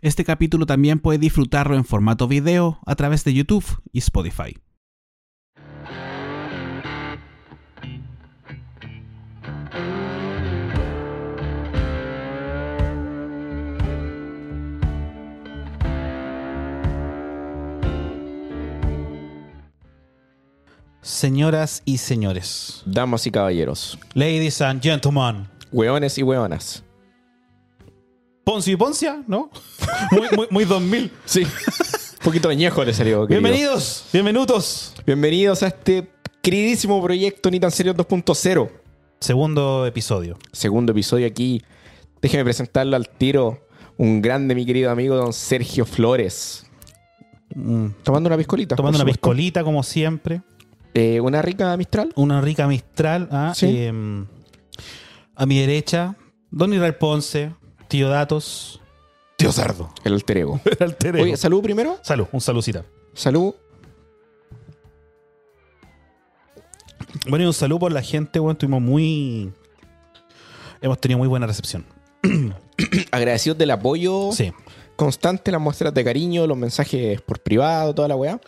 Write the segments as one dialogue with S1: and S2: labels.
S1: Este capítulo también puede disfrutarlo en formato video a través de YouTube y Spotify. Señoras y señores,
S2: Damas y caballeros,
S1: ladies and gentlemen,
S2: hueones y hueonas.
S1: Poncio y Poncia, ¿no? Muy, muy, muy 2000.
S2: Sí. Un poquito añejo le salió. querido.
S1: Bienvenidos, bienvenidos.
S2: Bienvenidos a este queridísimo proyecto Ni tan serio 2.0.
S1: Segundo episodio.
S2: Segundo episodio aquí. Déjeme presentarlo al tiro. Un grande, mi querido amigo, don Sergio Flores. Tomando una piscolita.
S1: Tomando
S2: Mm, por
S1: una
S2: supuesto.
S1: piscolita como siempre.
S2: Eh, una rica Mistral.
S1: Una rica Mistral. ah,
S2: Sí.
S1: em, a mi derecha, Don Israel Ponce, Tío Datos. Tío Sardo.
S2: El alter ego.
S1: Alter ego.
S2: Oye, salud primero.
S1: Salud, un saludcita.
S2: Salud.
S1: Bueno, y un saludo por la gente, bueno, estuvimos muy... Hemos tenido muy buena recepción.
S2: Agradecidos del apoyo
S1: Sí.
S2: constante, las muestras de cariño, los mensajes por privado, toda la weá.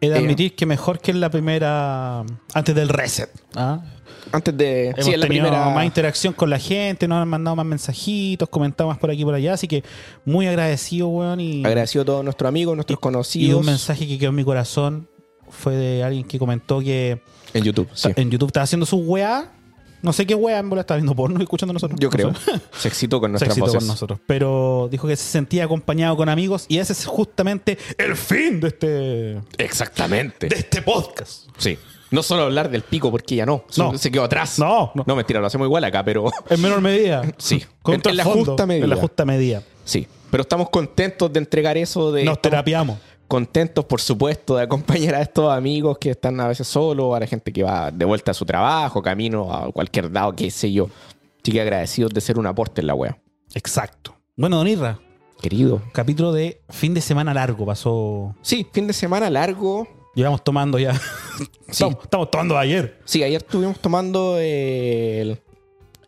S1: He de
S2: Eh.
S1: admitir que mejor que en la primera... Antes del reset. ¿ah?
S2: Antes de.
S1: Hemos
S2: sí, en la
S1: tenido
S2: primera.
S1: más interacción con la gente, nos han mandado más mensajitos, comentado más por aquí y por allá, así que muy agradecido, weón. Y,
S2: Agradecido a todos nuestros amigos, nuestros
S1: y
S2: conocidos.
S1: un mensaje que quedó en mi corazón fue de alguien que comentó que
S2: En YouTube, sí.
S1: en YouTube estaba haciendo su weá. No sé qué weá, en bola estaba viendo porno y escuchando a nosotros.
S2: Yo
S1: No
S2: creo.
S1: sé.
S2: Se excitó con
S1: Se
S2: nuestras
S1: excitó
S2: voces.
S1: con nosotros. Pero dijo que se sentía acompañado con amigos y ese es justamente el fin de este, de
S2: Exactamente.
S1: este podcast.
S2: Sí. No solo hablar del pico, porque ya no. Se-
S1: No.
S2: Se quedó atrás.
S1: No, no.
S2: mentira, lo hacemos igual acá, pero
S1: En menor medida.
S2: Sí.
S1: Con
S2: En- en la
S1: trasfondo,
S2: justa medida.
S1: En la justa medida.
S2: sí. Pero estamos contentos de entregar eso. De,
S1: Nos
S2: estamos
S1: terapiamos.
S2: Contentos, por supuesto, de acompañar a estos amigos que están a veces solos, a la gente que va de vuelta a su trabajo, camino a cualquier lado, qué sé yo. Así que agradecidos de ser un aporte en la wea.
S1: Exacto. Bueno, Don Irra,
S2: Querido.
S1: capítulo de fin de semana largo pasó.
S2: Sí, fin de semana largo.
S1: Llevamos tomando ya.
S2: Sí,
S1: Estamos, estamos tomando ayer.
S2: Sí, ayer estuvimos tomando el.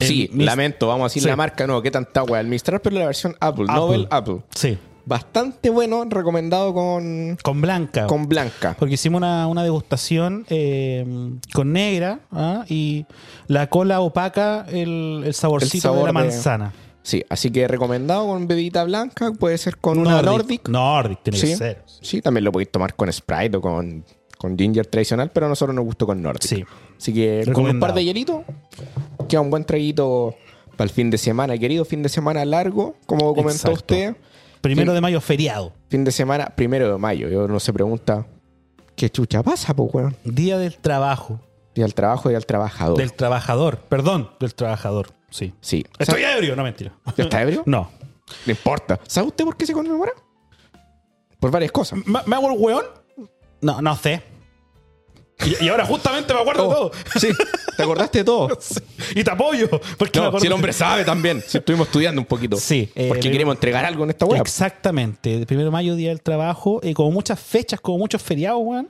S1: El
S2: sí,
S1: Mist-
S2: lamento, vamos a decir
S1: Sí.
S2: la marca, no, qué tanta wea. El Mistral, pero la versión Apple,
S1: Apple.
S2: Nobel Apple.
S1: Sí.
S2: Bastante bueno, recomendado con,
S1: Con Blanca.
S2: con Blanca.
S1: Porque hicimos una, una degustación eh, con negra ¿ah? y la cola opaca, el, el saborcito
S2: El sabor
S1: de la
S2: de-
S1: manzana.
S2: Sí, así que recomendado con bebidita blanca, puede ser con una Nordic.
S1: Nordic, tiene
S2: Sí.
S1: que ser.
S2: Sí, también lo podéis tomar con Sprite o con, con Ginger tradicional, pero a nosotros nos gustó con Nordic.
S1: Sí.
S2: Así que con un par
S1: Recomendado.
S2: de hielitos, queda un buen traguito para el fin de semana. Querido fin de semana largo, como comentó
S1: Exacto.
S2: usted.
S1: Primero
S2: Sí.
S1: de mayo feriado.
S2: Fin de semana, primero de mayo. Yo no se pregunta, ¿qué chucha pasa, pues, weón?
S1: Día del trabajo.
S2: Y al trabajo y al trabajador.
S1: Del trabajador. Perdón, del trabajador. Sí.
S2: Sí.
S1: Estoy ebrio, no mentira.
S2: ¿Ya está ebrio?
S1: No.
S2: No importa. ¿Sabe usted por qué se conmemora? Por varias cosas.
S1: ¿Me, me hago el weón? No, no sé. Y, y ahora justamente me acuerdo de
S2: Oh,
S1: todo.
S2: sí, te acordaste de todo.
S1: Sí. Y te apoyo. Porque me
S2: No,
S1: acuerdo-
S2: si el hombre sabe también. Si estuvimos estudiando un poquito.
S1: Sí, eh,
S2: porque
S1: pero-
S2: queremos entregar algo en esta web.
S1: Exactamente. El primero de mayo, día del trabajo, eh, como muchas fechas, como muchos feriados, weón,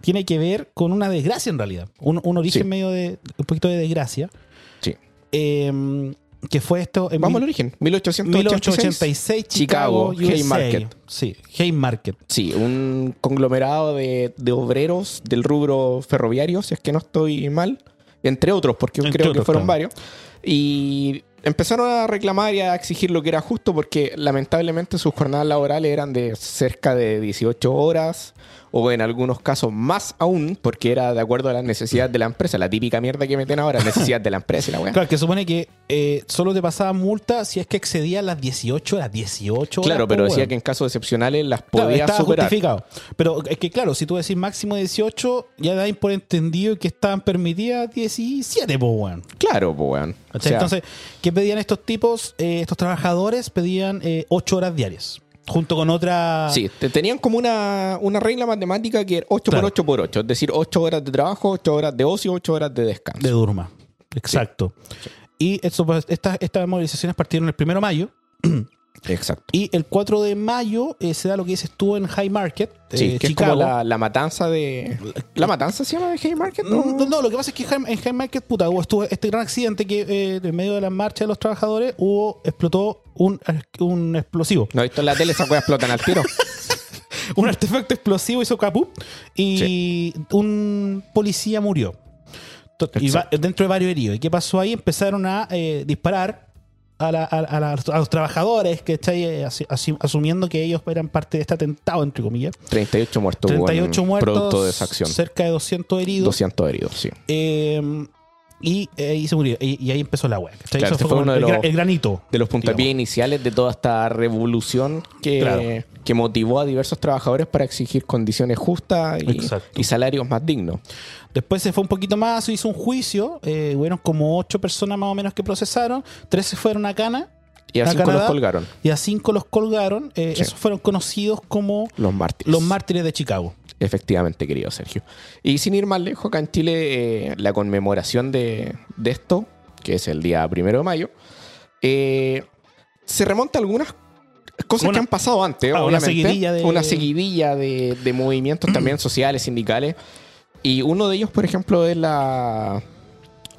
S1: tiene que ver con una desgracia en realidad. Un, un origen
S2: Sí.
S1: medio de. un poquito de desgracia.
S2: Sí.
S1: eh, que fue esto en
S2: Vamos al
S1: mil-
S2: origen. 1886.
S1: 1886, Chicago,
S2: Chicago,
S1: USA.
S2: Haymarket.
S1: Sí, Haymarket.
S2: Sí, un conglomerado de, de obreros del rubro ferroviario, si es que no estoy mal, entre otros, porque
S1: Entre
S2: creo que
S1: otros,
S2: fueron
S1: claro.
S2: varios. Y empezaron a reclamar y a exigir lo que era justo, porque lamentablemente sus jornadas laborales eran de cerca de 18 horas, o en algunos casos más aún, porque era de acuerdo a las necesidades de la empresa, la típica mierda que meten ahora, necesidades de la empresa, y la weá.
S1: Claro, que supone que eh, solo te pasaba multa si es que excedía las 18, las 18 horas.
S2: Claro, pero
S1: pues,
S2: decía
S1: weón.
S2: que en casos excepcionales las
S1: Claro,
S2: podía
S1: estaba
S2: superar.
S1: justificado. Pero es que claro, si tú decís máximo 18, ya dais por entendido que estaban permitidas 17, pues, weón.
S2: Claro, pues, weón. O sea,
S1: Entonces, ¿qué pedían estos tipos? Eh, estos trabajadores pedían 8 horas diarias, junto con otra...
S2: Sí, te tenían como una, una regla matemática que era 8
S1: Claro.
S2: por 8 por 8, es decir, 8 horas de trabajo, 8 horas de ocio, 8 horas de descanso.
S1: De Durma. Exacto. Y eso, pues, estas, estas movilizaciones partieron el 1 de mayo.
S2: Exacto.
S1: Y el 4 de mayo eh, se da lo que dices tú en High Market,
S2: Sí,
S1: eh,
S2: que
S1: Chicago.
S2: es como la, la matanza de... ¿La matanza se llama de Haymarket?
S1: No, no, no, lo que pasa es que Jaime- en Haymarket, puta, hubo estuvo este gran accidente que eh, en medio de la marcha de los trabajadores hubo, explotó un, un explosivo.
S2: No he visto en la tele, esas weas explotan al tiro.
S1: Un artefacto explosivo hizo caput y un policía murió. To- y va- dentro de varios heridos. ¿Y qué pasó ahí? Empezaron a eh, disparar a, la- a- a la- a los trabajadores, que está ahí, eh, asi- asi- asumiendo que ellos eran parte de este atentado, entre comillas.
S2: 38 muertos. weón,
S1: 38 muertos,
S2: Producto de esa acción.
S1: cerca de 200 heridos.
S2: 200 heridos, sí.
S1: Eh, y ahí se murió. Y, y ahí empezó la web.
S2: Claro, este fue uno de
S1: el,
S2: los-
S1: gra- el granito.
S2: De los puntapiés
S1: digamos.
S2: iniciales de toda esta revolución que,
S1: Claro.
S2: que motivó a diversos trabajadores para exigir condiciones justas y,
S1: Exacto.
S2: y salarios más dignos.
S1: Después se fue un poquito más, se hizo un juicio. Eh, hubieron como ocho personas más o menos que procesaron. Tres se fueron a Cana
S2: Y
S1: ¿A
S2: así
S1: Canadá?
S2: los colgaron
S1: y a cinco los colgaron. Eh,
S2: Sí.
S1: Esos fueron conocidos como
S2: los mártires.
S1: los mártires de Chicago.
S2: Efectivamente, querido Sergio. Y sin ir más lejos, acá en Chile, eh, la conmemoración de, de esto, que es el día primero de mayo, eh, se remonta a algunas cosas
S1: Una-
S2: que han pasado antes,
S1: Ah, una
S2: obviamente.
S1: seguidilla de-
S2: Una seguidilla de, de movimientos también sociales, sindicales. Y uno de ellos, por ejemplo, es la,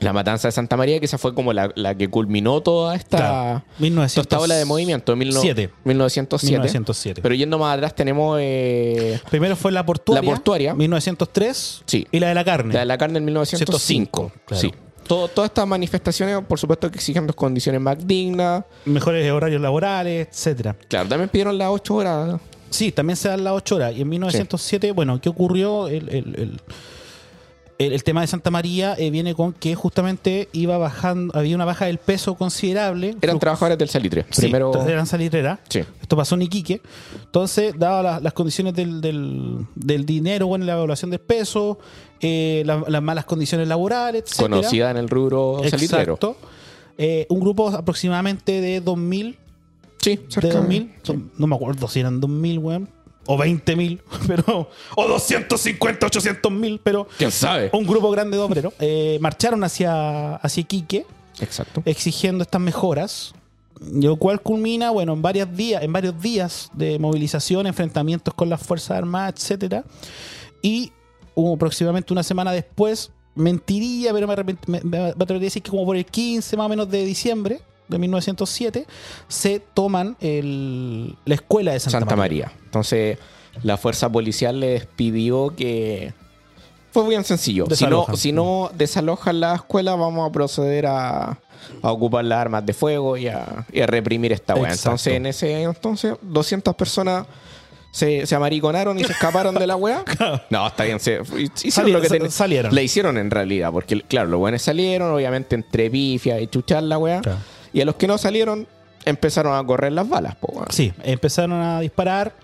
S2: la matanza de Santa María, que esa fue como la, la que culminó toda esta,
S1: Claro. 1900
S2: toda esta ola de movimiento, mil no-
S1: Siete.
S2: 1907.
S1: 1907.
S2: Pero yendo más atrás tenemos... eh,
S1: Primero fue la portuaria.
S2: La portuaria.
S1: 1903.
S2: Sí.
S1: Y la de la carne.
S2: la de la carne en 1905.
S1: 105, claro.
S2: Sí. Todo- todas estas manifestaciones, por supuesto, que exigen dos condiciones más dignas.
S1: Mejores horarios laborales, etcétera.
S2: Claro, también pidieron las 8 horas.
S1: Sí, también se dan las 8 horas. Y en 1907, bueno, ¿qué ocurrió? El, el- el- el- el tema de Santa María eh, viene con que justamente iba bajando, había una baja del peso considerable.
S2: Eran
S1: Flu-
S2: trabajadores del salitre.
S1: Sí,
S2: Primero.
S1: eran salitreras.
S2: Sí.
S1: Esto pasó en Iquique. Entonces, dadas las, las condiciones del, del- del dinero, bueno, la evaluación del peso, eh, la- las malas condiciones laborales, etcétera.
S2: Conocida en el rubro salitrero.
S1: Exacto. Eh, un grupo aproximadamente de 2.000
S2: Sí, cerca
S1: de 2000, son- no me acuerdo si eran 2000, weón, o 20000, pero o 250, 800 mil, pero
S2: ¿Quién sabe?
S1: un grupo grande de obreros eh, marcharon hacia hacia Iquique
S2: Exacto.
S1: exigiendo estas mejoras, lo cual culmina, bueno, en varios días, en varios días de movilización, enfrentamientos con las fuerzas armadas, etcétera, y hubo aproximadamente una semana después mentiría, pero me, arrepent- me- me- me atrevería a decir que como por el 15 más o menos de diciembre de 1907 se toman el- la escuela de Santa,
S2: Santa
S1: María.
S2: María. Entonces, la fuerza policial les pidió que. Fue bien sencillo. Si no,
S1: Desalojan.
S2: si no desalojan la escuela, vamos a proceder a, a ocupar las armas de fuego y a, y a reprimir esta wea.
S1: Exacto.
S2: Entonces, en ese entonces, 200 personas se, se amariconaron y se escaparon de la wea. No, está bien. se- hicieron
S1: Sali-
S2: lo que
S1: sa-
S2: ten-
S1: salieron.
S2: Le hicieron en realidad, porque, claro, los buenos salieron, obviamente, entre pifias y chuchar la wea.
S1: Claro.
S2: Y a los que no salieron, empezaron a correr las balas, po, wea.
S1: Sí, empezaron a disparar.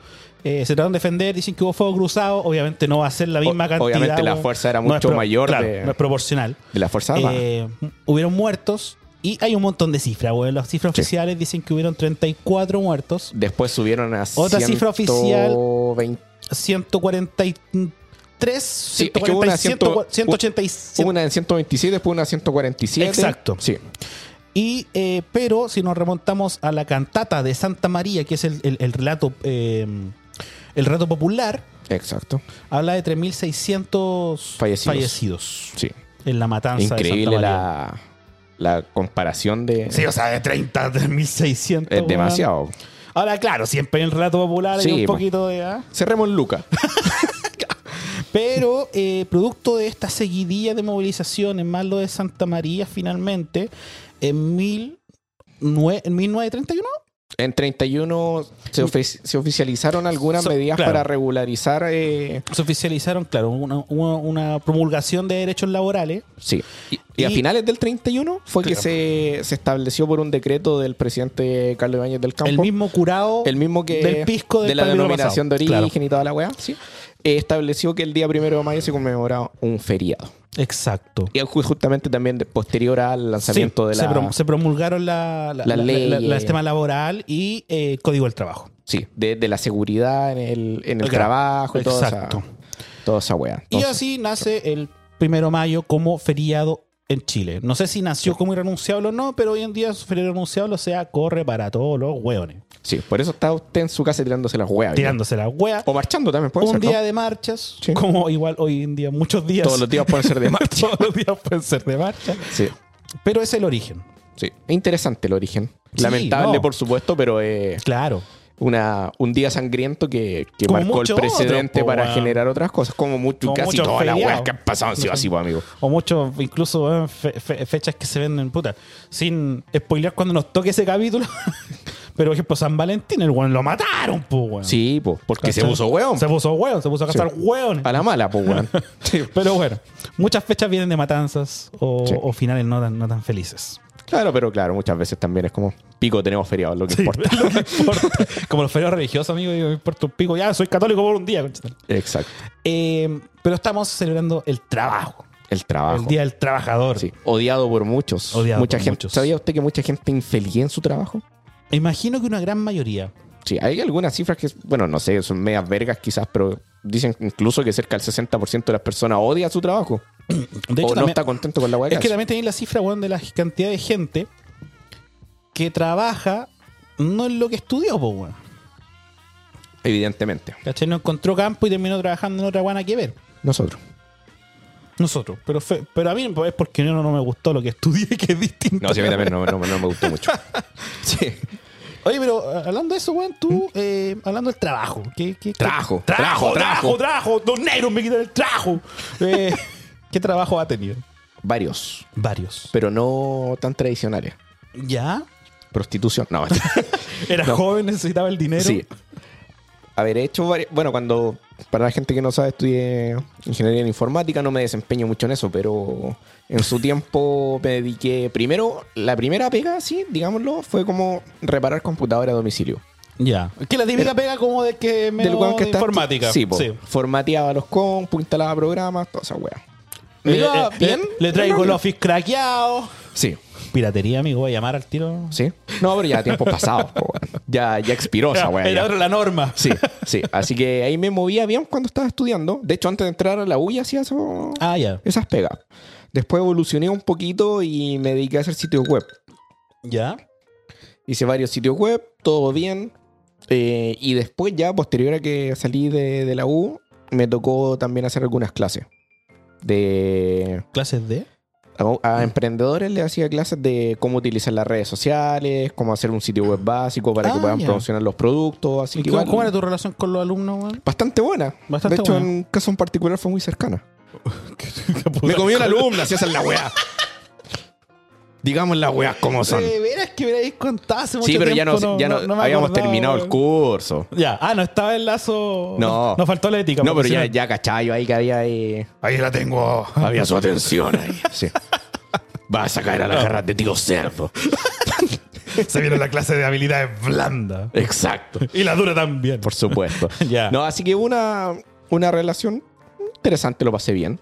S1: eh, se trataron de defender, dicen que hubo fuego cruzado. Obviamente no va a ser la misma
S2: O-
S1: cantidad.
S2: obviamente la
S1: weón.
S2: fuerza era
S1: No es
S2: mucho
S1: pro-
S2: mayor
S1: claro,
S2: de-
S1: no es proporcional.
S2: de las Fuerzas Armadas.
S1: Eh, hubieron muertos y hay un montón de cifras. weón. Las cifras
S2: Sí.
S1: oficiales dicen que hubieron 34 muertos,
S2: Después subieron a
S1: Otra cifra oficial.
S2: 120
S1: 143,
S2: es que hubo una
S1: 147,
S2: ciento-
S1: 187.
S2: Hubo una en 127, después una en 147.
S1: Exacto.
S2: Sí.
S1: Y, eh, pero si nos remontamos a la cantata de Santa María, que es el, el- el relato eh, el relato popular,
S2: Exacto.
S1: habla de 3.600
S2: Fallecidos.
S1: fallecidos
S2: Sí.
S1: en la matanza de
S2: Increíble
S1: Santa María.
S2: la, la comparación de.
S1: Sí, o sea, de 30 a 3.600.
S2: es
S1: weón.
S2: demasiado.
S1: Ahora, claro, siempre en el relato popular
S2: Sí,
S1: hay un
S2: po.
S1: poquito de... ah,
S2: Cerremos Luca.
S1: Pero eh, producto de esta seguidilla de movilizaciones, más lo de Santa María finalmente, en, mil nue- en 1931
S2: En 31 se, ofi- se oficializaron algunas
S1: So-
S2: medidas
S1: claro.
S2: para regularizar. eh,
S1: se oficializaron, claro, una, una- una promulgación de derechos laborales.
S2: sí. Y, y a
S1: Y-
S2: finales del 31 fue que
S1: Claro.
S2: se, se estableció por un decreto del presidente Carlos Ibáñez del Campo.
S1: El mismo curado
S2: El mismo que.
S1: del pisco del
S2: de la
S1: Palmiro
S2: denominación
S1: pasado.
S2: de origen
S1: Claro,
S2: y toda la weá. ¿sí? Eh, estableció que el día primero de mayo se conmemoraba un feriado.
S1: exacto.
S2: Y ju- justamente también de- posterior al lanzamiento
S1: Sí,
S2: de
S1: se,
S2: la.
S1: prom- se promulgaron la, la,
S2: la
S1: la-
S2: ley,
S1: la- la-
S2: eh.
S1: el tema laboral y eh, código del trabajo.
S2: sí, de, de la seguridad en el, en el
S1: Claro.
S2: trabajo y toda esa,
S1: Exacto.
S2: toda esa weá.
S1: Y
S2: Entonces,
S1: así nace el primero de mayo como feriado en Chile. No sé si nació como irrenunciable o no, pero hoy en día su feriado irrenunciable, o sea, corre para todos los hueones.
S2: sí, por eso está usted en su casa tirándose las weas. ¿no?
S1: Tirándose la hueá.
S2: O marchando también, puede
S1: Un
S2: ser. ¿no?
S1: día de marchas,
S2: Sí.
S1: como igual hoy en día, muchos días.
S2: Todos los días pueden ser de marcha.
S1: Todos los días pueden ser de marcha.
S2: sí,
S1: Pero es el origen.
S2: sí. Interesante el origen.
S1: Sí,
S2: Lamentable,
S1: no.
S2: por supuesto, pero eh,
S1: Claro.
S2: una, un día sangriento que, que
S1: Como
S2: marcó el
S1: muchos
S2: precedente
S1: otros, po,
S2: para
S1: weón.
S2: generar otras cosas, como mucho,
S1: Como
S2: casi
S1: muchos
S2: todas las
S1: feriados.
S2: weas que han pasado han sido así, po, amigo.
S1: O muchos, incluso weón, fe- fe- fechas que se venden, puta. Sin spoilear cuando nos toque ese capítulo. Pero, por ejemplo, San Valentín, el weón lo mataron, pues, weón.
S2: Sí, po, porque se
S1: ¿Cachai?
S2: puso weón.
S1: Se puso weón, se puso a cazar
S2: Sí.
S1: weón.
S2: A la mala, po, weón. Sí.
S1: Pero bueno, muchas fechas vienen de matanzas o,
S2: Sí.
S1: o finales no tan, no tan felices.
S2: Claro, pero claro, muchas veces también es como pico, tenemos feriado, lo que importa.
S1: Lo que importa. Como los feriados religiosos, amigo, yo me importa un pico. Ya, soy católico por un día. conchetumare.
S2: Exacto.
S1: Eh, pero estamos celebrando el trabajo,
S2: El trabajo.
S1: el Día del Trabajador.
S2: Sí, odiado por muchos.
S1: Odiado
S2: mucha
S1: por
S2: gente,
S1: muchos.
S2: ¿Sabía usted que mucha gente infeliz en su trabajo?
S1: Imagino que una gran mayoría.
S2: Sí, hay algunas cifras que, bueno, no sé, son medias vergas quizás, pero dicen incluso que cerca del 60% de las personas odia su trabajo.
S1: De
S2: o no
S1: hecho, también-
S2: está contento con la hueá
S1: es que también tenéis la cifra, weón, de la cantidad de gente que trabaja no en lo que estudió, pues, weón.
S2: Evidentemente.
S1: ¿Cachai? No encontró campo y terminó trabajando en otra guana que ver.
S2: Nosotros.
S1: Nosotros. Pero, fe- pero a mí pues, es porque no, no me gustó lo que estudié, que es distinto.
S2: No, sí, a mí también no, no- no me gustó mucho. Sí. ¿Mm?
S1: Oye, pero ah, hablando de eso, weón, tú, eh, hablando del trabajo. ¿qué, qué, qué-
S2: Trabajo, trabajo,
S1: trabajo, trabajo, trabajo. Dos negros me quitan el trabajo. Eh, ¿Qué trabajo ha tenido?
S2: Varios,
S1: Varios.
S2: pero no tan tradicionales.
S1: ¿Ya?
S2: Prostitución. No,
S1: Era
S2: No.
S1: joven, necesitaba el dinero.
S2: sí. Haber hecho varios. Bueno, cuando. Para la gente que no sabe, estudié ingeniería en informática, no me desempeño mucho en eso, pero en su tiempo me dediqué. Primero, la primera pega, sí, digámoslo, fue como reparar computadora a domicilio.
S1: Ya. Que la típica pega como de que me
S2: weón
S1: de
S2: está-
S1: informática.
S2: Sí, po. Eh, formateaba los comp, instalaba programas, toda esa wea. ¿Me
S1: Le,
S2: iba
S1: le-
S2: bien?
S1: Eh, le traigo
S2: No,
S1: el
S2: no.
S1: office craqueado.
S2: Sí,
S1: Piratería, amigo, voy a llamar al tiro.
S2: sí. No, pero ya tiempo pasado, po, weón. ya, ya expiró esa wea.
S1: Era
S2: ya.
S1: ahora la norma.
S2: Sí, sí. Así que ahí me movía bien cuando estaba estudiando. De hecho, antes de entrar a la U ya hacía eso,
S1: Ah, ya.
S2: esas pegas. Después evolucioné un poquito y me dediqué a hacer sitios web.
S1: Ya.
S2: Hice varios sitios web, todo bien. Eh, y después ya, posterior a que salí de, de la U, me tocó también hacer algunas clases. De,
S1: Clases de. Mm.
S2: a, a emprendedores les hacía clases de cómo utilizar las redes sociales, cómo hacer un sitio web básico para que
S1: Ah,
S2: puedan
S1: ya.
S2: promocionar los productos. Así
S1: ¿Y
S2: que
S1: cómo,
S2: igual-
S1: cómo era tu relación con los alumnos, weón?
S2: Bastante buena.
S1: Bastante
S2: de hecho,
S1: buena.
S2: en un caso en particular fue muy cercana. Me comió una alumna, si esa es la weá. Digamos las weas como son.
S1: De veras que me habéis contado hace mucho
S2: Sí, pero ya no,
S1: tiempo,
S2: ya no,
S1: me
S2: habíamos
S1: acordaba,
S2: terminado el
S1: weón.
S2: curso.
S1: Ya, ah, no estaba el lazo.
S2: No.
S1: Nos faltó la ética.
S2: No, pero
S1: porque
S2: ya,
S1: si
S2: ya cachayo ahí que había ahí.
S1: Ahí la tengo.
S2: Había su atención ahí. Sí. Vas a caer a las garras de tío cerdo.
S1: Se viene la clase de habilidades blanda.
S2: Exacto.
S1: Y la dura también.
S2: Por supuesto.
S1: Ya.
S2: No, así que hubo una, una relación interesante, lo pasé bien.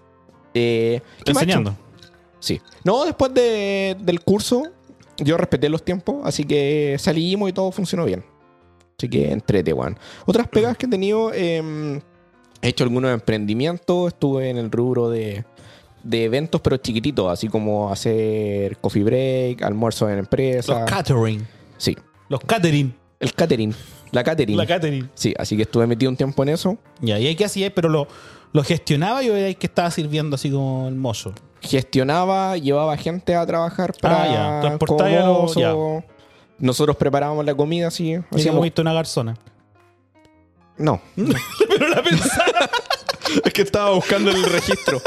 S2: Eh, ¿qué más he hecho?
S1: Enseñando.
S2: Sí. No, después de- del curso, yo respeté los tiempos, así que salimos y todo funcionó bien. Así que entrete, weón. Otras pegas que he tenido, eh, he hecho algunos emprendimientos, estuve en el rubro de, de eventos, pero chiquititos, así como hacer coffee break, almuerzo en
S1: Los
S2: empresa.
S1: catering.
S2: sí,
S1: Los catering.
S2: el catering, la catering.
S1: La catering.
S2: sí, así que estuve metido un tiempo en eso.
S1: Ya, y ahí que hacía, pero lo, lo gestionaba y era el que estaba sirviendo así como el mozo.
S2: gestionaba, llevaba gente a trabajar para
S1: Ah, ya. Transportaba
S2: como
S1: a los-
S2: mozo. Nosotros preparábamos la comida, sí.
S1: Así como
S2: Hacíamos...
S1: viste una garzona.
S2: No.
S1: pero la pensaba.
S2: es que estaba buscando el registro.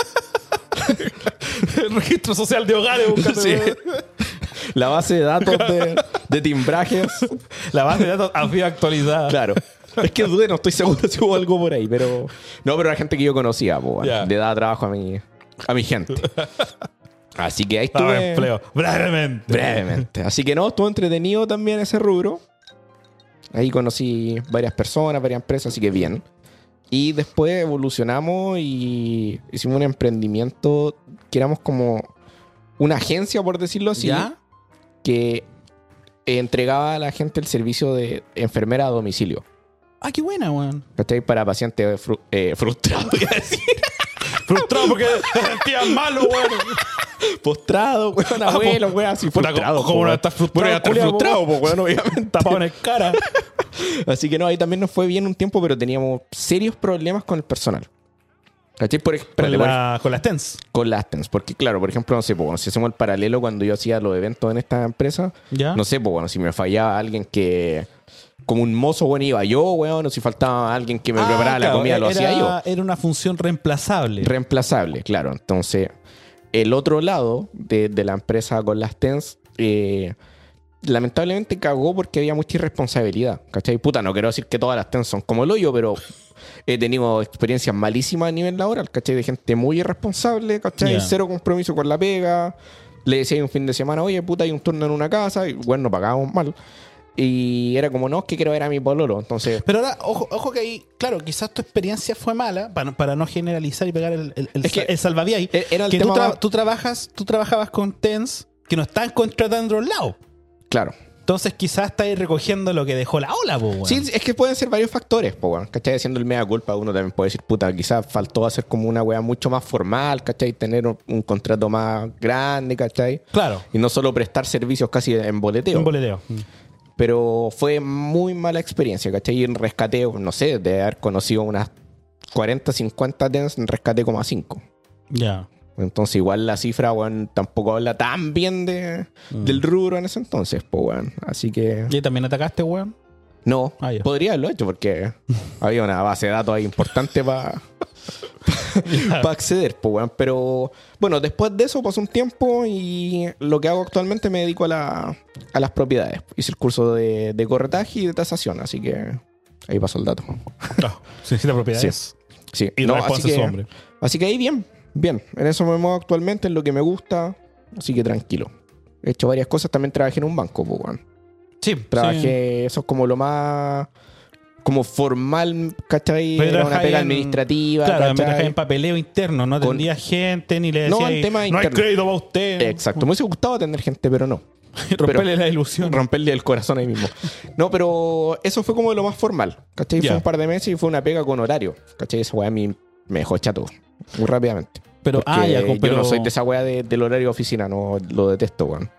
S1: el registro social de hogares. buscando-
S2: Sí. La base de datos de, de timbrajes.
S1: La base de datos había actualizada.
S2: Claro. Es que dudé, no estoy seguro si hubo algo por ahí, pero. No, pero la gente que yo conocía, po,
S1: Ya.
S2: le daba trabajo a mi, a mi gente. Así que ahí
S1: Daba
S2: estuve.
S1: empleo. Brevemente.
S2: Brevemente. Así que no, estuvo entretenido también ese rubro. Ahí conocí varias personas, varias empresas, así que bien. Y después evolucionamos y hicimos un emprendimiento que éramos como una agencia, por decirlo así,
S1: ¿Ya?
S2: que entregaba a la gente el servicio de enfermera a domicilio.
S1: Ah, qué buena, weón.
S2: ¿Cachai? Para pacientes fru- eh, frustrados, iba a decir.
S1: Frustrado porque te sentías malo, weón.
S2: postrados, weón,
S1: Ah,
S2: abuelos, weón, así
S1: puta,
S2: frustrados.
S1: ¿cómo
S2: po,
S1: no
S2: weón.
S1: estás frustrado,
S2: Bueno, ya estás
S1: culiao, po,
S2: frustrado, po, weón, obviamente.
S1: Tapado en el cara.
S2: Así que no, ahí también nos fue bien un tiempo, pero teníamos serios problemas con el personal. ¿Cachai? Por, ej-
S1: Con,
S2: espérate, por ej-
S1: la- con las TENS.
S2: con las TENS. Porque, claro, por ejemplo, no sé, pues, bueno, si hacemos el paralelo cuando yo hacía los eventos en esta empresa,
S1: ¿Ya?
S2: no sé, pues bueno, si me fallaba alguien que. Como un mozo, bueno, iba yo, weón, o si faltaba alguien que me
S1: Ah,
S2: preparaba la
S1: claro,
S2: comida, lo
S1: era-
S2: hacía yo.
S1: Era una función reemplazable.
S2: Reemplazable, claro. Entonces, el otro lado de, de la empresa con las TENS, eh, lamentablemente cagó porque había mucha irresponsabilidad. ¿Cachai? Puta, no quiero decir que todas las TENS son como el hoyo, pero he tenido experiencias malísimas a nivel laboral, ¿cachai? De gente muy irresponsable, ¿cachai?
S1: Ya.
S2: Cero compromiso con la pega. Le decía un fin de semana, oye, puta, hay un turno en una casa. Y bueno, no pagábamos mal. Y era como, no, es que quiero ver a mi pololo. Entonces,
S1: Pero ahora, ojo, ojo que ahí, claro, quizás tu experiencia fue mala, para, para no generalizar y pegar el, el, el,
S2: Es que-
S1: el salvavidas ahí,
S2: e- era el
S1: que tú,
S2: tema
S1: tra-
S2: más-
S1: tú trabajas, tú trabajabas con TENS que no están contratando a un lado.
S2: claro.
S1: Entonces quizás estáis recogiendo lo que dejó la ola, po, weón.
S2: Sí, es que pueden ser varios factores, po, weón, ¿cachai? Siendo el mea culpa, uno también puede decir, puta, quizás faltó hacer como una weá mucho más formal, ¿cachai? Tener un, un contrato más grande, ¿cachai?
S1: Claro.
S2: Y no solo prestar servicios casi en boleteo.
S1: Un boleteo. Mm.
S2: pero fue muy mala experiencia, ¿cachai? Y en rescate, no sé, de haber conocido unas 40, 50 tens, en rescate como a 5.
S1: Ya.
S2: Entonces, igual la cifra, weón, tampoco habla tan bien de- del rubro en ese entonces, pues, weón. Así que.
S1: ¿Y también atacaste, weón?
S2: No,
S1: Ah, ya.
S2: podría haberlo hecho porque había una base de datos ahí importante para acceder, pues, weón. Pero bueno, después de eso pasó un tiempo y lo que hago actualmente me dedico a, la- a las propiedades. Hice el curso de, de corretaje y de tasación, así que ahí pasó el dato.
S1: No, se necesita propiedades.
S2: Sí,
S1: Y
S2: no, así,
S1: responsa a su
S2: que,
S1: hombre.
S2: así que ahí bien, bien. En eso me muevo actualmente, en lo que me gusta, así que tranquilo. He hecho varias cosas, también trabajé en un banco, pues, weón.
S1: Sí,
S2: Trabajé,
S1: sí.
S2: eso es como lo más como formal, ¿cachai?
S1: Pero
S2: Era una
S1: trabajabas
S2: pega
S1: en-
S2: administrativa,
S1: Claro, me
S2: ¿cachai?
S1: trabajé en papeleo interno, no
S2: Con-
S1: atendía gente, ni le
S2: No,
S1: decía.
S2: en
S1: "Ey,
S2: tema
S1: no hay
S2: interno".
S1: crédito para usted.
S2: Exacto, me hubiese gustado tener gente, pero no.
S1: Romperle la ilusión.
S2: Romperle el corazón ahí mismo. No, pero eso fue como lo más formal, ¿cachai?
S1: Ya.
S2: Fue un par de meses y fue una pega con horario, ¿cachai? Esa weá a mí me dejó chato muy rápidamente.
S1: Pero, ah,
S2: Porque
S1: ya, como- pero,
S2: Yo no soy de esa weá de- del horario de oficina, no lo detesto, weón.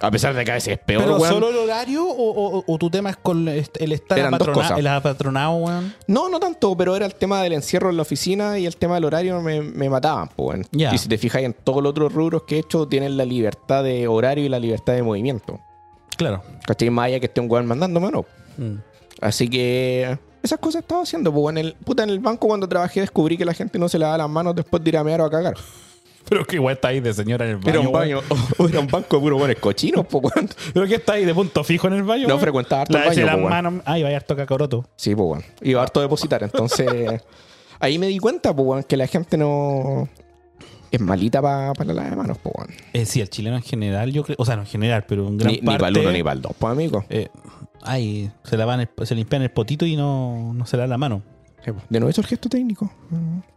S2: A pesar de que a veces es peor,
S1: ¿Pero
S2: weón.
S1: solo el horario o, o- o tu tema es con est- el estar
S2: Eran dos
S1: apatrona-
S2: cosas.
S1: el apatronado, weón?
S2: No, no tanto, pero era el tema del encierro en la oficina y el tema del horario me, me mataban, po, weón.
S1: Ya.
S2: Y si te fijas en todos los otros rubros que he hecho, tienen la libertad de horario y la libertad de movimiento.
S1: Claro.
S2: ¿Cachai? Más allá que esté un weón mandándome o no.
S1: Mm.
S2: Así que esas cosas estaba haciendo, po, en el, puta, en el banco cuando trabajé descubrí que la gente no se lava las manos después de ir a mear o a cagar.
S1: Pero que igual está ahí de señora en el baño.
S2: Era un
S1: weón.
S2: baño, era un banco de puro buenos cochinos, po, weón.
S1: Pero que está ahí de punto fijo en el baño.
S2: No
S1: weón.
S2: frecuentaba harto
S1: La
S2: el baño,
S1: de las
S2: po, weón.
S1: manos. Ay, vaya harto cacoroto.
S2: Sí, pues, weón. Iba harto a depositar, entonces. ahí me di cuenta, pues, weón, que la gente no. Es malita pa- para las manos, pues, weón.
S1: Eh, sí, el chileno en general, yo creo. O sea, no en general, pero en gran
S2: Ni,
S1: parte.
S2: para el uno ni para el dos, pues, amigo.
S1: eh, ay, se, lavan el- se limpian el potito y no, no se lavan la mano.
S2: De nuevo, eso es el gesto técnico.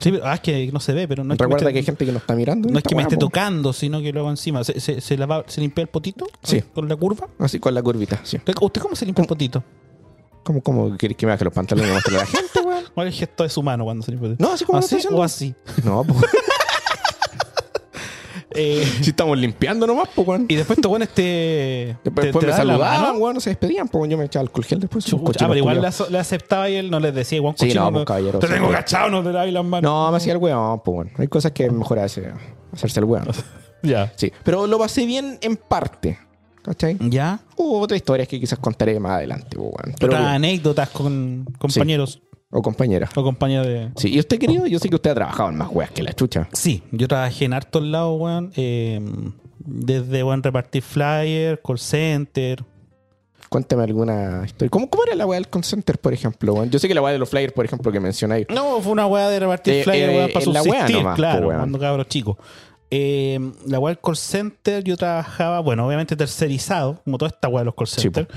S1: Sí, pero ah, es que no se ve, pero no es
S2: Recuerda
S1: que,
S2: que, hay gente que nos está mirando.
S1: no es
S2: esta
S1: que me
S2: weá,
S1: esté
S2: po.
S1: tocando, sino que luego encima. ¿Se, se, se lava- se limpia el potito?
S2: Sí.
S1: ¿Con la curva?
S2: Así con la curvita, sí.
S1: ¿Usted cómo se limpia el potito?
S2: ¿Cómo, cómo querés que me baje los pantalones y muestre a la gente, weón?
S1: ¿Cuál es el gesto de su mano cuando se limpia el potito?
S2: No, así como lo
S1: ¿Así
S2: estoy haciendo.
S1: o así?
S2: No, pues.
S1: Eh,
S2: si estamos limpiando nomás, pues, weón.
S1: y después estos buenos te.
S2: Después,
S1: te-
S2: después
S1: te
S2: me
S1: dan la mano.
S2: saludaban, weón, no se despedían, pues, weón. yo me echaba alcohol gel después.
S1: Chucha,
S2: cochinos
S1: ah, pero igual le,
S2: culiados.
S1: aso- le aceptaba y él no les decía, Juan
S2: Sí,
S1: cochino,
S2: no, pues,
S1: me-
S2: caballero,
S1: Te
S2: sí,
S1: tengo
S2: pues.
S1: cachado, no te laváis las manos.
S2: No, me hacía el weón, pues, weón. Hay cosas que mejor hace- hacerse el weón.
S1: Ya.
S2: Sí, pero lo pasé bien en parte. ¿Cachai?
S1: ¿Ya?
S2: Hubo otras historias que quizás contaré más adelante, po, weón. Pero
S1: Otras
S2: bien.
S1: anécdotas con compañeros
S2: O compañera.
S1: o compañeras de.
S2: Sí, y usted, querido, yo sé que usted ha trabajado en más weas que la chucha.
S1: Sí, yo trabajé en hartos lados, weón. eh,
S2: Em,
S1: desde, weón, repartir flyer, call center.
S2: Cuéntame alguna historia. ¿Cómo, cómo era la wea del consenter, por ejemplo, weón? Yo sé que la wea de los flyers, por ejemplo, que mencionáis.
S1: No, fue una weá de repartir
S2: Eh,
S1: flyer,
S2: eh,
S1: weón, para
S2: en la weá
S1: subsistir,
S2: nomás,
S1: claro,
S2: po, weón.
S1: cuando cabros chicos. Eh, la weá del call center, yo trabajaba, bueno, obviamente tercerizado, como toda esta weá de los call
S2: Sí, po.
S1: centers,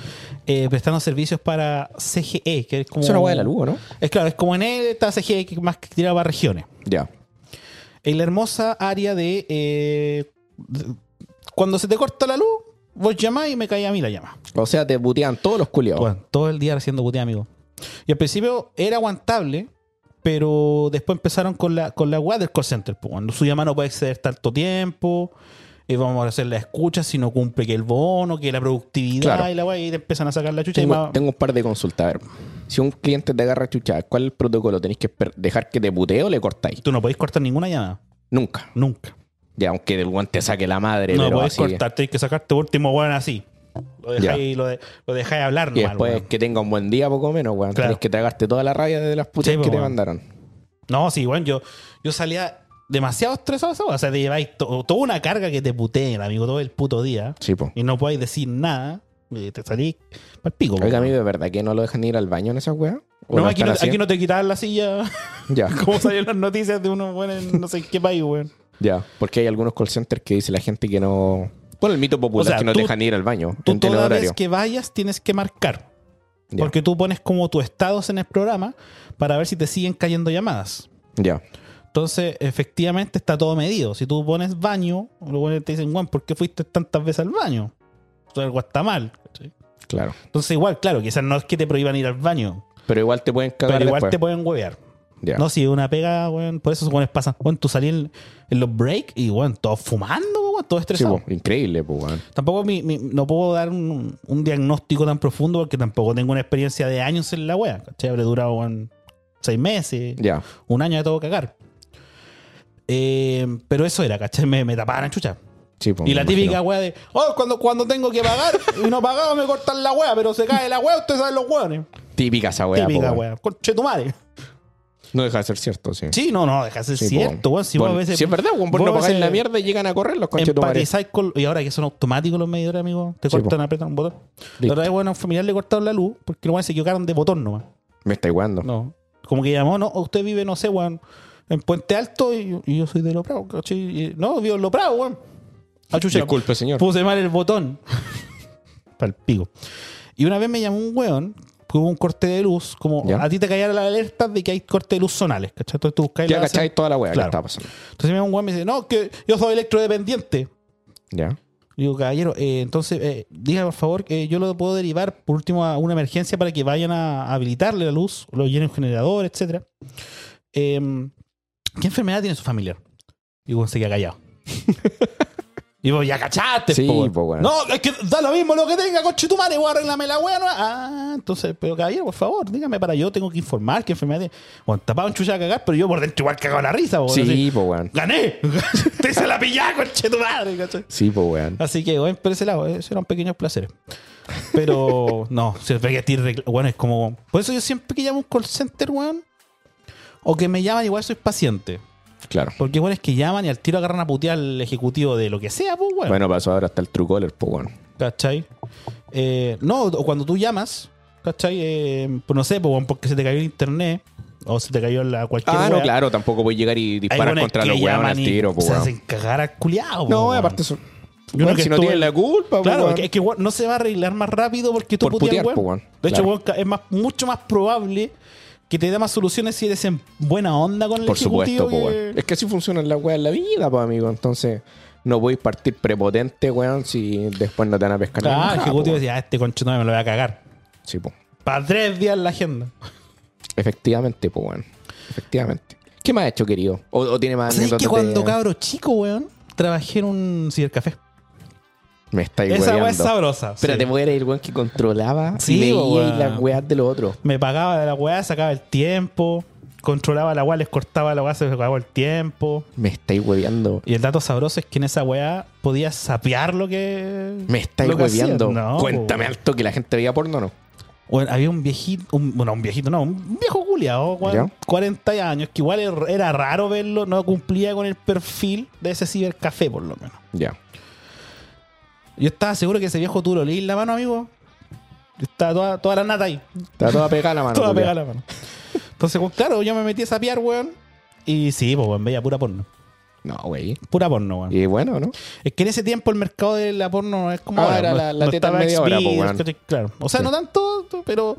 S1: eh, prestando servicios para CGE, que es como.
S2: Es una wea de la luz, ¿o ¿no?
S1: Es claro, es como en él está CGE E que más que tiraba a regiones.
S2: Ya.
S1: En la hermosa área de, eh, de- cuando se te corta la luz, vos llamás y me caía a mí la llama.
S2: O sea, te putean todos los culiados.
S1: Bueno, todo el día haciendo putea, amigo. Y al principio era aguantable, pero después empezaron con la, con la weá del call center. pues, Cuando su llamada no puede exceder tanto tiempo, eh, vamos a hacer la escucha si no cumple que el bono, que la productividad
S2: Claro.
S1: y la weá, y te empiezan a sacar la chucha. y
S2: tengo,
S1: más-
S2: tengo un par de consultas. a ver. Si un cliente te agarra chucha, ¿cuál es el protocolo? ¿Tenéis que per- dejar que te putee o le cortáis?
S1: Tú no podéis cortar ninguna llamada.
S2: Nunca.
S1: Nunca.
S2: Ya, aunque del guante saque la madre.
S1: No
S2: pero
S1: podéis
S2: así-
S1: cortar, tienes que sacarte tu último weón así. Lo dejáis, lo de- lo dejáis hablar
S2: Y
S1: nomás,
S2: después
S1: weón.
S2: que tenga un buen día, poco menos, weón.
S1: Claro.
S2: Tenés que tragarte toda la raya de las putas
S1: Sí, po,
S2: que te
S1: weón.
S2: mandaron.
S1: No, sí, weón, yo, yo salía demasiado estresado esa weá. O sea, te lleváis to- toda una carga que te puteen, amigo, todo el puto día.
S2: Sí, po.
S1: Y no podéis decir nada. y te salís para pico,
S2: Oiga,
S1: weón.
S2: amigo, ¿de verdad que no lo dejan ir al baño en esa weá? ¿O
S1: No,
S2: lo
S1: aquí
S2: están
S1: no,
S2: haciendo?
S1: aquí no te quitaban la silla.
S2: Ya,
S1: Como salieron las noticias de unos buenos en no sé qué país, weón.
S2: ya. Porque hay algunos call centers que dice la gente que no. Por el mito popular
S1: O sea,
S2: que no
S1: tú-
S2: dejan ir al baño.
S1: Tú
S2: en tele
S1: toda
S2: horario.
S1: vez que vayas tienes que marcar.
S2: Ya,
S1: Porque tú pones como tus estados en el programa para ver si te siguen cayendo llamadas.
S2: ya.
S1: Entonces, efectivamente está todo medido. Si tú pones baño, los buenos te dicen, Juan, ¿por qué fuiste tantas veces al baño? Entonces, algo está mal. ¿cachai?
S2: claro.
S1: Entonces, igual, claro, quizás no es que te prohíban ir al baño,
S2: Pero igual te pueden
S1: pero
S2: cagar
S1: igual te
S2: después.
S1: pueden huevear.
S2: Ya.
S1: No, si es una pega, weón. Por eso, supones, pasan. Bueno, tú salí en, en los breaks y, bueno, todos fumando, weón, todos
S2: Sí,
S1: estresados.
S2: po. Increíble, po, weón.
S1: Tampoco mi- mi- no puedo dar un, un diagnóstico tan profundo porque tampoco tengo una experiencia de años en la wea. ¿Cachai? Habré durado weón, seis meses,
S2: Ya.
S1: un año de todo cagar. Eh, pero eso era, ¿cachai? Me, me tapaban chucha.
S2: Sí, po,
S1: y
S2: me
S1: la
S2: imagino.
S1: típica wea de, oh, cuando, cuando tengo que pagar y no pagaba me cortan la wea, pero se cae la wea, ustedes saben los weones.
S2: Típica esa weá.
S1: Típica
S2: po, weón.
S1: wea. Conche tu madre.
S2: No deja de ser cierto, sí.
S1: Sí, no, no, deja de ser
S2: Sí, po,
S1: cierto,
S2: weón.
S1: weón. Si vos
S2: Bueno,
S1: a veces.
S2: si es verdad, weón, por
S1: vos
S2: no
S1: a
S2: pagar
S1: veces
S2: la mierda y llegan a correr los conchetumares.
S1: empatizáis con. Y ahora que son automáticos los medidores, amigo, te
S2: Sí,
S1: cortan, apretan un botón. La
S2: Listo.
S1: otra vez, bueno, a un familiar le cortaron la luz porque los weones se equivocaron de botón nomás.
S2: Me está igualando.
S1: No. Como que llamó, no, usted vive, no sé, weón, en Puente Alto y, y yo soy de Loprado, ¿cachai? Y- No, vivo en Loprado, weón. Ah, chucha,
S2: Disculpe, señor.
S1: Puse mal el botón. Para el pico. Y una vez me llamó un weón, que hubo un corte de luz, como
S2: Ya.
S1: a ti te caían las alertas de que hay corte de luz zonales, ¿cachai? Entonces tú buscáis
S2: Ya
S1: la-
S2: cacháis toda la weá
S1: Claro.
S2: que estaba pasando.
S1: Entonces me llamó un weón y me dice, no, que yo soy electrodependiente.
S2: Ya.
S1: Le Digo, caballero, eh, entonces, eh, diga por favor, que yo lo puedo derivar por último a una emergencia para que vayan a habilitarle la luz, lo llenen un generador, etcétera Em, ¿Qué enfermedad tiene su familiar? Digo, se queda callado. Digo, ya cachaste,
S2: Sí,
S1: po, weón.
S2: po, weón.
S1: No, es que da lo mismo lo que tenga, coche tu madre, weón, arreglame la weá. no- Ah, entonces, pero caballero, por favor, dígame para yo, tengo que informar qué enfermedad tiene. Bueno, tapaba un chucha a cagar, pero yo por dentro igual cagaba la risa, po,
S2: Sí,
S1: así,
S2: po, weón.
S1: ¡Gané! ¡Te hice la pillada, coche tu madre! ¿cachai?
S2: Sí, po, weón.
S1: Así que, bueno, por ese lado, eh, esos eran pequeños placeres. Pero, no, si ve que a ti, recla- bueno, es como. Por eso yo siempre que llamo a un call center, weón, o que me llaman, igual soy paciente.
S2: Claro.
S1: Porque, bueno, es que llaman y al tiro agarran a putear al ejecutivo de lo que sea, pues, weón.
S2: Bueno, pasó ahora hasta el Truecaller, po, weón.
S1: Ah, ¿Cachai? Eh, no, o cuando tú llamas, ¿cachai? Eh, pues no sé, pues, weón, porque se te cayó el internet o se te cayó la cualquier.
S2: Ah, no,
S1: wea.
S2: claro, tampoco voy a llegar y
S1: Hay
S2: disparar
S1: weones
S2: contra
S1: que
S2: los weones
S1: llaman
S2: al
S1: y
S2: tiro, po,
S1: Se
S2: weón.
S1: hacen cagar al culiao, pues,
S2: No,
S1: weón.
S2: aparte eso.
S1: Yo
S2: Weón,
S1: creo que
S2: si no
S1: estuve-
S2: tienen la culpa, po,
S1: Claro,
S2: weón.
S1: es que, es que, weón, no se va a arreglar más rápido porque tú
S2: Por
S1: puteas,
S2: putear,
S1: weón.
S2: po, weón.
S1: De hecho,
S2: Claro.
S1: weón, es más, mucho más probable que te dé más soluciones si eres en buena onda con el
S2: Por
S1: ejecutivo.
S2: supuesto, po,
S1: que-
S2: weón. Es que así funcionan las weas en la vida, po, amigo. Entonces, no voy a partir prepotente, weón, si después no te van a pescar.
S1: Claro,
S2: nada,
S1: el
S2: po,
S1: ejecutivo
S2: weón.
S1: decía, ah, este conchito me lo voy a cagar.
S2: Sí, po.
S1: Para tres días en la agenda.
S2: Efectivamente, po, weón. Efectivamente. ¿Qué más ha hecho, querido? ¿O, o tiene más
S1: ¿Sabes Pues que
S2: anécdotas
S1: cuando
S2: de-
S1: cabro chico, weón, trabajé en un cibercafé?
S2: Me está
S1: Esa weá es
S2: igualando.
S1: sabrosa. sí.
S2: Espérate, voy a ir el weón que controlaba
S1: Sí,
S2: y veía
S1: weón.
S2: y las weas de los otros.
S1: Me pagaba de la weá, sacaba el tiempo, controlaba la weá, les cortaba la weá, se les acababa el tiempo.
S2: Me estáis hueveando.
S1: Y el dato sabroso es que en esa weá podías sapear lo que.
S2: Me estáis
S1: lo que hacían.
S2: hueveando.
S1: No,
S2: Cuéntame
S1: po.
S2: alto que la gente veía porno, ¿no?
S1: Bueno, había un viejito, un, bueno, un viejito, no, un viejo culiado,
S2: ¿Ya?
S1: 40 años, que igual er- era raro verlo, no cumplía con el perfil de ese cibercafé, por lo menos.
S2: Ya.
S1: Yo estaba seguro que ese viejo tú lo leí en la mano, amigo. Estaba toda, toda la nata ahí,
S2: Está toda pegada la mano.
S1: toda
S2: Ah, culiao.
S1: pegada la mano. Entonces, pues, claro, yo me metí a sapear, weón. Y sí, pues, weón, veía pura porno.
S2: No, güey.
S1: Pura porno, weón.
S2: Y bueno, ¿no?
S1: Es que en ese tiempo el mercado de la porno es como.
S2: Ah,
S1: ahora,
S2: era
S1: no-
S2: la- la
S1: no
S2: teta
S1: estaba
S2: media hora, po,
S1: Xvideos,
S2: weón.
S1: ¿cachai? Claro. O sea,
S2: Sí.
S1: no tanto, pero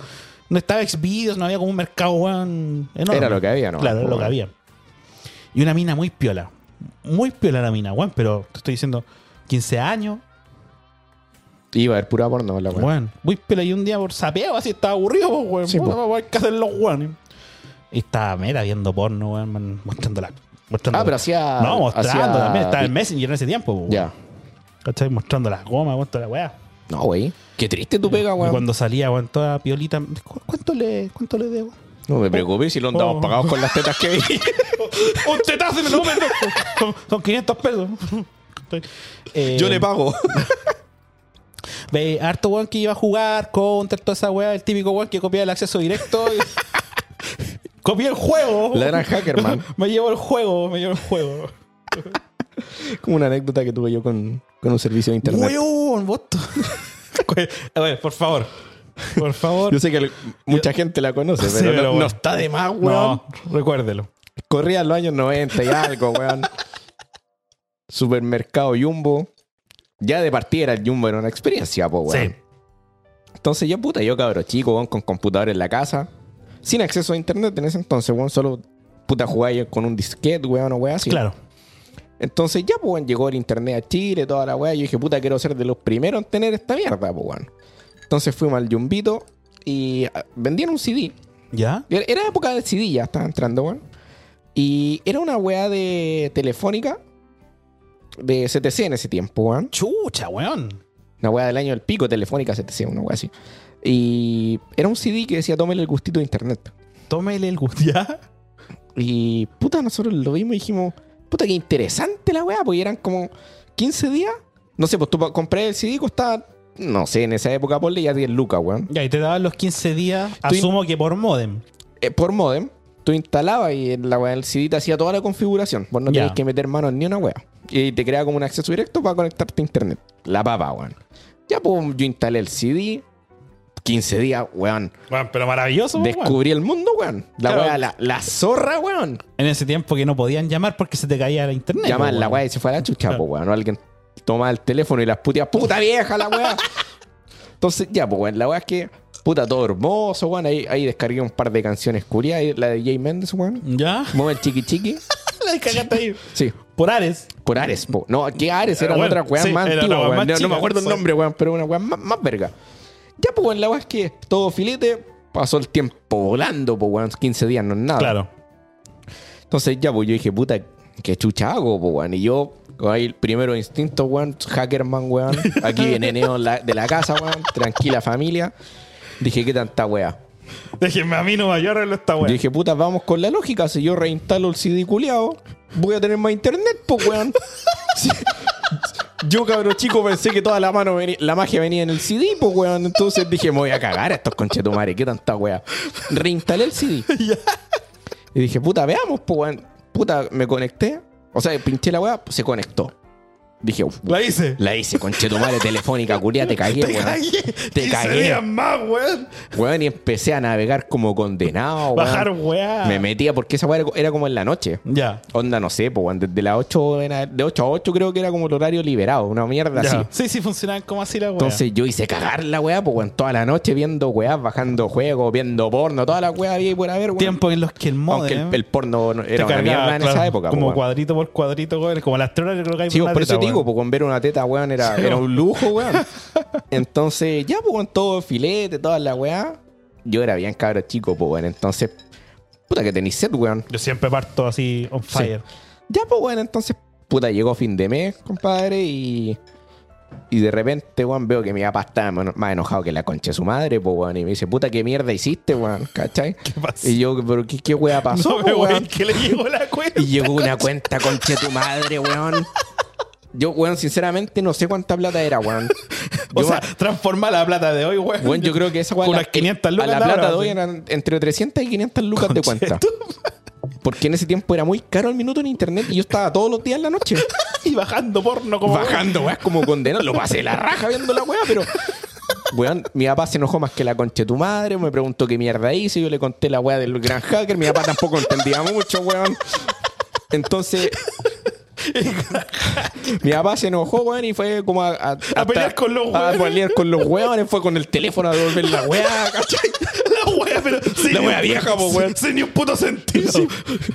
S1: no estaba Xvideos, no había como un mercado, weón. enorme.
S2: Era lo que había, ¿no?
S1: Claro,
S2: Po,
S1: era lo que
S2: weón.
S1: había. Y una mina muy piola. Muy piola la mina, weón, pero te estoy diciendo, 15 años,
S2: Iba a haber pura porno, la weón.
S1: weón. Muy piola y un día por sapeo, así estaba aburrido, po, weón.
S2: Sí, pues.
S1: Puta,
S2: po.
S1: weón, ¿Qué hacen los weones? Y estaba mera viendo porno, weón, man, mostrándola. mostrándola.
S2: Ah, pero hacía.
S1: No, mostrando
S2: hacía-
S1: también. Estaba en Messenger en ese tiempo, po, pues, weón.
S2: Ya.
S1: ¿Cachai? Mostrando las gomas, mostrando la weá.
S2: No, güey. Qué triste tu pega,
S1: Y
S2: weón.
S1: cuando salía, Ah, weón, toda piolita. "¿Cu- ¿Cuánto le, cuánto le debo?
S2: No me preocupes si lo andamos
S1: Oh.
S2: pagados con las tetas que vi.
S1: ¡Un tetazo! Me lo meto. Son, son 500 pesos. Eh,
S2: Yo le pago.
S1: Ve, Eh, harto weón que iba a jugar contra toda esa weá, el típico weón que copia el acceso directo. y- Copié el juego.
S2: La gran hacker, man.
S1: Me llevo el juego, me llevo el juego.
S2: Como una anécdota que tuve yo con, con un servicio de internet.
S1: Weón, voto. a ver, por favor. Por favor.
S2: Yo sé que el- mucha gente la conoce,
S1: Sí,
S2: pero, no,
S1: pero bueno.
S2: no está de más, weón.
S1: no, recuérdelo.
S2: Corría en los años 90 y algo, weón. Supermercado Jumbo. Ya de partida era el Jumbo, era una experiencia, po, weón.
S1: Sí.
S2: Entonces yo, puta, yo cabro chico, weón, con computador en la casa. Sin acceso a internet en ese entonces, weón. Solo, puta, jugaba yo con un disquete, weón, o weón así.
S1: Claro.
S2: Entonces ya, pues, weón, llegó el internet a Chile, toda la weá. Yo dije, puta, quiero ser de los primeros en tener esta mierda, pues, weón. Entonces fuimos al Jumbito y ah, vendían un CD.
S1: ¿Ya?
S2: Era, era época de CD, ya estaba entrando, weón. Y era una weá de telefónica de CTC en ese tiempo, weón.
S1: Chucha, weón.
S2: Una weá del año del pico, telefónica CTC, una weá así. Y era un CD que decía, tómele el gustito de internet.
S1: Tómele el gusto. ¿Ya?
S2: Y puta, nosotros lo vimos y dijimos, puta, qué interesante la weá, porque eran como 15 días. No sé, pues tú pa- compré el CD costaba, no sé, en esa época ponle ya 10 lucas, weón.
S1: Ya, y te daban los 15 días,
S2: Estoy-
S1: asumo que por modem.
S2: Eh, por modem, tú instalabas y en la weá del CD te hacía toda la configuración. Vos no
S1: Ya.
S2: tenías que meter mano en ni una weá. Y te creaba como un acceso directo para conectarte a internet. La papa, weón. Ya, pues, yo instalé el CD. 15 días, weón.
S1: Bueno, pero maravilloso, pues, weón.
S2: Descubrí el mundo, weón. La
S1: Claro.
S2: weá, la, la zorra, weón.
S1: En ese tiempo que no podían llamar porque se te caía la internet.
S2: Llamar
S1: pues,
S2: la
S1: weón.
S2: weá y se fue a la chucha, po, weón. O Alguien toma el teléfono y las puteas, puta vieja la weá. Entonces, ya, pues, weón, la weá es que, puta, todo hermoso, weón. Ahí, ahí descargué un par de canciones curias, ahí la de Jay Méndez, weón.
S1: ¿Ya?
S2: Mueve el chiqui chiqui.
S1: la descargaste ahí.
S2: Sí,
S1: Por Ares.
S2: por Ares, po. No, que Ares era
S1: Eh, bueno,
S2: otra weá
S1: sí,
S2: más
S1: era la
S2: antigua,
S1: weá
S2: weón.
S1: más
S2: No, no
S1: chica,
S2: me acuerdo el
S1: sí.
S2: nombre, weón, pero una weá más, más verga. Ya, pues, weón, la weá es que todo filete pasó el tiempo volando, po, weón. 15 días no es nada.
S1: Claro.
S2: Entonces ya, pues yo dije, puta, qué chucha hago, po, weón. Y yo, con ahí el primero instinto, weón, hackerman, weón. Aquí viene Neo la- de la casa, weón. Tranquila familia. Dije, qué tanta weá.
S1: Déjenme a mí no yo arreglo esta
S2: Yo
S1: weá.
S2: dije, puta, vamos con la lógica. Si yo reinstalo el CD culiao, voy a tener más internet, po, weón. Sí. Yo, cabrón chico, pensé que toda la mano veni- la magia venía en el CD, po, weón. Entonces dije, me voy a cagar a estos conchetumares, qué tanta weá. Reinstalé el CD. Y dije, puta, veamos, po, weón. Puta, me conecté. O sea, pinché la weá, se conectó. Dije, "Uf,
S1: La hice.
S2: la hice, conchetumare telefónica, culia, te cagué, weón. Te
S1: 15
S2: cagué.
S1: días más, weón.
S2: Weón, y empecé a navegar como condenado, Oh, weón.
S1: Bajar weá.
S2: Me metía porque esa weá era- era como en la noche.
S1: Ya.
S2: Onda, no sé, pues, desde las 8 en a- de 8 a 8 creo que era como el horario liberado, una mierda
S1: ya.
S2: así.
S1: Sí, sí, funcionaban como así la weá.
S2: Entonces yo hice cagar la weá, pues, weón, toda la noche viendo weá, bajando juegos, viendo porno, toda la weá había y por haber, weón.
S1: tiempo en los que el modem
S2: Aunque el, el porno no- era
S1: te
S2: una
S1: cargaba,
S2: mierda en
S1: claro,
S2: esa época,
S1: Como
S2: pues, weón.
S1: cuadrito por cuadrito, weón. Como las tres horas que colocáis
S2: Sí,
S1: una
S2: pues, por eso
S1: teta,
S2: te digo,
S1: weón.
S2: pues, con ver una teta, weón, era,
S1: Sí,
S2: era
S1: weón.
S2: un lujo, weón. Entonces, ya, pues, weón, todo filete, toda la weá. Yo era bien cabro chico, pues, weón. Entonces, puta que tenéis set, weón.
S1: Yo siempre parto así on fire.
S2: Ya, pues bueno, entonces, puta, llegó fin de mes, compadre, y. Y de repente, weón, veo que mi papá está mano- más enojado que la concha de su madre, pues, weón. Y me dice, puta, ¿qué mierda hiciste, weón? ¿Cachai?
S1: ¿Qué pasa?
S2: Y yo, pero ¿qué, qué weá pasó,
S1: no me
S2: po,
S1: weón,
S2: weón?
S1: que le llegó la cuenta.
S2: Y llegó una cuenta, concha de tu madre, weón. Yo, weón, sinceramente no sé cuánta plata era, weón.
S1: O
S2: Yo-
S1: sea, transforma la plata de hoy, weón.
S2: Bueno, yo creo que esa weá.
S1: Unas
S2: la- eh,
S1: 500
S2: A
S1: lucas
S2: la
S1: de
S2: plata
S1: ahora,
S2: de hoy
S1: sí.
S2: eran entre 300 y 500 lucas de
S1: Conche
S2: cuenta. Porque en ese tiempo era muy caro el minuto en internet y yo estaba todos los días en la noche.
S1: Y bajando porno como.
S2: Bajando, weón, como condenado. Lo pasé la raja viendo la weá, pero. Weón, mi papá se enojó más que la concha de tu madre. Me preguntó qué mierda hice. Yo le conté la weá del gran hacker. Mi papá tampoco entendía mucho, weón. Entonces. mi papá se enojó, weón, y fue como a. A, hasta-
S1: pelear con los
S2: A
S1: weones.
S2: pelear con los weones. Fue con el teléfono a devolver la weá, ¿cachai?
S1: La wea, pero. sin
S2: La
S1: ni
S2: wea
S1: un-
S2: vieja, po, weón.
S1: sin- Sin ni un puto sentido.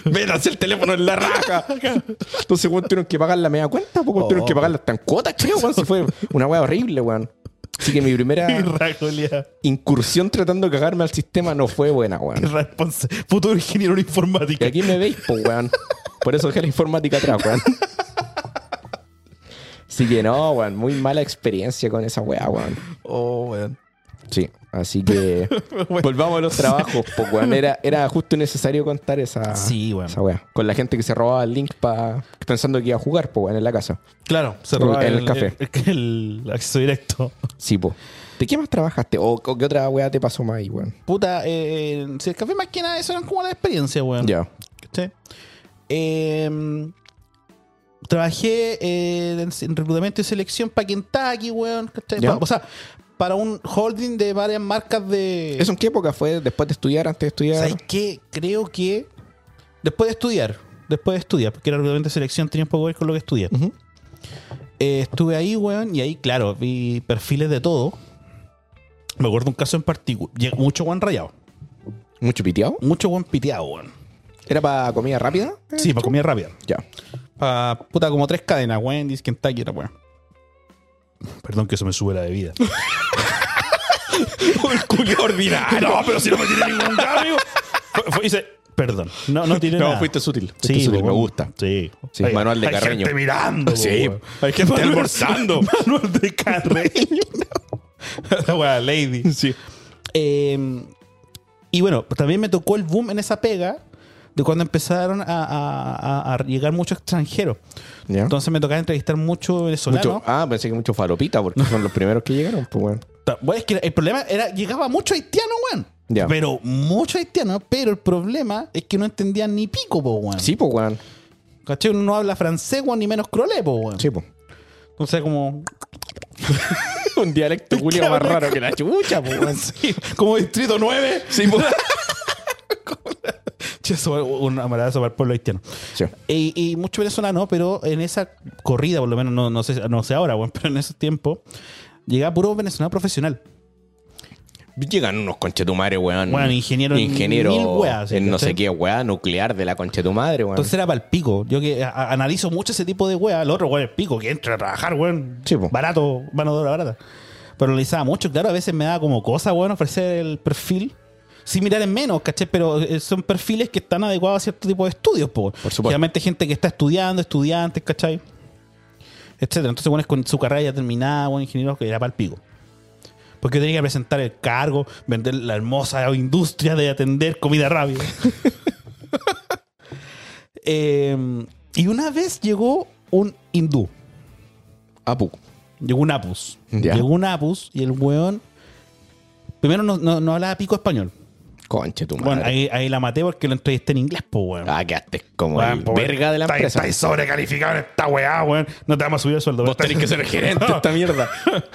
S2: Métanse el teléfono en la raja. Entonces, weón, tuvieron que pagar la media cuenta, porque tuvieron que pagar las tan cuotas, creo, weón. Se fue una weá horrible, weón. Así que mi primera
S1: Irracolia.
S2: incursión tratando de cagarme al sistema no fue buena, weón.
S1: Irresponsa- Futuro ingeniero en
S2: Y
S1: informática.
S2: aquí me veis, pues, weón. Por eso dejé la informática atrás, weón. Así que no, weón, muy mala experiencia con esa weá, weón.
S1: Oh, weón.
S2: Sí, así que volvamos a los trabajos, po, weón. Era, era justo y necesario contar esa,
S1: Sí, weón.
S2: esa weá. Con la gente que se robaba el link pa, pensando que iba a jugar, po, weón, en la casa.
S1: Claro, se
S2: El-
S1: robaba
S2: el café.
S1: El, el acceso directo.
S2: Sí, po. ¿De qué más trabajaste? ¿O, o qué otra weá te pasó más ahí, weón?
S1: Puta, eh, eh, si el café más que nada, eso eran como la experiencia, weón.
S2: Ya.
S1: ¿Cachai? Eh, trabajé eh, en, en reclutamiento y selección para Kentucky, weón. ¿cachai?
S2: Ya.
S1: Pa- o sea, para un holding de varias marcas de.
S2: ¿Eso en qué época fue? ¿Después de estudiar? ¿Antes de estudiar?
S1: eh, ¿Sabes qué? Creo que después de estudiar, después de estudiar, porque era reclutamiento de selección, tenía un poco que ver con lo que estudié.
S2: Ujú.
S1: Eh, estuve ahí, weón, y ahí, claro, vi perfiles de todo. Me acuerdo un caso en particular. Llegó Mucho weón rayado.
S2: ¿Mucho piteado?
S1: Mucho weón piteado, weón.
S2: ¿Era para comida rápida? Eh,
S1: Sí, para comida rápida.
S2: Ya.
S1: Pa, puta, como tres cadenas, Wendy's, Kentucky, era weón. Perdón que eso me sube la bebida. El culio ordinario. No, pero si no me tiene ningún cambio. Fue, fue- hice- perdón. No, no tiene
S2: No,
S1: nada.
S2: fuiste sutil.
S1: Sí,
S2: Fuiste sutil,
S1: po,
S2: me gusta.
S1: Sí.
S2: Sí, Manuel de Carreño.
S1: Gente mirando.
S2: Sí,
S1: po, weón.
S2: hay gente
S1: Manuel-
S2: almorzando.
S1: Manuel de Carreño. La weá, lady.
S2: Sí.
S1: Eh, y bueno, también me tocó el boom en esa pega de cuando empezaron a, a- a- a llegar muchos extranjeros.
S2: ¿Ya?
S1: Entonces me tocaba entrevistar mucho venezolanos.
S2: Mucho- ah, pensé que mucho falopita porque son los primeros que llegaron, pues bueno.
S1: Ta- bueno, es que el problema era, llegaba mucho haitiano, weón.
S2: Ya.
S1: Pero mucho haitiano, pero el problema es que no entendían ni pico, po, weón.
S2: Sí, pues weón.
S1: ¿Cachai? Uno no habla francés, weón, ni menos crolé, po, weón.
S2: Sí, pues.
S1: Entonces como...
S2: Un dialecto Julio más raro que la chucha, pues weón.
S1: Sí, como Distrito 9.
S2: Sí, pues.
S1: Che, eso, una maravilla para el pueblo haitiano.
S2: Sí.
S1: Y, y mucho venezolano, pero en esa corrida, por lo menos, no, no sé, no sé ahora, weón, pero en ese tiempo, llegaba puro venezolano profesional.
S2: Llegan unos conchetumares, weón.
S1: Bueno, ingeniero en
S2: Ingeniero
S1: mil weas, sí,
S2: en no
S1: ¿cachai?
S2: sé qué, weón, nuclear de la conchetumadre, weón.
S1: Entonces era para el pico. Yo que a- a- analizo mucho ese tipo de wea. El otro, weón, el pico, que entra a trabajar, weón.
S2: Sí, po.
S1: barato, mano de obra barata. Pero analizaba mucho, claro, a veces me daba como cosa, weón, ofrecer el perfil. Sin mirar en menos, ¿caché? Pero eh, son perfiles que están adecuados a cierto tipo de estudios, po. Por
S2: supuesto.
S1: Generalmente gente que está estudiando, estudiantes, ¿cachai? Etcétera. Entonces, bueno, es con su carrera ya terminada, bueno, ingeniero, que era para el pico. Porque yo tenía que presentar el cargo, vender la hermosa industria de atender comida rápida. Eh, y una vez llegó un hindú,
S2: Apu.
S1: llegó un apus.
S2: Ya.
S1: Llegó un apus y el weón. Primero no, no- no hablaba pico español.
S2: Conchetumadre.
S1: Bueno, ahí, ahí la maté porque lo entrevisté en inglés, po, weón.
S2: Ah, quedaste como
S1: Weón,
S2: el
S1: po, weón.
S2: verga de la
S1: Estáis-
S2: empresa.
S1: Estáis sobrecalificados en esta weá, weón. No te vamos a subir el sueldo.
S2: Vos
S1: weón.
S2: tenés que ser gerente de esta mierda.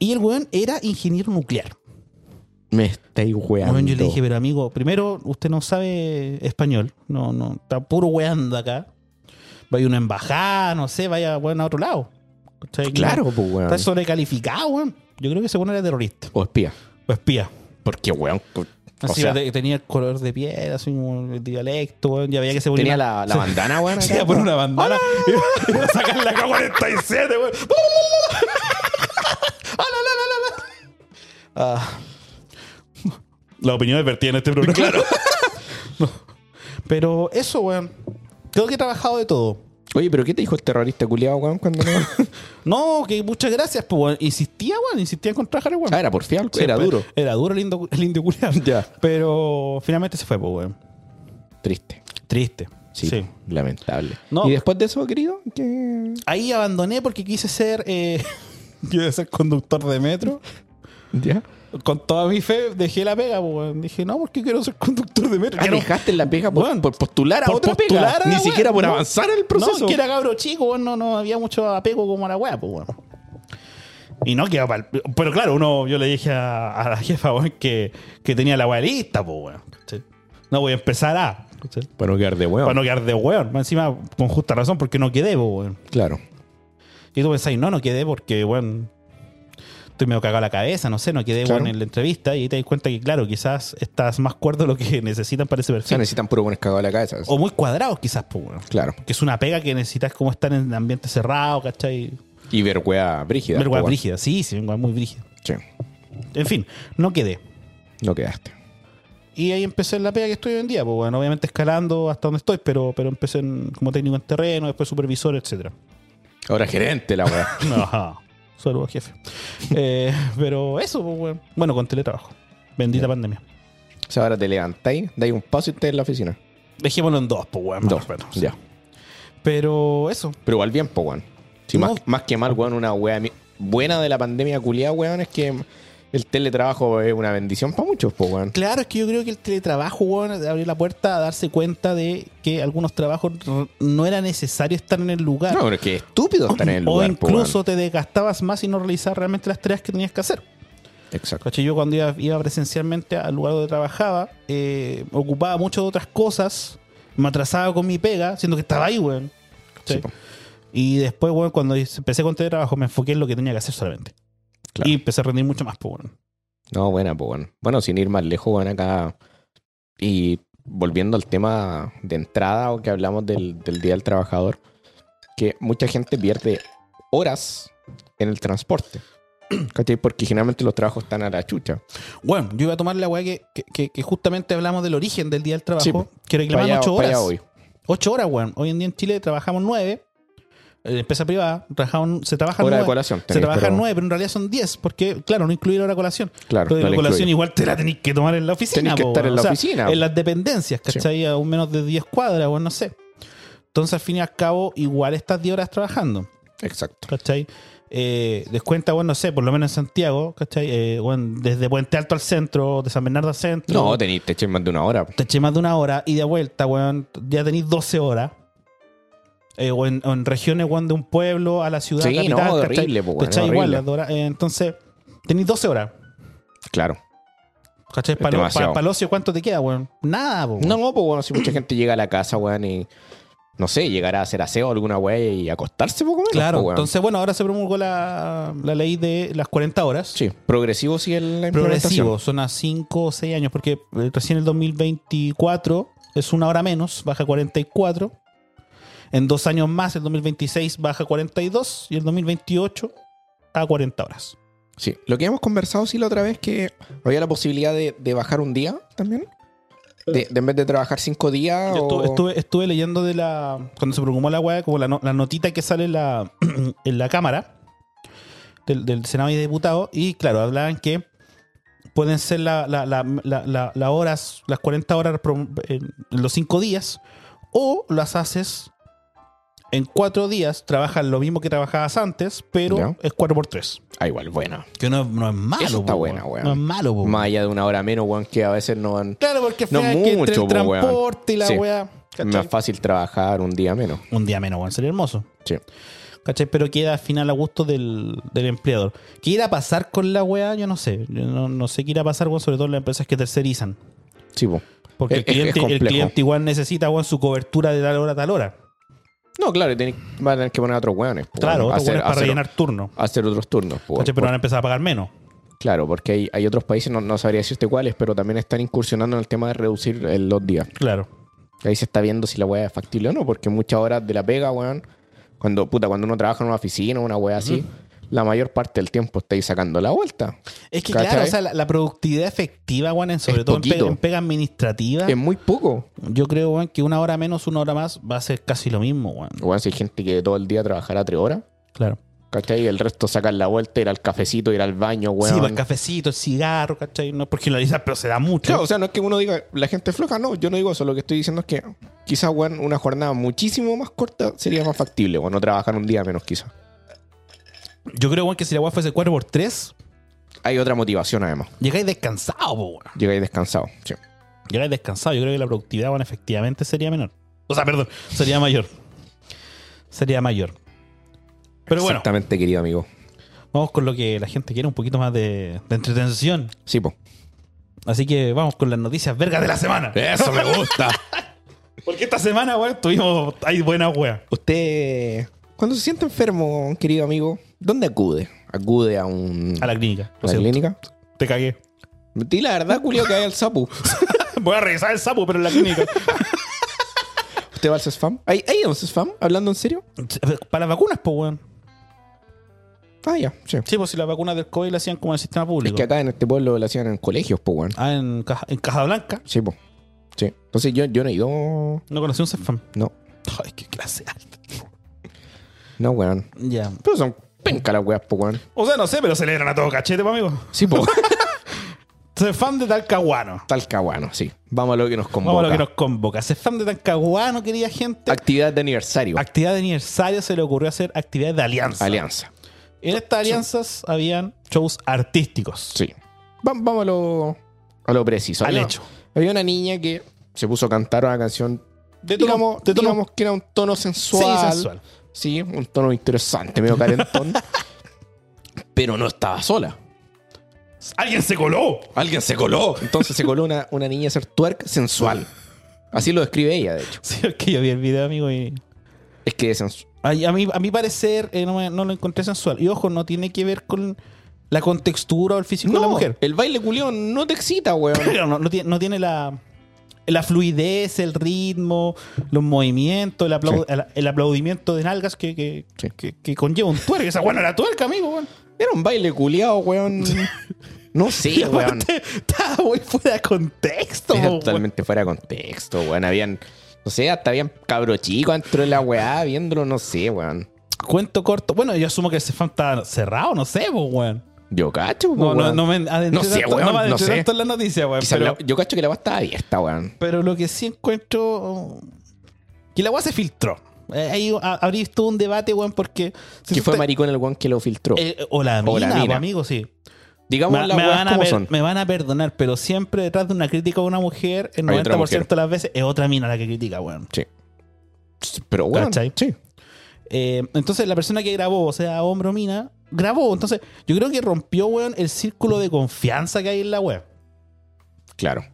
S1: Y el weón era ingeniero nuclear.
S2: Me estáis weando.
S1: Bueno, yo le dije, pero amigo, primero, usted no sabe español. No, no, está puro weando acá. Vaya a una embajada, no sé, vaya bueno, a otro lado. ¿Cachai?
S2: Claro, pues, weón.
S1: Está sobrecalificado, weón. Yo creo que ese weón era terrorista.
S2: O espía.
S1: O espía.
S2: Porque, weón. co- O
S1: Así
S2: sea,
S1: te- tenía el color de piel, así como el dialecto, weón. Ya veía que se ponía.
S2: tenía
S1: una-
S2: la, la bandana, weón.
S1: se
S2: acá.
S1: iba a poner una bandana. y Iba a sacar la K47, weón. Ah, la, la, la, la, la. Ah. La opinión es vertida en este programa. Claro. Pero eso, weón. Creo que he trabajado de todo.
S2: Oye, pero ¿qué te dijo el terrorista culiado, weón, cuando no?
S1: No, que muchas gracias, pues, weón. Insistía, weón. Insistía en contrajar, weón.
S2: ah, era porfiado, era
S1: Siempre-
S2: duro.
S1: Era duro el indio, el indio culiao.
S2: Ya.
S1: Pero finalmente se fue, pues, weón.
S2: Triste.
S1: Triste.
S2: Sí,
S1: sí.
S2: lamentable.
S1: No.
S2: ¿Y después de eso, querido? ¿Qué?
S1: Ahí abandoné porque quise ser. eh, quise ser conductor de metro.
S2: ¿Ya?
S1: Con toda mi fe dejé la pega, po, weón. Dije, no, porque quiero ser conductor de metro.
S2: Ah,
S1: Quiero-
S2: dejaste la pega por,
S1: Weón,
S2: por postular a
S1: por
S2: otra
S1: postular
S2: pega.
S1: a la
S2: Ni
S1: weá.
S2: siquiera por
S1: No.
S2: avanzar el proceso.
S1: No, que era cabro chico, weón, no, no había mucho apego como a la weá, pues, weón. Y no quedaba pa'l- Pero claro, uno, yo le dije a, a la jefa, weón, que, que tenía la weá lista, pues, weón. ¿Cachai? No voy a empezar a. ¿cachai?
S2: Para no quedar de huevo.
S1: Para no quedar de weón. Más Encima, con justa razón, porque no quedé, po, weón.
S2: Claro.
S1: Y tú pensás, no, no quedé porque, bueno, estoy medio cagado a la cabeza, no sé, no quedé
S2: Claro.
S1: bueno, en la entrevista. Y ahí te das cuenta que, claro, quizás estás más cuerdo de lo que necesitan para ese
S2: O sea,
S1: perfil.
S2: necesitan puro buenos cagados a la cabeza.
S1: o muy cuadrados, quizás, pues, bueno.
S2: Claro.
S1: Que es una pega que necesitas como estar en ambiente cerrado, ¿cachai?
S2: Y ver hueá brígida.
S1: Ver
S2: po,
S1: weá
S2: weón.
S1: brígida. Sí, sí, weá muy brígida.
S2: Sí.
S1: En fin, no quedé.
S2: No quedaste.
S1: Y ahí empecé en la pega que estoy hoy en día, pues, bueno, obviamente escalando hasta donde estoy, pero, pero empecé en- como técnico en terreno, después supervisor, etcétera.
S2: Ahora gerente la weá.
S1: Ajá. Saludos, jefe. Eh, pero eso, pues, weón. Bueno, con teletrabajo. Bendita pandemia.
S2: o sea, ahora te levantáis, dais un paso y estás en la oficina.
S1: Dejémoslo en dos, pues, weón. más
S2: Dos.
S1: o menos.
S2: ya.
S1: Pero eso.
S2: Pero igual bien, po, weón. Sí,
S1: No.
S2: más, más que mal, weón, una weá mi- buena de la pandemia culiada, weón, es que el teletrabajo es una bendición para muchos, po, weón.
S1: Claro, es que yo creo que el teletrabajo, weón, abrió la puerta a darse cuenta de que algunos trabajos r- no era necesario estar en el lugar.
S2: No, pero es que estúpido estar en el lugar,
S1: o
S2: po, weón.
S1: incluso te desgastabas más y no realizabas realmente las tareas que tenías que hacer.
S2: Exacto.
S1: ¿Cachai? Yo cuando iba, iba presencialmente al lugar donde trabajaba, eh, ocupaba mucho de otras cosas, me atrasaba con mi pega, siendo que estaba ahí, weón. ¿Cachai?
S2: Sí, po.
S1: y después, weón, cuando empecé con teletrabajo, me enfoqué en lo que tenía que hacer solamente.
S2: Claro.
S1: Y empecé a rendir mucho más, pues, weón.
S2: No, buena, pues bueno. Bueno, sin ir más lejos, bueno, acá. Y volviendo al tema de entrada o que hablamos del, del Día del Trabajador, que mucha gente pierde horas en el transporte. ¿Cachai? Porque generalmente los trabajos están a la chucha.
S1: Bueno, yo iba a tomar la weá que, que- que- que justamente hablamos del origen del día del trabajo,
S2: Sí, po.
S1: que reclaman
S2: Para allá-
S1: ocho
S2: para allá
S1: horas.
S2: hoy.
S1: Ocho horas, weón. Hoy en día en Chile trabajamos nueve. En empresa privada trabajamos- se trabajan
S2: Hora de
S1: nueve.
S2: colación.
S1: Se
S2: tenéis,
S1: trabajan
S2: pero-
S1: nueve, pero en realidad son diez, porque, claro, no incluir hora de colación.
S2: Claro,
S1: Pero
S2: no
S1: la
S2: le
S1: colación
S2: incluye.
S1: igual te la tenéis que tomar en la oficina.
S2: Tenés que
S1: po,
S2: estar
S1: weón.
S2: en la
S1: O sea,
S2: oficina.
S1: En las dependencias, ¿cachai? A un menos de 10 cuadras, o no sé. Entonces, al fin y al cabo, igual estás 10 horas trabajando,
S2: Exacto.
S1: ¿cachai? Eh, descuenta, bueno, no sé, por lo menos en Santiago, ¿cachai? Eh, bueno, desde Puente Alto al centro, de San Bernardo al centro.
S2: No, tenéis, te echáis más de una hora.
S1: Te eché más de una hora y de vuelta, weón, ya tenéis 12 horas. Eh, o, en, o en regiones, weón, de un pueblo a la ciudad
S2: Sí,
S1: capital.
S2: no,
S1: ¿cachai?
S2: horrible, po,
S1: Te
S2: weón,
S1: echáis igual
S2: horrible.
S1: las dos horas. Eh, entonces, tenéis 12 horas.
S2: Claro.
S1: ¿Cachai?
S2: Es
S1: Para
S2: demasiado.
S1: el ocio, ¿cuánto te queda, weón? Nada, po, weón.
S2: No, pues bueno, si mucha gente llega a la casa, weón, y no sé, llegará a hacer aseo alguna weá y acostarse poco menos.
S1: Claro,
S2: po, weón.
S1: entonces, bueno, ahora se promulgó la, la ley de las 40 horas.
S2: Sí, progresivo sí el la implementación.
S1: Progresivo, son a 5 o 6 años, porque eh, recién el 2024 es una hora menos, baja 44. En dos años más, el 2026 baja 42 y el 2028 a 40 horas.
S2: Sí, lo que hemos conversado sí la otra vez que había la posibilidad de, de bajar un día también. De, de en vez de trabajar cinco días.
S1: Yo
S2: o-
S1: estuve, estuve, estuve leyendo de la. Cuando se promulgó la weá, como la, no- la notita que sale en la, en la Cámara del, del Senado y Diputados, y claro, hablaban que pueden ser la- la- la- la- la- las horas, las 40 horas pro- en los 5 días, o las haces en 4 días, trabajas lo mismo que trabajabas antes, pero
S2: Ya.
S1: es 4 por 3
S2: Ah, igual, bueno.
S1: Que no, es- no es malo,
S2: Eso está
S1: po,
S2: buena, weón.
S1: weón. No es malo, po, weón.
S2: Más allá de una hora menos, weón, que a veces no van.
S1: Claro, porque
S2: No
S1: fue que entre
S2: mucho,
S1: el
S2: po, weón.
S1: transporte y la
S2: Sí.
S1: weá.
S2: Más
S1: ¿cachai?
S2: fácil trabajar un día menos.
S1: Un día menos, weón, sería hermoso.
S2: Sí.
S1: ¿Cachai? Pero queda al final a gusto del, del empleador. ¿Qué irá a pasar con la weá? Yo no sé. Yo no, no sé qué irá a pasar, weón, sobre todo en las empresas que tercerizan.
S2: Sí, po. Es-
S1: Porque
S2: es-
S1: el
S2: es
S1: cliente, el
S2: complejo.
S1: cliente igual necesita weón, su cobertura de tal hora a tal hora.
S2: No, claro, y tenés- van a tener que poner a otros weones. po,
S1: Claro,
S2: weón.
S1: otro weón es para
S2: hacer,
S1: rellenar turno.
S2: hacer otros turnos. po,
S1: ¿Cachai?
S2: weón.
S1: Pero van a empezar a pagar menos.
S2: Claro, porque hay, hay otros países, no, no sabría decirte cuáles, pero también están incursionando en el tema de reducir eh, los días.
S1: Claro.
S2: Ahí se está viendo si la weá es factible o no, porque muchas horas de la pega, weón, cuando, puta, cuando uno trabaja en una oficina o una weá así, la mayor parte del tiempo estáis sacando la vuelta.
S1: Es que
S2: ¿Cachai?
S1: claro, o sea, la, la productividad efectiva, weón, en- sobre todo en pe- en
S2: poquito. Em-
S1: pega, administrativa,
S2: Es muy poco.
S1: yo creo, weón, que una hora menos, una hora más va a ser casi lo mismo, weón.
S2: Weón, si hay gente que todo el día trabajará tres horas,
S1: Claro.
S2: ¿cachai? Y el resto sacar la vuelta, ir al cafecito, ir al baño, weón.
S1: Sí, para pues, el cafecito, el cigarro, ¿cachai? No es por generalizar, pero se da mucho.
S2: Claro, o sea, no es que uno diga, la gente es floja, no, yo no digo eso, lo que estoy diciendo es que quizás, weón, una jornada muchísimo más corta sería más factible, o no trabajar un día menos quizás.
S1: Yo creo, weón, que si la weá fuese 4x3,
S2: Hay otra motivación además.
S1: llegáis descansado, po, weón.
S2: Llegáis descansado. Sí.
S1: Llegáis descansado. Yo creo que la productividad, weón, efectivamente sería menor. O sea, perdón, sería mayor. Sería mayor. Pero bueno,
S2: Exactamente, querido amigo.
S1: vamos con lo que la gente quiere, un poquito más de, de entretención.
S2: Sí, po.
S1: Así que vamos con las noticias vergas de la semana.
S2: Eso me gusta.
S1: Porque esta semana, weón, tuvimos. Hay buena weá.
S2: Usted, cuando se siente enfermo, querido amigo, ¿dónde acude? ¿Acude a un
S1: A la clínica.
S2: a
S1: Lo
S2: la
S1: siento,
S2: clínica?
S1: Te cagué.
S2: Di la verdad, Julio, que hay al sapu.
S1: Voy a regresar el sapo, pero en la clínica.
S2: ¿Usted va al CESFAM? ¿Hay, ¿Hay un CESFAM? ¿Hablando en serio?
S1: Para las vacunas, pues, weón.
S2: Ah, ya, sí.
S1: Sí, pues si las vacunas del COVID las hacían como en el sistema
S2: Es
S1: público.
S2: que acá en este pueblo lo hacían en colegios, pues, weón.
S1: Ah, en, Caja, en Casablanca.
S2: Sí, po. Sí. Entonces yo, yo no he ido.
S1: No conocí un CEFAM.
S2: No.
S1: Ay, qué clase alta.
S2: No, weón.
S1: Ya.
S2: Pero son penca las weas, po, weón.
S1: O sea, no sé, pero celebran a todo cachete, pues, amigo.
S2: Sí, po.
S1: Soy fan de Talcahuano.
S2: Talcahuano, sí. Vamos a lo que nos convoca.
S1: Vamos a lo que nos convoca. Soy fan de Talcahuano, querida gente.
S2: Actividad de aniversario.
S1: Actividad de aniversario se le ocurrió hacer actividades de alianza.
S2: Alianza.
S1: En estas alianzas habían shows artísticos.
S2: Sí. Va- vamos a lo, a lo preciso.
S1: Al
S2: Había-
S1: hecho.
S2: Había una niña que se puso a cantar una canción.
S1: De tono-
S2: digamos,
S1: de tono-
S2: digamos que era un tono
S1: Sí,
S2: sensual. Sí,
S1: sensual.
S2: un tono interesante, medio calentón. Pero no estaba sola.
S1: ¡Alguien se coló!
S2: Alguien se coló. Entonces se coló una, una niña a hacer twerk sensual. Así lo describe ella, de hecho.
S1: Sí, es que yo vi el video, amigo, y...
S2: Es que es sensual.
S1: Ay, a, mí, a mi parecer, eh, no, me- no lo encontré sensual. Y ojo, no tiene que ver con la contextura o el físico de la mujer.
S2: el baile culión no te excita, weón.
S1: Pero no, no tiene, no tiene la, la fluidez, el ritmo, los movimientos, el, aplau- el- el aplaudimiento de nalgas que, que,
S2: Sí.
S1: que- que conlleva un tuerca. Esa buena era tuerca, amigo. weón.
S2: Era un baile culiado, weón. No
S1: Y
S2: sé, weón.
S1: aparte, estaba muy fuera de contexto.
S2: Era
S1: weón.
S2: totalmente fuera de contexto, weón. Habían, no sé, hasta habían cabro chico dentro de la weá viéndolo, no sé, weón.
S1: Cuento corto. Bueno, yo asumo que ese fan está cerrado, no sé, po, weón.
S2: Yo cacho,
S1: No,
S2: weón.
S1: no, no me adentré
S2: No sé,
S1: tanto,
S2: weón,
S1: no
S2: no
S1: me adentré
S2: sé.
S1: tanto en la noticia, weón.
S2: Quizás
S1: Pero,
S2: la- yo cacho que la weá estaba abierta, weón.
S1: pero lo que sí encuentro. Que la weá se filtró. Eh, ahí a- abrí todo un debate, weón, porque. si
S2: Que fue
S1: usted-
S2: maricón el weón que lo filtró.
S1: Eh, o la mina,
S2: O la
S1: po,
S2: mina.
S1: amigo, sí.
S2: Digamos
S1: Me,
S2: las
S1: me
S2: weas
S1: van a
S2: como
S1: per-
S2: son.
S1: me van a perdonar, pero siempre detrás de una crítica a una mujer, el
S2: Hay otra
S1: 90% de las veces es otra mina la que critica, weón.
S2: Sí. Pero weón,
S1: ¿Cachai?
S2: sí.
S1: Eh, entonces, la persona que grabó, o sea, hombre o mina, grabó. Entonces, yo creo que rompió, weón, el círculo de confianza que hay en la web.
S2: Claro.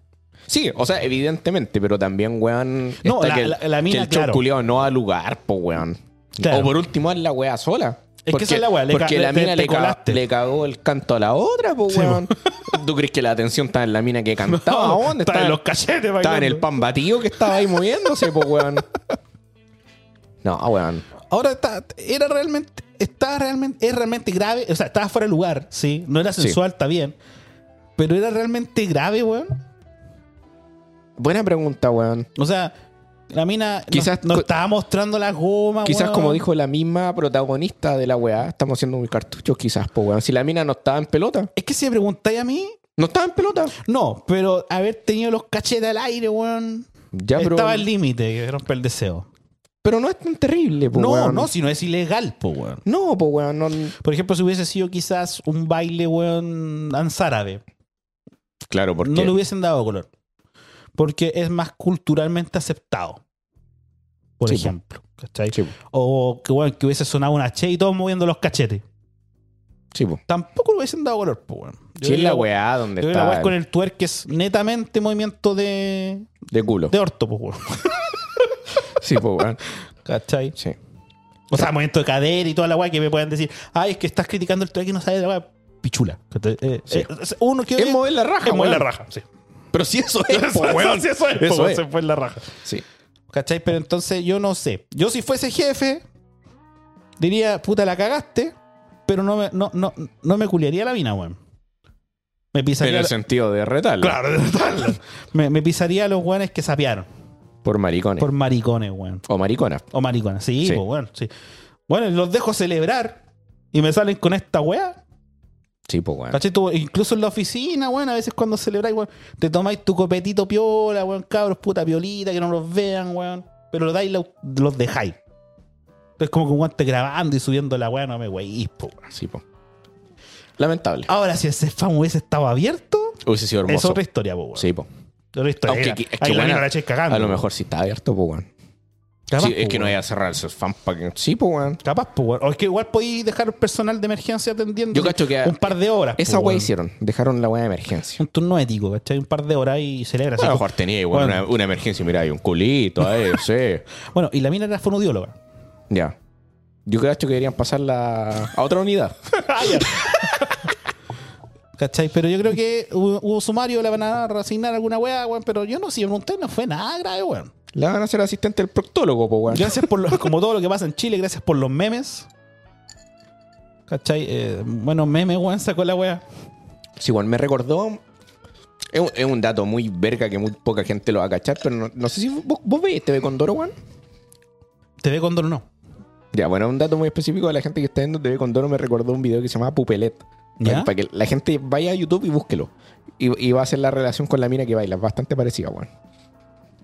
S2: Sí, o sea, evidentemente, pero también, weón.
S1: No,
S2: está
S1: la-
S2: que el,
S1: la- la mina,
S2: que el show
S1: claro.
S2: culiao no da lugar, po, weón.
S1: Claro.
S2: O por último, es la weá sola.
S1: Es que esa es la weá, le
S2: porque
S1: ca-
S2: la
S1: te-
S2: mina
S1: te
S2: le, ca-
S1: colaste.
S2: le cagó el canto a la otra, po,
S1: po.
S2: weón. ¿Tú crees que la atención estaba en la mina que cantaba? ¿Dónde
S1: Estaba
S2: estaba?
S1: en los cachetes,
S2: Estaba en
S1: bailando.
S2: el pan batido que estaba ahí moviéndose, po, weón. No, weón.
S1: Ahora está, era realmente, está realmente, es realmente grave, o sea, estaba fuera de lugar, sí, no era sensual, está bien, pero era realmente grave, weón.
S2: Buena pregunta, weón.
S1: O sea, la mina no-
S2: Quizás
S1: no,
S2: co-
S1: estaba mostrando la goma,
S2: Quizás
S1: Ah, weón.
S2: como dijo la misma protagonista de la weá, estamos haciendo un cartucho, quizás, po, weón. Si la mina no estaba en pelota.
S1: Es que si me preguntáis a mí,
S2: No estaba en pelota.
S1: no, pero haber tenido los cachetes al aire, weón,
S2: Ya, pero,
S1: estaba al límite que rompe el deseo.
S2: pero no es tan terrible, po,
S1: no,
S2: Pues, weón.
S1: no, si no es ilegal, po, weón.
S2: No, po, weón. no-
S1: Por ejemplo, si hubiese sido quizás un baile, weón, danzárabe,
S2: Claro, porque...
S1: no le hubiesen dado color. Porque es más culturalmente aceptado. Por
S2: Sí, po.
S1: ejemplo. ¿cachai?
S2: Sí, po.
S1: O que, bueno, que hubiese sonado una che y todos moviendo los cachetes.
S2: Sí, po.
S1: Tampoco le hubiesen dado color, pues, weón. Yo
S2: Sí, es
S1: creo
S2: la
S1: que-
S2: weá donde
S1: yo creo que la
S2: está
S1: weá con
S2: el-
S1: el twerk que es netamente movimiento de,
S2: de culo.
S1: de orto, pues, weón.
S2: Sí, po, weón.
S1: ¿Cachai?
S2: Sí.
S1: O sea, movimiento de cadera y toda la weá que me puedan decir, ay, es que estás criticando el twerk y no sabes la weá. Pichula. ¿cachai? Eh,
S2: Sí.
S1: eh, es- uno que.
S2: Es mover la raja,
S1: es mover la
S2: weón.
S1: raja, sí.
S2: Pero si eso es, po,
S1: Eso-
S2: weón.
S1: sí, eso es, po,
S2: Eso
S1: weón,
S2: es.
S1: se fue en la raja.
S2: Sí.
S1: ¿Cachai? Pero entonces yo no sé. Yo si fuese jefe, diría, puta, la cagaste, pero no me, no, no, no me culiaría la mina, weón. Me
S2: En
S1: pisaría.
S2: el
S1: la-
S2: sentido de retarla.
S1: Claro, total. me, me pisaría a los weones que sapearon.
S2: Por maricones.
S1: Por maricones, weón.
S2: O mariconas.
S1: O maricones. Sí,
S2: Sí.
S1: pues, weón. Sí. Bueno, y los dejo celebrar y me salen con esta weá.
S2: Sí, po, weón.
S1: ¿Cachai? Tú, incluso en la oficina, weón, a veces cuando celebráis, weón, te tomáis tu copetito piola, weón, cabros, puta piolita, que no los vean, weón. Pero los dais, lo- los dejáis. Entonces, como que un guante grabando y subiendo la weá, no me weís, po, weón.
S2: Sí, po. Lamentable.
S1: Ahora, si ese fan hubiese estado abierto,
S2: Hubiese sido
S1: es
S2: hermoso.
S1: otra historia, po, weón.
S2: Sí, po.
S1: Otra historia.
S2: Aunque
S1: Era-
S2: que- es que
S1: ahí la
S2: buena-
S1: mina la echáis cagando.
S2: A lo
S1: weón.
S2: mejor si está abierto, po, weón.
S1: Capaz,
S2: Sí,
S1: po,
S2: es que no
S1: pues, weón.
S2: haya cerrado el fan para que... Sí, po, weón.
S1: Capaz, po, weón. O es que igual podéis dejar personal de emergencia atendiendo
S2: Yo cacho que-
S1: un par de horas. po,
S2: Esa weá
S1: weón.
S2: hicieron. Dejaron la weá de emergencia.
S1: Un turno ético, ¿cachai? Un par de horas y celebra. así
S2: a lo
S1: como-
S2: mejor tenía igual
S1: Bueno.
S2: una, una emergencia. Mira, hay un culito, eh, sí.
S1: Bueno, y la mina era fonoaudióloga.
S2: Ya. Yo creo que deberían pasarla a otra unidad.
S1: ¿Cachai? Pero yo creo que hubo, hubo sumario, le van a resignar alguna weá, weón. Pero yo no, si pregunté, no fue nada grave, weón.
S2: La van a hacer asistente del proctólogo, po, weón.
S1: Gracias por, lo- como todo lo que pasa en Chile, gracias por los memes. ¿Cachai? Eh, bueno, memes, weón, sacó la weá.
S2: Sí, weón, me recordó. Es un, es un dato muy verga que muy poca gente este lo va a cachar, pero no, no sé si vos, vos veis TV Condoro, weón.
S1: ¿Te ve Condor o no?
S2: Ya, bueno, un dato muy específico de la gente que está viendo este TV Condoro me recordó un video que se llama Pupelet.
S1: ¿Ya?
S2: Para, para que la gente vaya a YouTube y búsquelo. Y, y va a hacer la relación con la mina que baila. Bastante parecida, weón.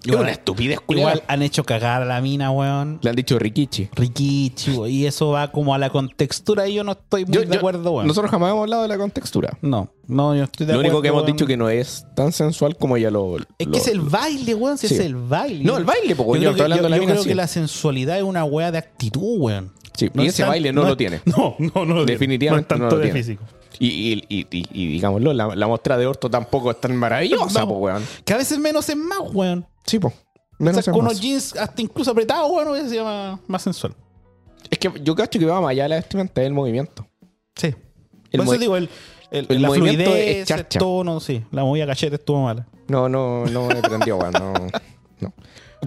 S2: Es
S1: Igual-
S2: una estupidez, culiao.
S1: Igual han hecho cagar a la mina, weón.
S2: Le han dicho Rikichi.
S1: Rikichi, weón. Y eso va como a la contextura y yo no estoy muy
S2: Yo-
S1: de
S2: yo-
S1: acuerdo, weón.
S2: Nosotros jamás hemos hablado de la contextura.
S1: No, no, yo estoy de
S2: Lo
S1: acuerdo.
S2: único que hemos
S1: weón.
S2: dicho que no es tan sensual como ella lo.
S1: Es
S2: lo-
S1: que es el baile, weón. Si
S2: Sí.
S1: es el baile.
S2: No, el baile, po,
S1: Yo
S2: weón.
S1: creo,
S2: Yo
S1: que,
S2: estoy hablando de
S1: yo-
S2: la
S1: yo
S2: mina,
S1: creo
S2: sí.
S1: que la sensualidad es una weá de actitud, weón.
S2: Sí, y
S1: es
S2: ese
S1: tan-
S2: baile no
S1: es-
S2: lo tiene.
S1: No, no, no lo tiene.
S2: Definitivamente
S1: no
S2: no
S1: es tanto
S2: lo
S1: de
S2: tiene.
S1: físico.
S2: Y, y, y, y- y digámoslo, la, la muestra de orto tampoco es tan maravillosa,
S1: No.
S2: po, weón.
S1: Que a veces menos es más, weón.
S2: Sí, po. Menos
S1: o sea,
S2: es
S1: con
S2: más.
S1: unos jeans hasta incluso apretados, weón, hubiera sido más, más sensual.
S2: Es que yo cacho que va más allá de la vestimenta, es el movimiento.
S1: Sí.
S2: El
S1: Por eso
S2: movi-
S1: digo, el, el,
S2: el
S1: la
S2: movimiento
S1: fluidez,
S2: es
S1: el
S2: charcha.
S1: tono, sí. La movida cachete estuvo mala.
S2: No, no, no me prendió, weón. No, no.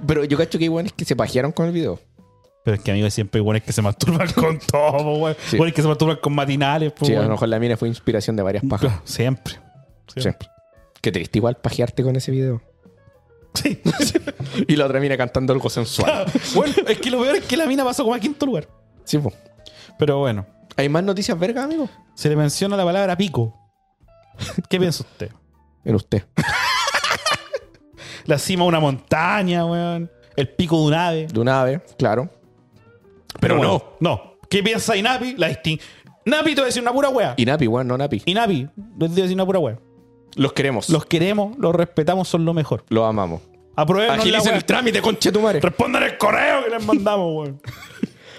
S2: Pero yo cacho que hay weones que se pajearon con el video.
S1: Pero es que, amigo, siempre hay weones que se masturban con todo, po, weón.
S2: Sí.
S1: Weones que se masturban con matinales, po,
S2: Sí, a
S1: weón.
S2: lo mejor la mina fue inspiración de varias pajas.
S1: Claro, Siempre. Siempre.
S2: Que triste igual pajearte con ese video.
S1: Sí.
S2: Y la otra mina cantando algo sensual.
S1: bueno, es que lo peor es que la mina pasó como a quinto lugar.
S2: sí, po.
S1: Pero bueno,
S2: ¿Hay más noticias verga, amigo?
S1: se le menciona la palabra pico. ¿Qué piensa usted?
S2: En usted.
S1: La cima de una montaña, weón. El pico de un ave.
S2: De una ave, claro.
S1: Pero
S2: bueno.
S1: no. ¿Qué piensa Inapi? La distin... Napi te voy a decir una pura wea.
S2: Y Napi, weón, no Napi.
S1: Inapi, les voy a decir una pura wea.
S2: Los queremos.
S1: Los queremos, los respetamos, son lo mejor.
S2: Los amamos.
S1: Aprueben Eh, la
S2: Agilicen
S1: wea.
S2: el trámite, conchetumare.
S1: Respondan el correo que les mandamos, weón.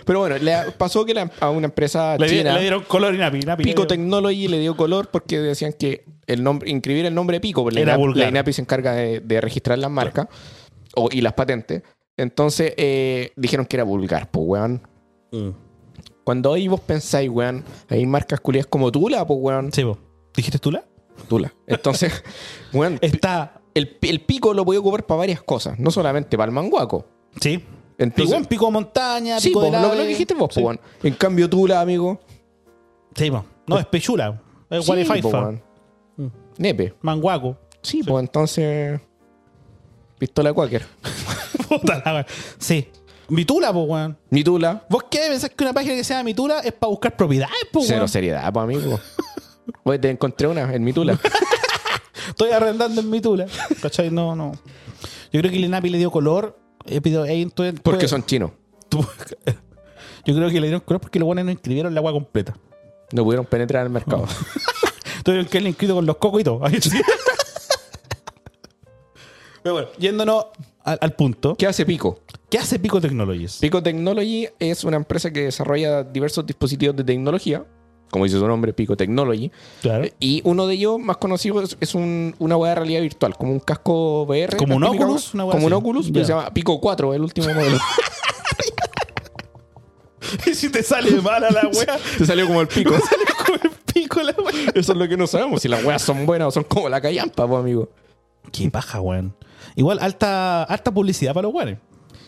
S2: Pero bueno, le pasó que la- a una empresa
S1: le, di-
S2: china,
S1: le dieron color a Inapi. Inapi
S2: Pico
S1: le dio-
S2: Technology, le dio color porque decían que el nombre, inscribir el nombre de Pico, porque
S1: Era
S2: la, INAP-
S1: vulgar.
S2: la INAPI se encarga de, de registrar las marcas o- y las patentes. Entonces eh, dijeron que era vulgar, pues, weón.
S1: Mm.
S2: Cuando ahí vos pensáis, weón, hay marcas culiadas como Tula, pues, weón.
S1: Sí, po. ¿Dijiste tú la?
S2: Tula. Entonces, weón,
S1: Está.
S2: el, el pico lo podía ocupar para varias cosas, no solamente para el manguaco.
S1: Sí. Pico,
S2: Entonces,
S1: en pico de montaña,
S2: sí,
S1: pico
S2: po,
S1: de
S2: lo,
S1: ave.
S2: lo que dijiste vos, po,
S1: Sí.
S2: weón. En cambio, Tula, amigo.
S1: Sí, po. No, es pechula. Es
S2: sí,
S1: Wi-Fi,
S2: po,
S1: fa.
S2: weón. Nepe.
S1: Manguaco.
S2: Mm. Sí, pues entonces. Pistola Quaker.
S1: Puta la wea. Sí. Mitula, po, weón.
S2: Ni Tula.
S1: ¿Vos qué pensás que una página que se llama Mitula es para buscar propiedades, po,
S2: Cero
S1: weón?
S2: seriedad, pues, amigo. Oye, te encontré una en mi Tula.
S1: Estoy arrendando en Mitula. ¿Cachai? No, no. Yo creo que el Inapi le dio color. eh, pidió- eh, entonces-
S2: Porque
S1: pues,
S2: son chinos.
S1: tú- Yo creo que le dieron color porque los buenos no inscribieron la agua completa.
S2: No pudieron penetrar al mercado.
S1: Tuvieron que haberle inscrito con los cocos y todo. Ahí sí. Pero bueno, yéndonos al, al punto.
S2: ¿Qué hace Pico?
S1: ¿Qué hace Pico Technologies?
S2: Pico Technology es una empresa que desarrolla diversos dispositivos de tecnología. Como dice su nombre, Pico Technology.
S1: Claro.
S2: Y uno de ellos más conocido es, es un- una hueá de realidad virtual, como un casco VR.
S1: ¿Como
S2: la
S1: un
S2: típica
S1: Oculus?
S2: hueá.
S1: Una hueá
S2: como un
S1: así.
S2: Oculus, pero
S1: Ya.
S2: se llama Pico 4, el último modelo.
S1: Y si te sale mala la wea,
S2: Te salió como el pico.
S1: sale con el pico la wea.
S2: Eso es lo que no sabemos, si las weas son buenas o son como la callampa, pues, amigo.
S1: Qué paja, weón. Igual, alta, alta publicidad para los weones.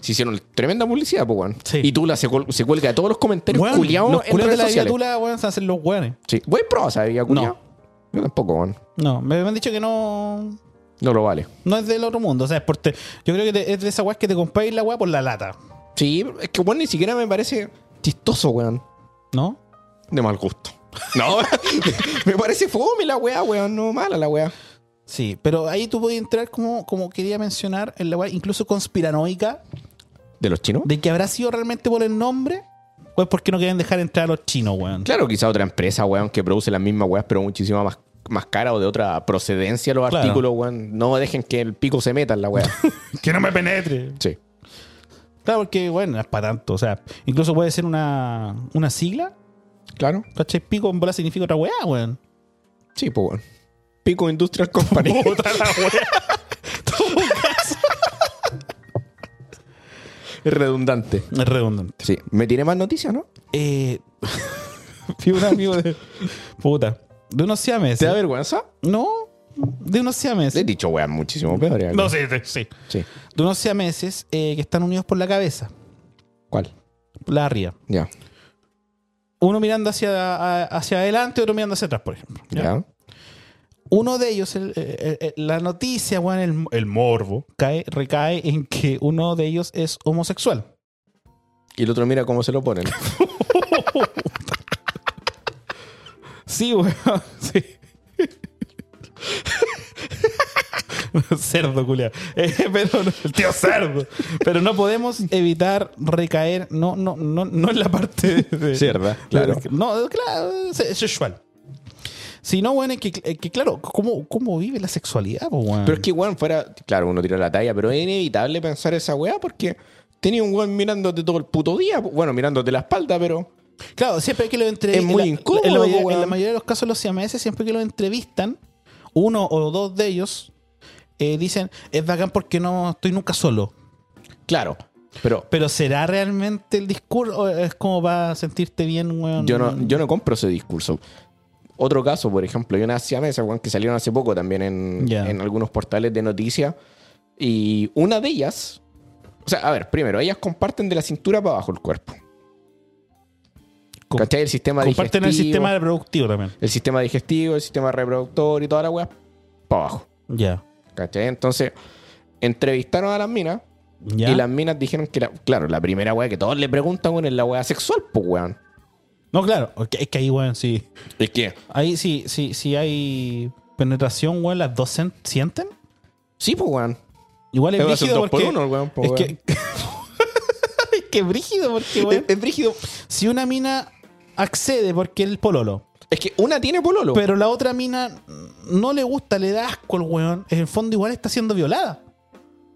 S2: Se hicieron tremenda publicidad, pues, weón.
S1: Sí.
S2: Y Tula se, col- se cuelga de todos los comentarios
S1: Weón,
S2: culiados
S1: los
S2: en
S1: culiados de
S2: redes
S1: la
S2: sociales.
S1: viatula, weón, se hacen los weones.
S2: Sí. Buen pro, ¿sabía, culiado? Yo tampoco, weón.
S1: No, me me han dicho que no.
S2: No lo vale.
S1: No es del otro mundo. O sea, es por te- yo creo que te- es de esa weá que te compráis la weá por la lata.
S2: Sí, es que, weón, ni siquiera me parece chistoso, weón.
S1: ¿No?
S2: De mal gusto. No, me parece fome la wea, weón. No mala la wea.
S1: Sí, pero ahí tú puedes entrar como, como quería mencionar en la weá, incluso conspiranoica,
S2: ¿De los chinos?
S1: de que habrá sido realmente por el nombre. Pues porque no quieren dejar entrar a los chinos, weón.
S2: Claro, quizá otra empresa, weón, que produce las mismas weas, pero muchísimo más, más cara o de otra procedencia los
S1: Claro.
S2: artículos, weón. No dejen que el pico se meta en la wea.
S1: Que no me penetre.
S2: sí.
S1: Claro, porque, bueno, no es para tanto. O sea, incluso puede ser una, una sigla.
S2: Claro.
S1: ¿Cachai? Pico en bola significa otra weá, weón.
S2: Sí, pues, weón. Pico Industrial Company.
S1: la weá.
S2: Es redundante.
S1: Es redundante.
S2: Sí. Me tiene más noticias, ¿no?
S1: Eh, fui un amigo de. Puta. De unos siameses.
S2: ¿Te da vergüenza?
S1: No, de unos
S2: Le he
S1: siameses.
S2: dicho, weón, muchísimo peor.
S1: No, sí, sí, sí.
S2: Sí.
S1: De unos siameses eh, que están unidos por la cabeza,
S2: ¿Cuál?
S1: por la arriba.
S2: Ya.
S1: Uno mirando hacia, a- hacia adelante, otro mirando hacia atrás, por ejemplo. ¿ya?
S2: Ya.
S1: Uno de ellos, el- el- el- la noticia, weón, el, el morbo, cae, recae en que uno de ellos es homosexual.
S2: Y el otro mira cómo se lo ponen.
S1: Sí, weón. Sí. cerdo, culiao. Eh, pero no- el tío cerdo. Pero no podemos evitar recaer, no, no, no, no en la parte de.
S2: Cierda,
S1: claro.
S2: claro.
S1: No, claro, se- sexual. Sino, bueno, es que, es que claro, ¿cómo, ¿cómo vive la sexualidad, po, weón?
S2: Pero es que, weón, fuera. Claro, uno tira la talla, pero es inevitable pensar esa weá porque tenía un weón mirándote todo el puto día. po. Bueno, mirándote la espalda, pero.
S1: Claro, siempre que lo
S2: Es
S1: entrevistan.
S2: muy incómodo,
S1: En la, mayoría-
S2: weón.
S1: en la mayoría de los casos, los siameses, siempre que lo entrevistan, uno o dos de ellos eh, dicen: Es bacán porque no estoy nunca solo.
S2: Claro. Pero
S1: Pero ¿será realmente el discurso? ¿O es como para sentirte bien, weón?
S2: yo no, yo no compro ese discurso. Otro caso, por ejemplo, hay una siamesa, weón, que salieron hace poco también en,
S1: Ya.
S2: en algunos portales de noticias. Y una de ellas. O sea, a ver, primero, ellas comparten de la cintura para abajo el cuerpo.
S1: Com-
S2: ¿Cachai? El sistema
S1: Comparten el
S2: digestivo.
S1: sistema reproductivo también.
S2: el sistema digestivo, el sistema reproductor y toda la weá para abajo.
S1: Ya.
S2: ¿Cachai? Entonces, entrevistaron a las minas
S1: Ya.
S2: y las minas dijeron que, la- claro, la primera weá que todos le preguntan, weón, es la weá sexual, pues weón.
S1: No, claro. ok, Es que ahí, weón, sí.
S2: ¿Y qué?
S1: Ahí sí, sí, sí hay penetración, weón. Las dos sen- sienten.
S2: Sí, pues weón.
S1: Igual es
S2: Pero hacen
S1: brígido
S2: dos por
S1: porque...
S2: uno, weón, po,
S1: es
S2: weón.
S1: que... es que es brígido porque,
S2: Es,
S1: weón.
S2: es brígido.
S1: Si una mina accede porque el pololo,
S2: Es que una tiene pololo.
S1: pero la otra mina no le gusta, le da asco el weón, en el fondo igual está siendo violada.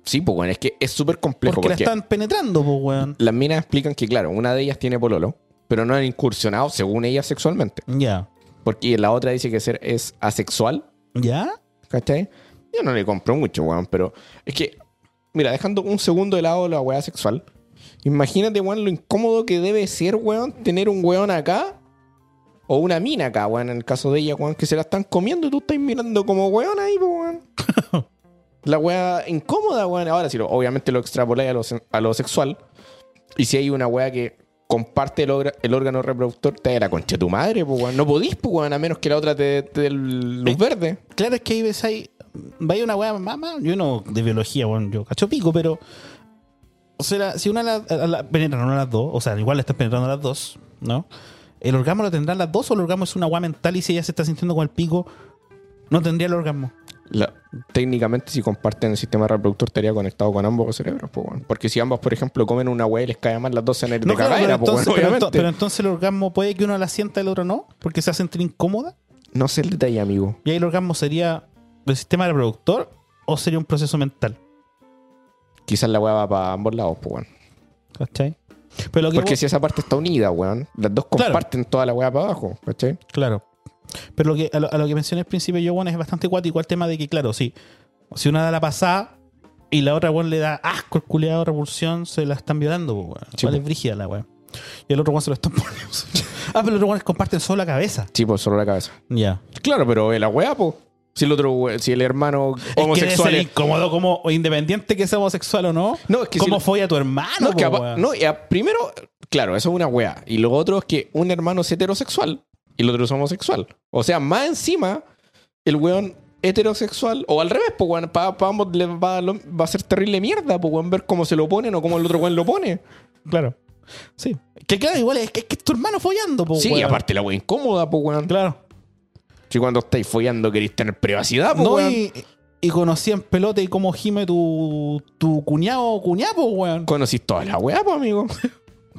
S2: sí, pues weón, es que es súper complejo.
S1: Porque,
S2: Porque,
S1: la están penetrando, pues, weón.
S2: las minas explican que, claro, una de ellas tiene pololo, pero no han incursionado, según ella, sexualmente.
S1: Ya.
S2: Porque la otra dice que ser es asexual
S1: ¿Ya?
S2: ¿Cachai? Yo no le compro mucho, weón, pero es que, mira, dejando un segundo de lado la weá sexual, imagínate, weón, lo incómodo que debe ser, weón, tener un weón acá o una mina acá, weón, en el caso de ella, weón, que se la están comiendo y tú estás mirando como weón ahí, po, weón. la weá incómoda, weón. Ahora, si lo- obviamente lo extrapolé a lo, sen- a lo sexual, y si hay una weá que comparte el, orga- el órgano reproductor, te da la concha de tu madre, po, weón. No podís, po, weón, a menos que la otra te, te dé luz verde.
S1: Claro, es que ahí ves ahí. Vaya una weá mamá. Yo no de biología, bueno, yo cacho pico, pero. O sea, si una la, a la- penetran una a las dos, o sea, igual la están penetrando a las dos, ¿no? ¿El orgasmo lo tendrán las dos o el orgasmo es una weá mental y si ella se está sintiendo con el pico, no tendría el orgasmo?
S2: La- técnicamente, si comparten el sistema reproductor, estaría conectado con ambos cerebros, po, weón. Porque si ambos, por ejemplo, comen una hueá y les cae mal las dos en el
S1: No,
S2: de
S1: claro,
S2: cadera,
S1: pero,
S2: po, weón,
S1: entonces, pero ento-
S2: obviamente.
S1: pero entonces el orgasmo puede que uno la sienta y el otro no, porque se va a sentir incómoda.
S2: No sé el detalle, amigo.
S1: Y ahí el orgasmo sería del sistema reproductor o sería un proceso mental.
S2: Quizás la hueá va para ambos lados, po, weón.
S1: ¿Cachai? Pero lo que
S2: Porque
S1: voy-
S2: si esa parte está unida, weón, las dos
S1: Claro.
S2: comparten toda la hueá para abajo, ¿cachai?
S1: Claro. Pero lo que, a, lo, a lo que mencioné al principio yo, bueno, es bastante cuático el tema de que, claro, sí, si una da la pasada y la otra, bueno, le da asco, el culeado, repulsión, se la están violando, pues, weón.
S2: Sí,
S1: Igual
S2: po.
S1: es brígida la weón. Y el otro, weón, se lo están poniendo. ah, pero los otros, weones comparten solo la cabeza.
S2: Sí, pues solo la cabeza.
S1: Ya.
S2: Claro, pero eh, la hueá, po. Si el otro, we- si el hermano
S1: Es que debe
S2: homosexual
S1: ser
S2: es.
S1: incómodo como o independiente que sea homosexual o no.
S2: No, es que
S1: ¿Cómo
S2: si-
S1: fue a tu hermano?
S2: Ah, No, es que
S1: po,
S2: apa-
S1: pues, weón?
S2: no, y a- primero, claro, eso es una weá. Y lo otro es que un hermano es heterosexual y el otro es homosexual. O sea, más encima, el weón heterosexual, o al revés, pues weón, para ambos les va, a dar lo- va a ser terrible mierda, pues weón, ver cómo se lo ponen o cómo el otro weón lo pone.
S1: Claro. Sí. Que claro, igual es que es, que es tu hermano follando, pues.
S2: sí, y aparte la weá incómoda, pues weón.
S1: Claro.
S2: Si cuando estáis follando queréis tener privacidad, pues
S1: No,
S2: weón.
S1: y, y conocí en pelota y cómo gime tu, tu cuñado o cuñapo, weón.
S2: Conocís toda la weá, pues amigo.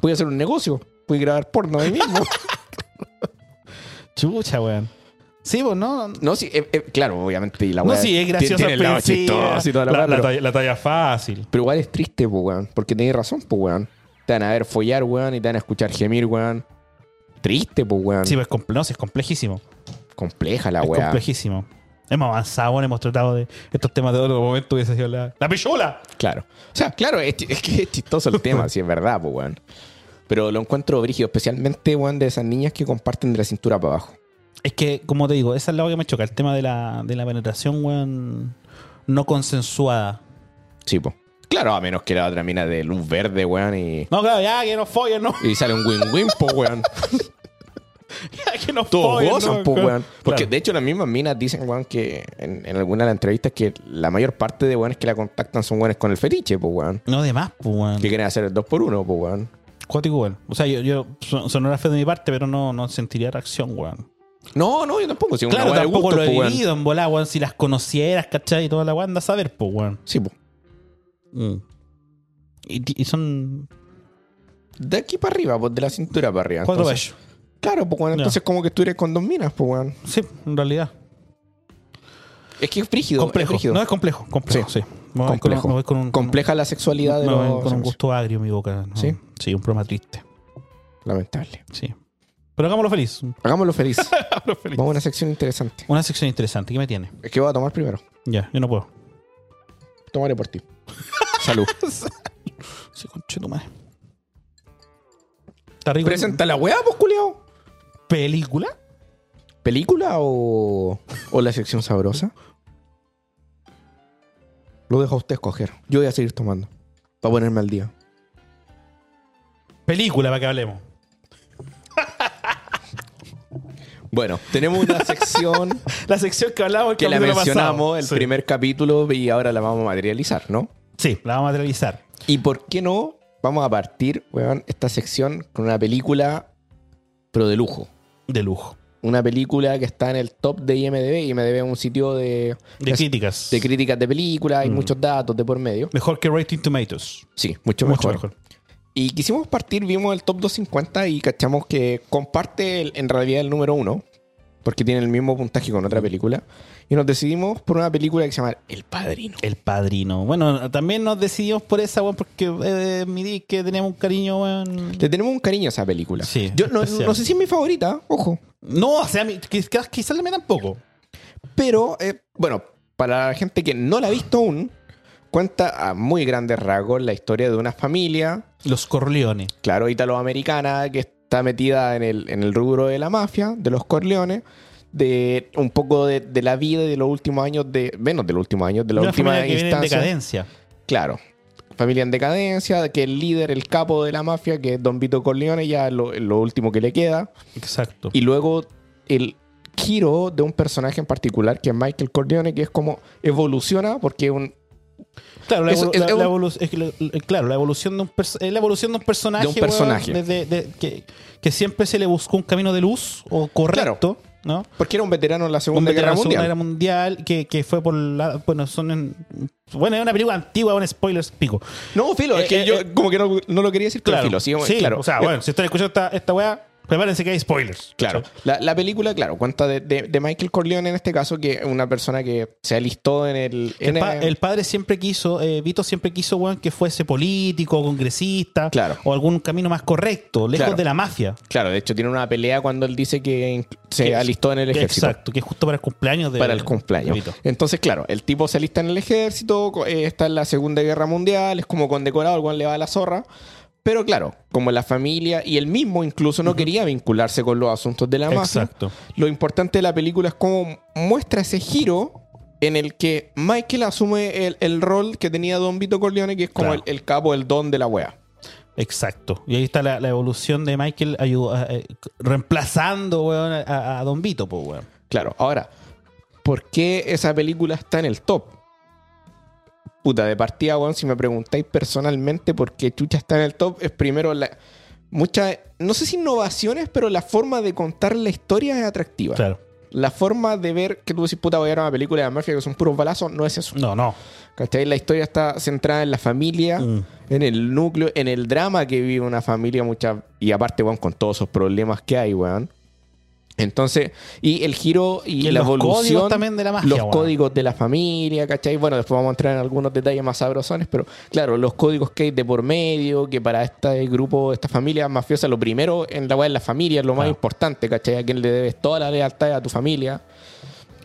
S2: Voy a hacer un negocio, voy a grabar porno ahí mismo.
S1: Chucha, weón. Sí, pues no.
S2: no, sí, eh, eh, claro, obviamente. Y la
S1: No,
S2: weá
S1: sí, es gracioso.
S2: Tiene el
S1: al
S2: lado
S1: principio.
S2: chistoso y toda la, weá, pero-
S1: talla, talla fácil.
S2: Pero igual es triste, po, weón. Porque tenés razón, po, weón. Te van a ver follar, weón, y te van a escuchar gemir, weón. Triste, po, weón.
S1: Sí, pues comple- no, sí, es complejísimo.
S2: Compleja la
S1: es
S2: weá.
S1: complejísimo. Hemos avanzado, weón, hemos tratado de estos temas de otro momento hubiese sido la. ¡La pichula!
S2: Claro. O sea, claro, es, chi- es que es chistoso el tema, si es verdad, po, weón. Pero lo encuentro brígido, especialmente, weón, de esas niñas que comparten de la cintura para abajo.
S1: Es que, como te digo, esa es la cosa que me choca. El tema de la, de la penetración, weón, no consensuada.
S2: Sí, po. Claro, a menos que la otra mina de luz verde, weón, y,
S1: No, claro, ya que no follen, no.
S2: y sale un win-win, po, weón.
S1: Ya que no
S2: Todos
S1: follen.
S2: gozan,
S1: no,
S2: po, weón. Porque
S1: Claro.
S2: de hecho las mismas minas dicen, weón, que en, en alguna de las entrevistas que la mayor parte de weones que la contactan son weones con el fetiche, po, weón.
S1: No de más, pues, weón.
S2: que quieren hacer el 2 por 1 pues, weón.
S1: Cuático, weón. O sea, yo, yo son- sonora fe de mi parte, pero no, no sentiría reacción, weón.
S2: No, no, yo tampoco. Si es una
S1: Claro,
S2: weá de
S1: tampoco
S2: gusto,
S1: lo he
S2: po, weón.
S1: vivido en volá, weón. Si las conocieras, ¿cachai? Y toda la weón, anda a saber, pues, weón.
S2: Sí, po. Mm.
S1: Y, ti- y son
S2: De aquí para arriba, pues de la cintura para arriba.
S1: cuatro
S2: entonces.
S1: bellos.
S2: Claro, pues weón.
S1: Ya.
S2: Entonces, como que estuvieras con dos minas, pues weón.
S1: Sí, en realidad.
S2: Es que es frígido.
S1: Complejo.
S2: Es frígido.
S1: No es complejo, complejo, sí. Me voy
S2: Complejo.
S1: Con, me voy con un,
S2: Compleja la sexualidad de
S1: me voy
S2: los
S1: con un gusto agrio en mi boca. ¿no?
S2: ¿Sí?
S1: Sí, un programa triste.
S2: Lamentable.
S1: Sí. Pero hagámoslo feliz.
S2: Hagámoslo feliz.
S1: Hagámoslo feliz.
S2: Vamos a una sección interesante.
S1: Una sección interesante. ¿Qué me tiene?
S2: Es que voy a tomar primero.
S1: Ya, yo no puedo.
S2: Tomaré por ti. Salud.
S1: Sí, conche tu madre. Está rico.
S2: Presenta la weá, pues culiao.
S1: ¿Película?
S2: ¿Película o, o la sección sabrosa? Lo dejo a usted escoger. Yo voy a seguir tomando. Para ponerme al día.
S1: Película para que hablemos.
S2: Bueno, tenemos una sección
S1: La sección que hablamos el
S2: que la
S1: capítulo pasado.
S2: mencionamos el
S1: sí.
S2: primer capítulo y ahora la vamos a materializar, ¿no?
S1: Sí, la vamos a realizar.
S2: ¿Y por qué no? Vamos a partir, weón, esta sección con una película, pero de lujo.
S1: De lujo.
S2: Una película que está en el top de IMDB. IMDB es un sitio de,
S1: De
S2: es-
S1: críticas. Mm.
S2: de críticas de películas, hay muchos datos de por medio.
S1: mejor que Rating Tomatoes.
S2: Sí, mucho,
S1: Mucho
S2: mejor. Y quisimos partir, vimos el top 250 y cachamos que comparte el- en realidad el número uno, porque tiene el mismo puntaje con otra película. Y nos decidimos por una película que se llama El Padrino.
S1: El padrino. Bueno, también nos decidimos por esa, weón, porque eh, mirí que teníamos un cariño, weón.
S2: Le tenemos un cariño a esa película.
S1: Sí,
S2: Yo no,
S1: especial.
S2: no sé si es mi favorita, ojo.
S1: No, o sea, mi- quizás, quizás le metan poco.
S2: Pero, eh, bueno, para la gente que no la ha visto aún, cuenta a muy grandes rasgos la historia de una familia,
S1: Los Corleones.
S2: claro, italoamericana, que está metida en el, en el rubro de la mafia, de los Corleones, de un poco de, de la vida y de los últimos años, de menos de los últimos años, de la
S1: una
S2: última
S1: familia que viene en
S2: instancia.
S1: decadencia.
S2: Claro. Familia en decadencia, que el líder, el capo de la mafia, que es Don Vito Corleone, ya lo, lo último que le queda.
S1: Exacto.
S2: Y luego el giro de un personaje en particular, que es Michael Corleone, que es como evoluciona, porque es un,
S1: Claro, la,
S2: Eso-
S1: evolu-
S2: es-
S1: la-
S2: es
S1: la
S2: un-
S1: evolu- es que la- la- claro, la evolución de un, pers- es la evolución de un personaje.
S2: De un personaje.
S1: weón, desde- de- que, que siempre se le buscó un camino de luz o correcto, ¿no?
S2: porque era un veterano en la Segunda
S1: Un veterano
S2: Guerra
S1: de la Segunda
S2: Mundial.
S1: Guerra Mundial que, que fue por la. Bueno, son en- bueno, es una película antigua, un spoilers pico.
S2: No, Filo, es que
S1: Eh,
S2: yo
S1: eh,
S2: como que no, no lo quería decir, pero
S1: Claro,
S2: Filo, sí,
S1: sí,
S2: claro. Eh,
S1: O sea, bueno, si están escuchando esta, esta weá, prepárense que hay spoilers.
S2: Claro,
S1: O sea,
S2: la, la película, claro, cuenta de, de- de Michael Corleone en este caso, que es una persona que se alistó en el... en
S1: el, pa-
S2: el-
S1: el padre siempre quiso, eh, Vito siempre quiso, weón, que fuese político, congresista,
S2: Claro.
S1: o algún camino más correcto, lejos
S2: Claro.
S1: de la mafia.
S2: Claro, de hecho tiene una pelea cuando él dice que inc- se
S1: Que-
S2: alistó en el ejército.
S1: Exacto, que es justo para el cumpleaños de
S2: Para el
S1: de
S2: cumpleaños.
S1: Vito.
S2: Entonces, claro, el tipo se alista en el ejército, co- eh, está en la Segunda Guerra Mundial, es como condecorado, el cual le va a la zorra. Pero claro, como la familia y él mismo incluso no quería vincularse con los asuntos de la mafia,
S1: Exacto.
S2: lo importante de la película es cómo muestra ese giro en el que Michael asume el, el rol que tenía Don Vito Corleone, que es como
S1: Claro.
S2: el, el capo, el don de la wea.
S1: Exacto. Y ahí está la, la evolución de Michael ayudó- a- eh, reemplazando weón, a, a Don Vito, pues, weón.
S2: Claro, ahora, ¿por qué esa película está en el top? Puta, de partida, weón, si me preguntáis personalmente por qué Chucha está en el top, es primero la... Muchas, no sé si innovaciones, pero la forma de contar la historia es atractiva.
S1: Claro.
S2: La forma de ver que tú decís, puta, voy a ver una película de mafia que son puros balazos, no es eso.
S1: No, no.
S2: ¿Cachai? La historia está centrada en la familia,
S1: Mm.
S2: en el núcleo, en el drama que vive una familia mucha y aparte, weón, con todos esos problemas que hay, weón. Entonces, y el giro y,
S1: Y
S2: la
S1: los
S2: evolución,
S1: códigos también de la magia,
S2: los
S1: weón.
S2: códigos de la familia, ¿cachai? Bueno, después vamos a entrar en algunos detalles más sabrosones, pero claro, los códigos que hay de por medio, que para este grupo, esta familia mafiosa, lo primero en la weá es la familia, es lo más
S1: Claro.
S2: importante, ¿cachai? A quien le debes toda la lealtad a tu familia.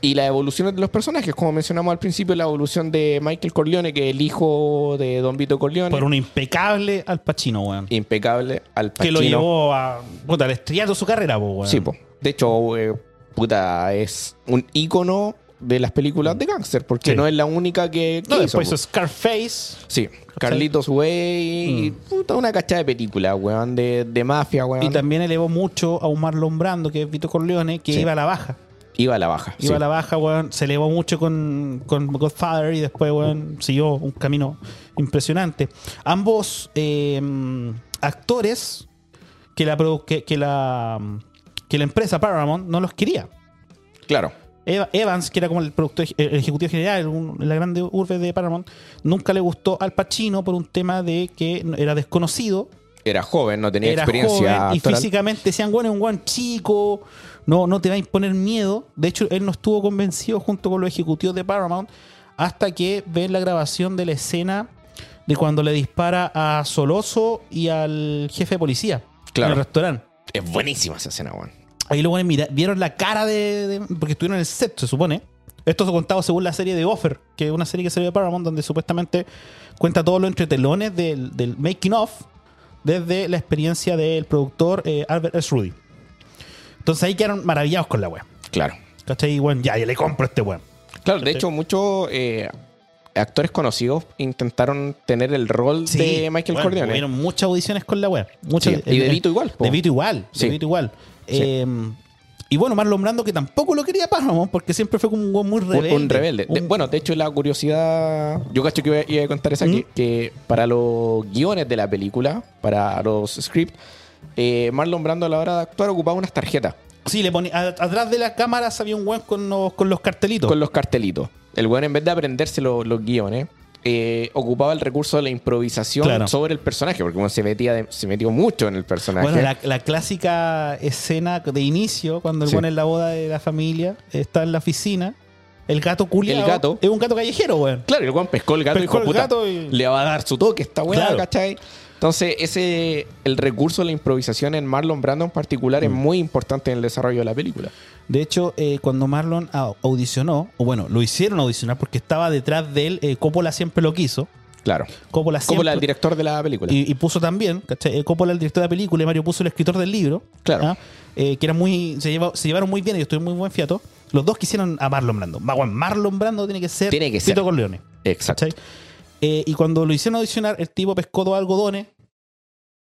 S2: Y la evolución de los personajes, como mencionamos al principio, la evolución de Michael Corleone, que es el hijo de Don Vito Corleone.
S1: Por un impecable Al Pacino, weón.
S2: Impecable al
S1: Que
S2: Pacino.
S1: lo llevó a. Puta, al estrellato su carrera, pues, weón.
S2: Sí, po. De hecho, eh, puta, es un ícono de las películas de gángster, porque
S1: Mm. Sí.
S2: no es la única que, que
S1: No,
S2: hizo,
S1: después
S2: po.
S1: hizo Scarface.
S2: Sí, Carlitos Way, y puta, una cachada de películas, weón, de, de mafia, weón.
S1: Mm. Y también elevó mucho a un Marlon Brando, que es Vito Corleone, que
S2: Sí.
S1: iba a la baja.
S2: Iba a la baja.
S1: Iba
S2: sí.
S1: a la baja, weón. Se elevó mucho con, con Godfather y después, weón, siguió un camino impresionante. Ambos eh, actores que la, produ- que, que la, que la empresa Paramount no los quería.
S2: Claro.
S1: Eva- Evans, que era como el productor eje- el ejecutivo general un- en la grande urbe de Paramount, nunca le gustó al Pacino por un tema de que era desconocido,
S2: Era joven, no tenía
S1: era
S2: experiencia
S1: joven y
S2: actoral.
S1: físicamente decían, bueno, es un guan chico, no, no te va a imponer miedo. De hecho, él no estuvo convencido junto con los ejecutivos de Paramount hasta que ven la grabación de la escena de cuando le dispara a Soloso y al jefe de policía
S2: Claro.
S1: en el restaurante.
S2: Es buenísima esa escena, weón.
S1: Ahí los guanes mira- vieron la cara de, de- Porque estuvieron en el set, se supone. Esto se contado según la serie de Offer, que es una serie que salió de Paramount, donde supuestamente cuenta todos los entretelones del, del making of desde la experiencia del productor eh, Albert S. Rudy. Entonces ahí quedaron maravillados con la wea.
S2: Claro.
S1: ¿Cachai? Y bueno, ya, yo le compro a este weón.
S2: Claro, de hecho, muchos eh, actores conocidos intentaron tener el rol de Michael
S1: bueno,
S2: Corleone.
S1: Hubieron muchas audiciones con la wea. Muchas,
S2: Sí, y De Vito igual, po.
S1: De Vito igual.
S2: Sí.
S1: De Vito igual.
S2: Sí.
S1: Eh, y bueno, Marlon Brando, que tampoco lo quería Paramount, porque siempre fue como un weón muy
S2: Un-
S1: rebelde.
S2: Un rebelde. De-
S1: Un-
S2: bueno, de hecho, la curiosidad. Yo cacho que iba, iba a contar esa que, que para los guiones de la película, para los scripts, eh, Marlon Brando a la hora de actuar ocupaba unas tarjetas
S1: Sí, le ponía. a- Atrás de la cámara había un weón con los, con los cartelitos.
S2: con los cartelitos. El weón, en vez de aprenderse lo- los guiones, eh, ocupaba el recurso de la improvisación
S1: Claro.
S2: sobre el personaje, porque bueno, se, metía de- se metió mucho en el personaje.
S1: bueno, la, la clásica escena de inicio, cuando el
S2: Sí.
S1: weón en la boda de la familia está en la oficina. El gato culiado.
S2: El gato.
S1: Es un gato callejero, weón.
S2: Claro, el weón pescó el gato
S1: Pescó
S2: y dijo,
S1: el
S2: "Puta,
S1: gato y-
S2: le va a dar su toque esta weá,
S1: Claro.
S2: ¿cachai? Entonces, ese, el recurso de la improvisación en Marlon Brando en particular
S1: Mm.
S2: es muy importante en el desarrollo de la película.
S1: De hecho, eh, cuando Marlon au- audicionó, o bueno, lo hicieron audicionar porque estaba detrás de él, eh, Coppola siempre lo quiso.
S2: Claro.
S1: Coppola siempre.
S2: Como la, el director de la película.
S1: Y, y puso también, ¿cachai? Eh, Coppola el director de la película y Mario puso el escritor del libro.
S2: Claro.
S1: ¿ah? Eh, que era muy. Se, lleva- se llevaron muy bien, ellos tuvieron muy buen fiato. Los dos quisieron a Marlon Brando. Ma- bueno, Marlon Brando tiene que ser
S2: Tiene que ser.
S1: Tito Corleone.
S2: Exacto.
S1: ¿cachai? Eh, y cuando lo hicieron audicionar, el tipo pescó dos algodones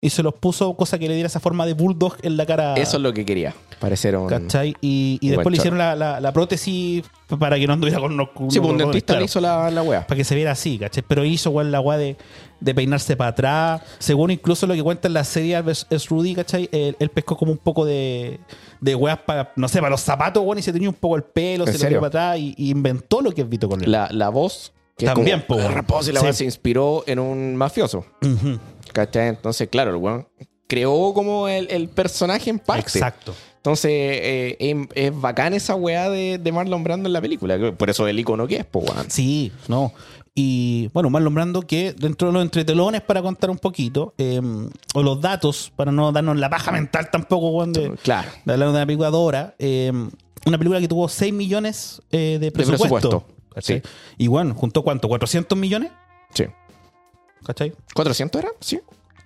S1: y se los puso, cosa que le diera esa forma de bulldog en la cara.
S2: Eso es lo que quería. Parecer un...
S1: ¿Cachai? Y, y
S2: Un
S1: después
S2: buen
S1: le hicieron la, la- la prótesis para que no anduviera con los
S2: Sí, pues un
S1: los-
S2: dentista
S1: claro,
S2: le hizo la, la weá.
S1: Para que se viera así, ¿cachai? Pero hizo igual la weá de, de peinarse para atrás. Según incluso lo que cuenta en la serie es Rudy, ¿cachai? Él, él pescó como un poco de, de weas para, no sé, para los zapatos, weón, y se tenía un poco el pelo,
S2: ¿En
S1: se
S2: serio?
S1: lo tiró para atrás y, y inventó lo que es Vito Corleone.
S2: La, la voz... Que
S1: También,
S2: es como,
S1: po,
S2: "Ah, reposo", y la
S1: sí.
S2: weá se inspiró en un mafioso.
S1: Ujú.
S2: ¿Cachai? Entonces, claro, el weón creó como el, el personaje en parte.
S1: Exacto.
S2: Entonces, eh, em- es, bacán esa weá de, de Marlon Brando en la película. que Por eso el icono que es, po, weón.
S1: Sí, no. Y bueno, Marlon Brando que dentro de los entretelones para contar un poquito, eh, o los datos, para no darnos la paja mental tampoco, weón, de,
S2: Claro.
S1: de hablar de una película de hora, eh, una película que tuvo 6 millones eh, de presupuesto.
S2: presupuesto,
S1: ¿cachai?
S2: sí.
S1: Y bueno, ¿juntó cuánto? ¿400 millones?
S2: Sí.
S1: ¿Cachai?
S2: ¿400 era? Sí.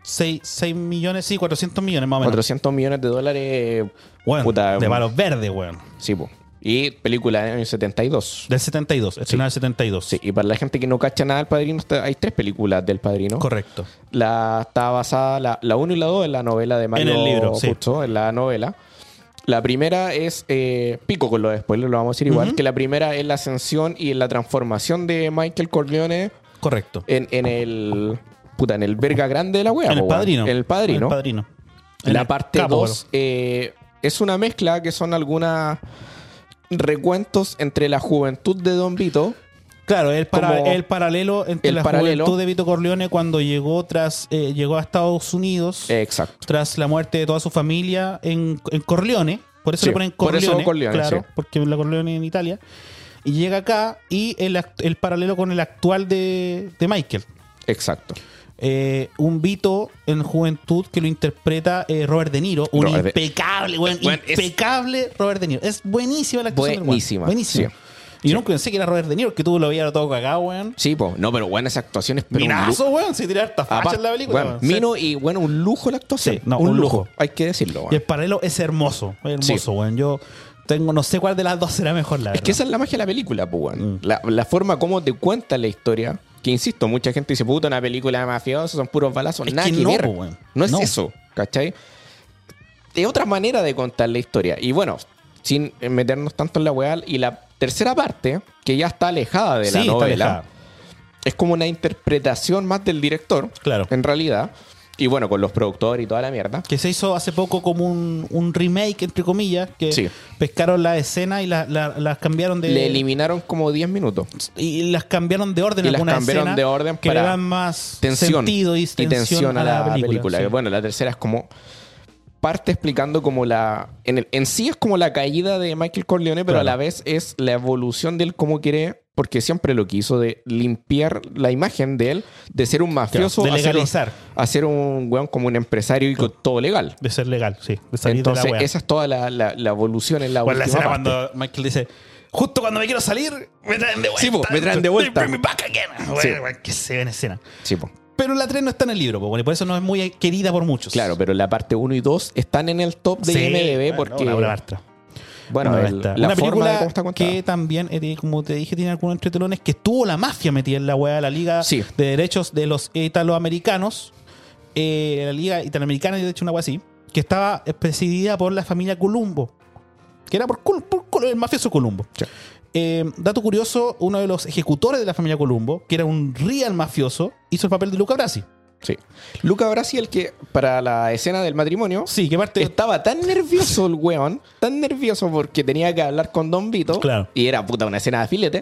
S1: 6, millones, sí, 400 millones más o menos.
S2: 400 millones de dólares.
S1: Weón,
S2: puta,
S1: de
S2: weón.
S1: palos verdes, weón.
S2: Sí, po. Y película del año 72.
S1: Del 72, estrenada del 72.
S2: Sí, y para la gente que no cacha nada del Padrino, está- hay tres películas del Padrino.
S1: Correcto.
S2: La, está basada, la, la 1 y la 2 en la novela de Mario
S1: En el libro, sí.
S2: Puzo, en la novela. La primera es, eh, pico con los spoilers, lo vamos a decir igual, que la primera es la ascensión y la transformación de Michael Corleone
S1: Correcto.
S2: en, en el. Puta, en el verga grande de la wea. po,
S1: En el
S2: Eh, weón.
S1: padrino.
S2: En el padrino.
S1: En el padrino. En
S2: La
S1: el
S2: parte
S1: capo,
S2: 2 es una mezcla que son algunas recuentos entre la juventud de Don Vito.
S1: Claro, el, para-
S2: como-
S1: el paralelo entre
S2: el
S1: la
S2: paralelo.
S1: juventud de Vito Corleone cuando llegó tras eh, llegó a Estados Unidos
S2: Exacto.
S1: tras la muerte de toda su familia en, en Corleone. Por eso
S2: Sí,
S1: le ponen
S2: por
S1: Corleone,
S2: eso Corleone,
S1: claro,
S2: sí.
S1: porque la Corleone en Italia. Y llega acá y el, act- el paralelo con el actual de, de Michael.
S2: Exacto.
S1: Eh, un Vito en juventud que lo interpreta eh, Robert De Niro. Un
S2: Robert De-
S1: impecable, weón,
S2: Weón, es-
S1: impecable Robert De Niro. Es buenísima la actuación del weón.
S2: Buenísima,
S1: Buenísima.
S2: sí.
S1: Y yo nunca pensé que era Robert De Niro, que tú lo veías todo cagado, weón.
S2: Sí, po. No, pero bueno, esa actuación es pero un lu-
S1: Minazo, weón, si tirar harta facha
S2: Aparte,
S1: en la película.
S2: Ah, bueno,
S1: weón. Sí.
S2: Mino y bueno, un lujo la actuación.
S1: Sí, no,
S2: un,
S1: un
S2: lujo.
S1: lujo.
S2: Hay que decirlo.
S1: Y
S2: bueno.
S1: el paralelo es hermoso, es hermoso,
S2: Sí.
S1: weón. Yo tengo, no sé cuál de las dos será mejor,
S2: Es
S1: la verdad.
S2: que esa es la magia de la película, po, weón.
S1: Mm.
S2: La, la forma como te cuenta la historia. Que insisto, mucha gente dice, puta, una película de mafiosos, son puros balazos.
S1: Es
S2: Nada
S1: que
S2: que
S1: no,
S2: ver.
S1: po, weón.
S2: No es
S1: No.
S2: eso, ¿cachai? Es otra manera de contar la historia. Y bueno, sin meternos tanto en la weá. Y la tercera parte, que ya está alejada de
S1: sí,
S2: la
S1: está
S2: novela,
S1: alejada.
S2: es como una interpretación más del director.
S1: Claro.
S2: En realidad, Y bueno, con los productores y toda la mierda.
S1: Que se hizo hace poco como un, un remake, entre comillas, que
S2: Sí.
S1: pescaron las escenas y la- la- las cambiaron de.
S2: Le eliminaron como 10 minutos.
S1: y las cambiaron de orden
S2: Y las
S1: algunas
S2: cambiaron
S1: escenas
S2: de orden
S1: que le
S2: para
S1: dan más
S2: Tensión.
S1: sentido y tensión, a la, película, sí.
S2: Y Bueno, la tercera es como parte explicando como la... En, el- en sí es como la caída de Michael Corleone, pero
S1: Claro.
S2: a la vez es la evolución de él cómo quiere... Porque siempre lo quiso de limpiar la imagen de él, de ser un mafioso,
S1: de
S2: a ser un-
S1: legalizar.
S2: a ser un weón como un empresario y con todo legal.
S1: De ser legal, sí. De salir
S2: Entonces,
S1: de la wea.
S2: esa es toda la, la- la evolución en la
S1: Bueno, la
S2: última
S1: escena
S2: parte.
S1: cuando Michael dice, justo cuando me quiero salir, me traen de vuelta.
S2: Sí, po, me traen de vuelta.
S1: Bring me back again. Bueno,
S2: Sí.
S1: bueno, que se ve en escena.
S2: Sí, po.
S1: Pero la 3 no está en el libro, po, bueno, y por eso no es muy querida por muchos.
S2: Claro, pero la parte 1 y 2 están en el top de
S1: Sí,
S2: IMDb
S1: bueno,
S2: porque...
S1: una obra maestra.
S2: bueno,
S1: Una obra
S2: el-
S1: maestra.
S2: la
S1: Una
S2: forma
S1: película
S2: de cómo está contada.
S1: que también, eh, como te dije, tiene algunos entretelones que estuvo la mafia metida en la weá, la Liga
S2: Sí.
S1: de Derechos de los Italoamericanos, eh, la Liga Italoamericana, de hecho, una weá así, que estaba presidida por la familia Columbo, que era por, Col- por Col- el mafioso Columbo.
S2: Sí.
S1: Eh, dato curioso, uno de los ejecutores de la familia Columbo, que era un real mafioso, hizo el papel de Luca Brasi.
S2: Sí. Luca Brasi, el que para la escena del matrimonio
S1: Sí, que parte...
S2: estaba tan nervioso el weón, tan nervioso porque tenía que hablar con Don Vito,
S1: Claro.
S2: y era puta una escena de filete,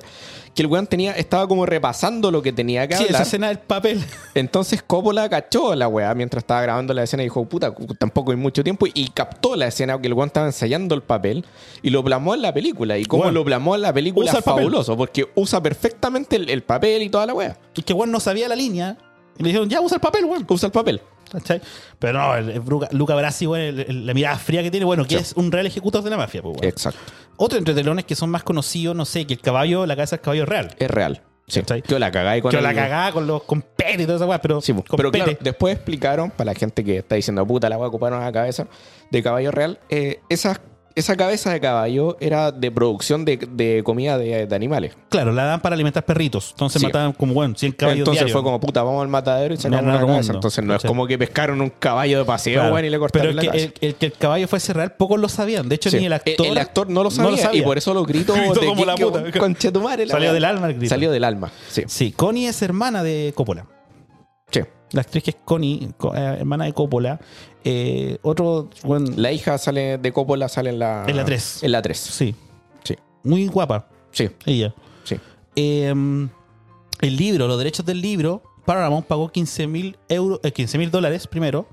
S2: que el weón tenía, estaba como repasando lo que tenía que
S1: Sí, esa
S2: hablar.
S1: escena del papel.
S2: Entonces Coppola cachó a la weá mientras estaba grabando la escena y dijo, puta, cu- tampoco hay mucho tiempo. Y captó la escena que el weón estaba ensayando el papel y lo plasmó en la película. Y como
S1: Weón,
S2: lo plasmó en la película
S1: usa
S2: es
S1: el papel.
S2: fabuloso, porque usa perfectamente el, el papel y toda la weá.
S1: que que Juan no sabía la línea. Y le dijeron, ya usa el papel, weón.
S2: Usa el papel.
S1: ¿Cachai? Pero no, el- el Bruca- Luca Brasi, weón, el- el- la mirada fría que tiene, bueno, que
S2: Sí.
S1: es un real ejecutor de la mafia, pues, weón.
S2: Exacto.
S1: Otro entre telones que son más conocidos, no sé, que el caballo, la cabeza del caballo es real.
S2: Es real. Sí.
S1: ¿Cachai?
S2: Yo la cagáis con
S1: Que la
S2: el-
S1: cagada con los con Pérez y toda esa weá, pero,
S2: Sí, po.
S1: con
S2: pero claro,
S1: Pérez.
S2: después explicaron para la gente que está diciendo puta la weá ocuparon la cabeza de caballo real. eh, esa, esa cabeza de caballo era de producción de, de comida de, de animales.
S1: Claro, la dan para alimentar perritos. Entonces
S2: Sí.
S1: mataban como, bueno, 100 caballos
S2: Entonces
S1: diarios.
S2: fue como, puta, vamos al matadero y sacamos
S1: No, no,
S2: una
S1: no,
S2: cabeza.
S1: no.
S2: Entonces no es
S1: Sí.
S2: como que pescaron un caballo de paseo,
S1: Claro.
S2: weón, y le
S1: Pero
S2: cortaron
S1: el
S2: la
S1: que,
S2: cabeza.
S1: el, el que el caballo fuese real, pocos lo sabían. De hecho,
S2: Sí. Eh,
S1: ni el actor.
S2: El, el actor no lo sabía, y por eso lo gritó,
S1: Gritó
S2: de
S1: como la
S2: Kiko,
S1: puta.
S2: conchetumare, la
S1: Salió
S2: weá.
S1: del alma el grito.
S2: Salió del alma, sí.
S1: Sí, Connie es hermana de Coppola.
S2: Sí.
S1: La actriz que es Connie, co- eh, hermana de Coppola. Eh, otro, bueno,
S2: La hija sale de Coppola sale en la...
S1: En la tres.
S2: En la 3,
S1: sí,
S2: sí.
S1: muy guapa
S2: Sí,
S1: ella.
S2: sí.
S1: Eh, el libro, los derechos del libro, Paramount pagó 15 mil euros, eh, 15 mil dólares primero.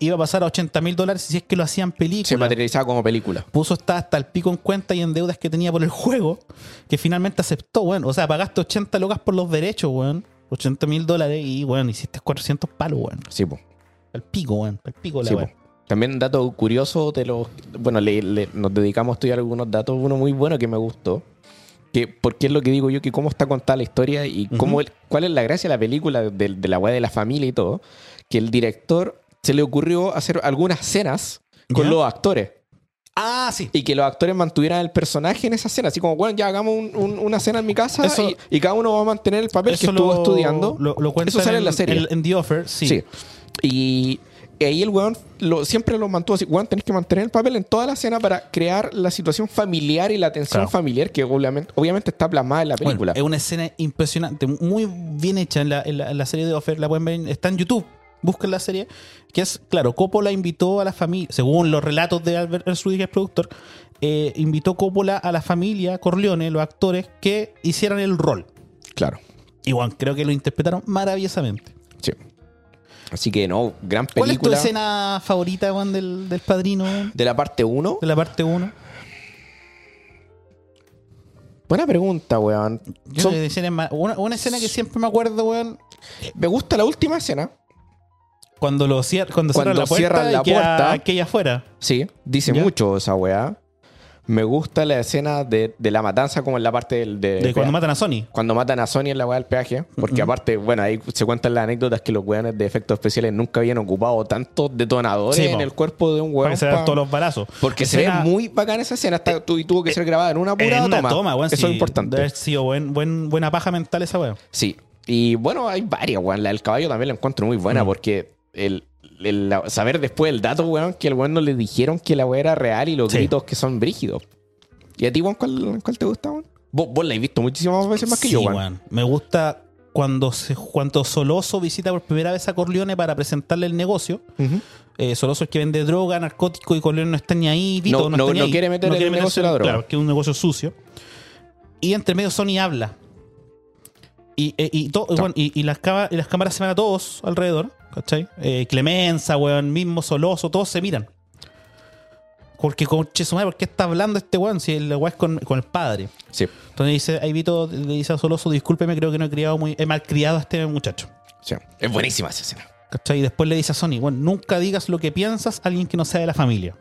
S1: Iba a pasar a 80 mil dólares si es que lo hacían
S2: Se
S1: película.
S2: materializaba como película.
S1: Puso hasta, hasta el pico en cuenta y en deudas que tenía por el juego, que finalmente aceptó, bueno. O sea, pagaste 80 locas por los derechos, weón. 80 mil dólares y, bueno, hiciste 400 palos, weón.
S2: Sí, po.
S1: Al pico, weón. Al pico la
S2: Sí,
S1: weá.
S2: po. También un dato curioso de los... Bueno, le- le- nos dedicamos a estudiar algunos datos. Uno muy bueno que me gustó. Que, porque es lo que digo yo, que cómo está contada la historia y cómo el- cuál es la gracia de la película, de, de la weá de la familia y todo. Que el director se le ocurrió hacer algunas escenas con
S1: ¿Ya?
S2: los actores.
S1: Ah, sí.
S2: Y que los actores mantuvieran el personaje en esa escena. Así como, bueno, ya hagamos un- un- una escena en mi casa
S1: Eso-
S2: y, y cada uno va a mantener el papel que estuvo estudiando.
S1: Lo, lo cuentan
S2: Eso sale en, la serie.
S1: En, The Offer, sí.
S2: Sí. Y ahí el weón lo- siempre lo mantuvo así. Weón, tenés que mantener el papel en toda la escena para crear la situación familiar y la tensión
S1: Claro.
S2: familiar que obviamente, obviamente está plasmada en la
S1: Bueno, eh,
S2: película.
S1: es una escena impresionante, muy bien hecha en la, en la- en la serie de Offer. La pueden ver, está en YouTube. Busquen la serie. Que es, claro, Coppola invitó a la familia, según los relatos de Albert Ersudy, que es productor, eh, invitó Coppola a la familia Corleone, los actores, que hicieran el rol.
S2: claro.
S1: Y bueno, creo que lo interpretaron maravillosamente.
S2: Sí. Así que no, gran
S1: ¿Cuál es tu
S2: película.
S1: escena favorita, Juan, del, del padrino? De
S2: de la parte 1.
S1: la parte 1.
S2: Buena pregunta, weón.
S1: Yo
S2: Son-
S1: creo que escena es más- una, una escena que siempre me acuerdo, weón,
S2: me gusta la última escena.
S1: cuando lo cier- cuando,
S2: Cuando
S1: cierran
S2: cierran la
S1: la puerta y queda
S2: puerta.
S1: aquella afuera.
S2: Sí, dice
S1: Ya.
S2: mucho esa weá. Me gusta la escena de, de la matanza como en la parte del... del
S1: De cuando
S2: peaje.
S1: matan a Sony.
S2: cuando matan a Sony en la weá del peaje, porque aparte, bueno, ahí se cuentan las anécdotas que los weones de efectos especiales nunca habían ocupado tantos detonadores
S1: Sí, po.
S2: en el cuerpo de un weón.
S1: Para que se
S2: pa-
S1: dan todos los balazos.
S2: Porque se ve
S1: Escena- Eh,
S2: muy bacán esa escena hasta tu- y tuvo que ser grabada en una
S1: en
S2: pura
S1: una
S2: toma.
S1: weón,
S2: Eso
S1: sí,
S2: es importante.
S1: Debe haber sido buen, buen- buena paja mental esa weón.
S2: Sí. Y bueno, hay varias, weón. La del caballo también la encuentro muy buena
S1: Mm.
S2: porque el, el- la- saber después el dato, weón, que el weón no le dijeron que la weá era real y los
S1: Sí.
S2: gritos que son brígidos. ¿Y a ti, weón, cuál, cuál te gusta, weón? Vos, vos la has visto muchísimas veces más que
S1: Sí,
S2: yo, weón.
S1: weón. Me gusta cuando, se, cuando Soloso visita por primera vez a Corleone para presentarle el negocio,
S2: Ujú.
S1: eh, Soloso es que vende droga, narcótico y Corleone no está ni ahí, Vito
S2: No,
S1: no,
S2: no-
S1: está ni
S2: no
S1: ahí.
S2: quiere meter el
S1: quiere
S2: negocio de la
S1: meterse-
S2: droga.
S1: Claro, que es un negocio sucio. Y entre medio Sony habla. Y, eh, y, to- bueno, y- y las, cama- y las cámaras se van a todos alrededor, ¿cachai? Eh, Clemenza, weón, mismo Soloso, todos se miran. Porque, conche su madre, ¿por qué está hablando este weón si el weón es con, con el padre?
S2: Sí,
S1: Entonces dice, ahí Vito le dice a Soloso, discúlpeme, creo que no he criado muy, he malcriado a este muchacho.
S2: sí. Es buenísima esa escena.
S1: ¿Cachai? Y después le dice a Sony, bueno, nunca digas lo que piensas a alguien que no sea de la familia.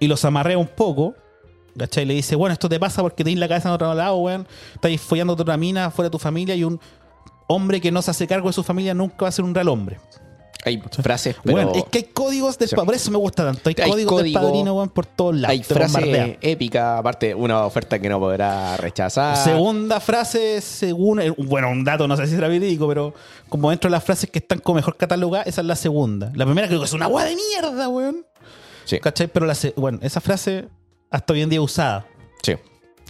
S1: Y los amarrea un poco, ¿cachai? Le dice, bueno, esto te pasa porque tenés la cabeza en otro lado, weón. Estáis follando a otra mina fuera de tu familia y un hombre que no se hace cargo de su familia nunca va a ser un real hombre.
S2: Hay frases, pero
S1: Bueno, es que hay códigos del
S2: Sí.
S1: padrino, por eso me gusta tanto. Hay,
S2: Hay
S1: códigos
S2: código,
S1: del padrino, weón, por todos lados.
S2: hay
S1: te
S2: frase
S1: bombardea.
S2: épica, aparte una oferta que no podrá rechazar.
S1: Segunda frase, según. eh, Bueno, un dato, no sé si será verídico, pero como dentro de las frases que están con mejor catalogadas, esa es la segunda. La primera creo que es una agua de mierda, weón.
S2: Sí,
S1: ¿Cachai? Pero la, se- bueno, esa frase hasta hoy en día es usada.
S2: sí,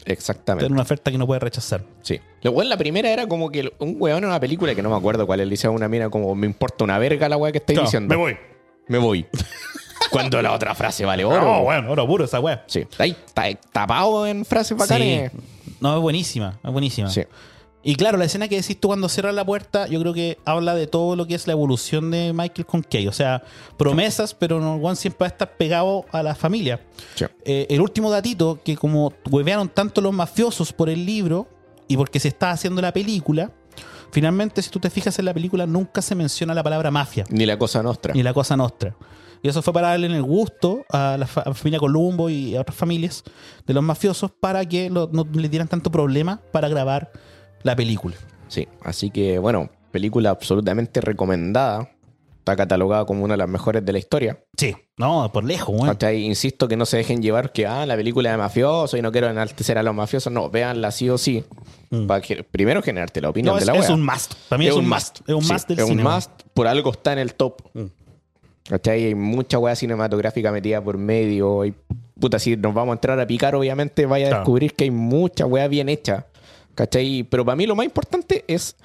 S1: Tener
S2: exactamente.
S1: una oferta que no puede rechazar.
S2: Sí. Lo bueno, la primera era como que un weón en una película que no me acuerdo cuál es, le dice a una mina como me importa una verga la weá que estáis
S1: Chao,
S2: diciendo.
S1: me voy.
S2: Me voy. Cuando la otra frase vale oro.
S1: No, bueno, oro puro esa weá.
S2: Sí. Ahí está tapado en frases bacanes.
S1: Sí. Ah. No, es buenísima, es buenísima.
S2: Sí.
S1: Y claro, la escena que decís tú cuando cierras la puerta, yo creo que habla de todo lo que es la evolución de Michael con Kay. O sea, promesas, pero no, Juan siempre va a estar pegado a la familia.
S2: Sí.
S1: Eh, el último datito, que como huevearon tanto los mafiosos por el libro y porque se está haciendo la película, finalmente, si tú te fijas en la película, nunca se menciona la palabra mafia.
S2: Ni la cosa nostra.
S1: y la cosa nostra. Y eso fue para darle en el gusto a la, fa- a la familia Columbo y a otras familias de los mafiosos para que lo- no le dieran tanto problema para grabar la película.
S2: Sí. Así que, bueno, película absolutamente recomendada. Está catalogada como una de las mejores de la historia.
S1: Sí, no, por lejos, weón.
S2: ¿Cachai? Insisto que no se dejen llevar que, ah, la película de mafioso y no quiero enaltecer a los mafiosos. No, véanla sí o sí.
S1: Mm.
S2: Para que- primero generarte la opinión
S1: No,
S2: de
S1: es,
S2: la
S1: es
S2: wea.
S1: un must. Para mí es, un must. Es un
S2: Sí,
S1: must del
S2: es
S1: cine.
S2: un
S1: weón.
S2: must. Por algo está en el top.
S1: Mm.
S2: ¿Cachai? Hay mucha weá cinematográfica metida por medio. Y puta, si nos vamos a entrar a picar, obviamente vaya a
S1: Claro.
S2: descubrir que hay mucha weá bien hecha. ¿Cachai? Pero para mí lo más importante es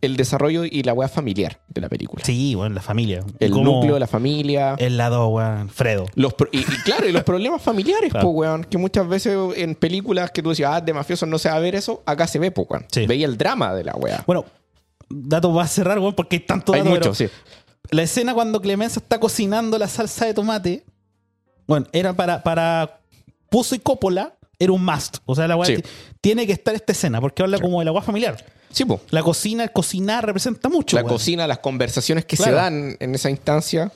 S2: el desarrollo y la weá familiar de la película.
S1: Sí, Eh. bueno, la familia.
S2: El núcleo, la familia.
S1: El lado, weón. Fredo.
S2: Los pro- y, y claro, y los problemas familiares,
S1: Claro.
S2: po, weón. Que muchas veces en películas que tú decías, ah, de mafiosos no se va a ver eso, acá se ve, po, weón.
S1: Sí.
S2: Veía el drama de la weá.
S1: Bueno, dato va a cerrar, weón, porque hay tanto
S2: Hay
S1: dato.
S2: mucho,
S1: pero-
S2: sí.
S1: La escena cuando Clemenza está cocinando la salsa de tomate, bueno, era para, para Puso y Coppola, era un must. O sea, la weá
S2: Sí.
S1: t- tiene que estar esta escena, porque habla como de la agua familiar.
S2: Sí, po.
S1: La cocina, el cocinar representa mucho.
S2: La
S1: weón.
S2: cocina, las conversaciones que se
S1: Claro.
S2: dan en esa instancia.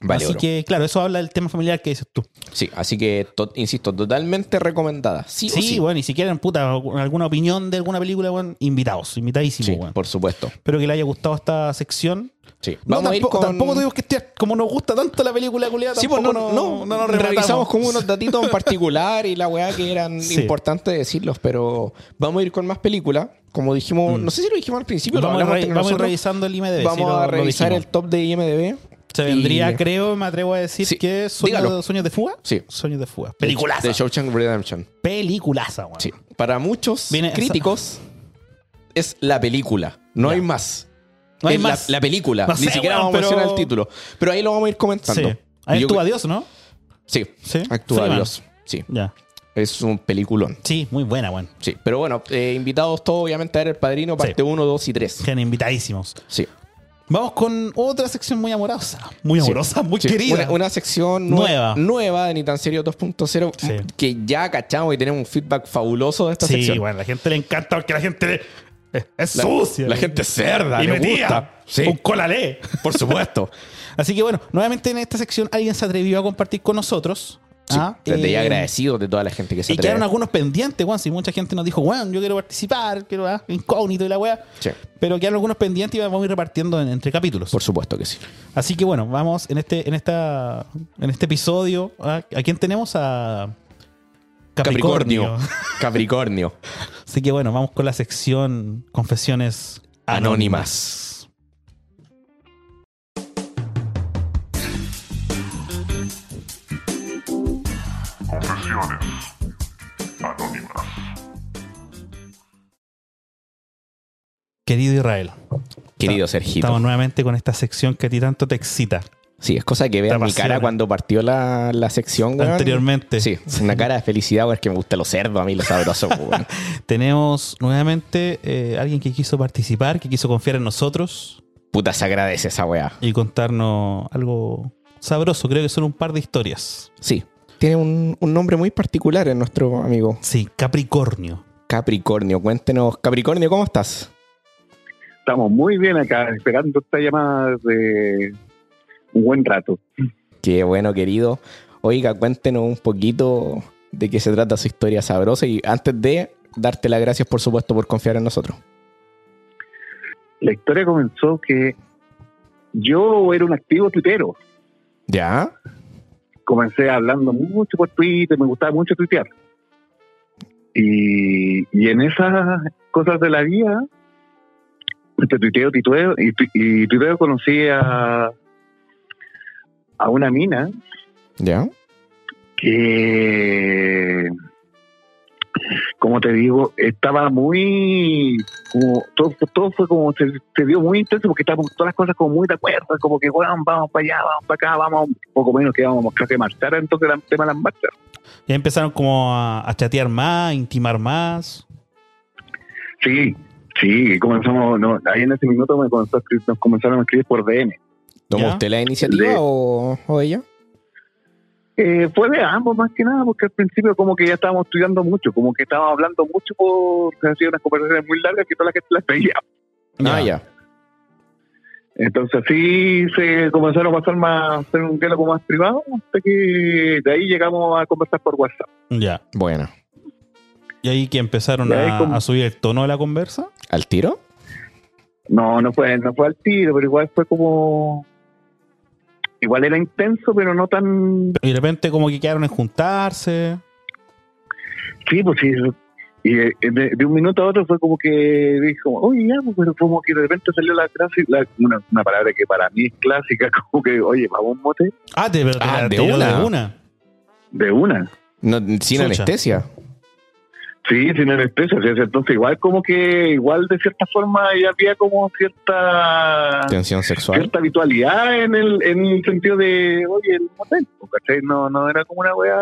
S2: Vale,
S1: Así
S2: oro.
S1: que, claro, eso habla del tema familiar que dices tú.
S2: Sí, así que, to- insisto, totalmente recomendada. Sí, o
S1: Sí,
S2: sí.
S1: bueno, y si quieren, puta, alguna opinión de alguna película, bueno, invitados, invitadísimos,
S2: Sí,
S1: weón.
S2: por supuesto.
S1: Espero que les haya gustado esta sección.
S2: Sí.
S1: No,
S2: Vamos a ir
S1: tampoco,
S2: con...
S1: tampoco digo que esté, como nos gusta tanto la película, culiada,
S2: Sí, pues no,
S1: tampoco
S2: no,
S1: no, no nos
S2: revisamos
S1: rematamos.
S2: como unos datitos en particular y la weá que eran
S1: Sí.
S2: importantes decirlos, pero vamos a ir con más películas. Como dijimos, no sé si lo dijimos al principio,
S1: Mm. Vamos,
S2: lo
S1: a
S2: hablamos
S1: re-
S2: entre
S1: vamos a ir
S2: nosotros.
S1: revisando el IMDb.
S2: Vamos
S1: sí, lo-
S2: a
S1: lo
S2: revisar
S1: dijimos.
S2: el top de IMDb.
S1: Se vendría,
S2: Y-
S1: creo, me atrevo a decir
S2: Sí,
S1: que
S2: dígalo.
S1: Sueños Sueño de Fuga.
S2: Sí.
S1: Sueños de Fuga.
S2: De
S1: Peliculaza.
S2: Shawshank Redemption.
S1: Peliculaza, weón.
S2: Sí. Para muchos
S1: Viene esa-
S2: críticos es la película, no
S1: Ya.
S2: hay más.
S1: No hay
S2: Es la-
S1: más.
S2: La, película,
S1: No sé,
S2: ni siquiera
S1: weón,
S2: vamos a mencionar el
S1: pero-
S2: título. Pero ahí lo vamos a ir
S1: Sí.
S2: comentando.
S1: Ahí
S2: Yo-
S1: actúa Dios, ¿no?
S2: Sí,
S1: Sí.
S2: actúa
S1: Freeman.
S2: Dios. Sí,
S1: Ya.
S2: es un peliculón.
S1: Sí, muy buena, weón.
S2: Sí, pero bueno, eh, invitados todos obviamente a ver El Padrino, parte 1, 2 y 3.
S1: Quedan invitadísimos.
S2: Sí.
S1: Vamos con otra sección muy amorosa. Muy
S2: Sí.
S1: amorosa, muy
S2: Sí,
S1: querida.
S2: Una, una sección nue- nueva.
S1: Nueva.
S2: de Ni Tan Serio 2.0
S1: Sí.
S2: que ya cachamos y tenemos un feedback fabuloso de esta
S1: sí,
S2: sección.
S1: bueno, la gente le encanta porque la gente le- es, es
S2: La-
S1: sucia.
S2: la gente es cerda,
S1: Y
S2: le
S1: metida.
S2: gusta. Sí.
S1: Un colalé.
S2: Por supuesto.
S1: Así que bueno, nuevamente en esta sección alguien se atrevió a compartir con nosotros.
S2: Sí,
S1: Ah,
S2: desde ya
S1: eh,
S2: agradecido de toda la gente que se
S1: Y
S2: atreve.
S1: quedaron algunos pendientes, weón. Si mucha gente nos dijo, weón, yo quiero participar, quiero ah, incógnito y la weá.
S2: Sí,
S1: Pero quedaron algunos pendientes y vamos a ir repartiendo en- entre capítulos.
S2: por supuesto que sí.
S1: Así que bueno, vamos en este, en esta, en este episodio. ¿A, a quién tenemos? A Capricornio.
S2: Capricornio. Capricornio.
S1: Así que bueno, vamos con la sección Confesiones
S2: Anónimas.
S3: Confesiones Anónimas.
S1: Querido Israel,
S2: Querido Sergito.
S1: estamos nuevamente con esta sección que a ti tanto te excita.
S2: Sí, es cosa que vea
S1: Te
S2: mi
S1: apasiona.
S2: cara cuando partió la, la sección. weón.
S1: Anteriormente.
S2: Sí, una cara de felicidad, weón, es que me gusta los cerdos a mí, los sabrosos, weón.
S1: Tenemos nuevamente eh, alguien que quiso participar, que quiso confiar en nosotros
S2: Puta, se agradece esa weá.
S1: y contarnos algo sabroso. Creo que son un par de historias.
S2: Sí. Tiene un, un nombre muy particular en nuestro amigo
S1: Sí, Capricornio.
S2: Capricornio. Cuéntenos, Capricornio, ¿cómo estás?
S3: Estamos muy bien acá, esperando esta llamada de un buen rato.
S2: Qué bueno, querido. Oiga, cuéntenos un poquito de qué se trata su historia sabrosa y antes de darte las gracias, por supuesto, por confiar en nosotros.
S3: La historia comenzó que yo era un activo tuitero.
S2: ¿Ya?
S3: Comencé hablando mucho por Twitter, me gustaba mucho tuitear. Y, y en esas cosas de la vida, entre tuiteo, tuiteo y, tu- y tuiteo conocí a, a una mina
S2: ¿Ya?
S3: que, como te digo, estaba muy, como, todo, todo fue como, se, se dio muy intenso porque estábamos todas las cosas como muy de acuerdo, como que, weón, vamos para allá, vamos para acá, vamos, poco menos que íbamos casi a marchar, entonces era el tema de las marchas.
S1: Ya empezaron como a, a chatear más, a intimar más.
S3: Sí, sí, comenzamos, no, ahí en ese minuto me comenzó a escribir- nos comenzaron a escribir por DM.
S2: ¿Tomó
S1: ¿Ya?
S2: usted la iniciativa
S3: Le-
S2: o, o ella?
S3: Eh, fue de ambos más que nada, porque al principio como que ya estábamos estudiando mucho, como que estábamos hablando mucho por, hacía unas conversaciones muy largas que toda la gente las veía.
S2: Ah, ya.
S3: Entonces así se comenzaron a pasar más, hacer un diálogo más privado, hasta que de ahí llegamos a conversar por WhatsApp.
S1: Ya.
S2: Bueno.
S1: Y ahí que empezaron
S3: Y ahí
S1: a,
S3: como-
S1: a subir el tono de la conversa.
S2: ¿Al tiro?
S3: No, no fue, no fue al tiro, pero igual fue como igual era intenso, pero no tan
S1: Y de repente como que quedaron en juntarse.
S3: sí, pues sí. Y eh, de, de un minuto a otro fue como que dijo, oye, ya, pues, pero como que de repente salió la clase, la- una, una palabra que para mí es clásica, como que, oye, vamos a un mote
S1: Ah, te, pero te
S2: Ah,
S1: la
S2: de
S1: tiró
S2: una.
S1: de una.
S3: de una.
S2: No, sin
S1: Chucha.
S2: anestesia.
S3: Sí, sin anestesia, sí, sí. entonces igual como que, igual de cierta forma ya había como
S1: Ah.
S3: cierta
S2: Tensión sexual.
S3: cierta habitualidad en el, en el sentido de, oye, el motel, ¿cachai? No, no era como una wea...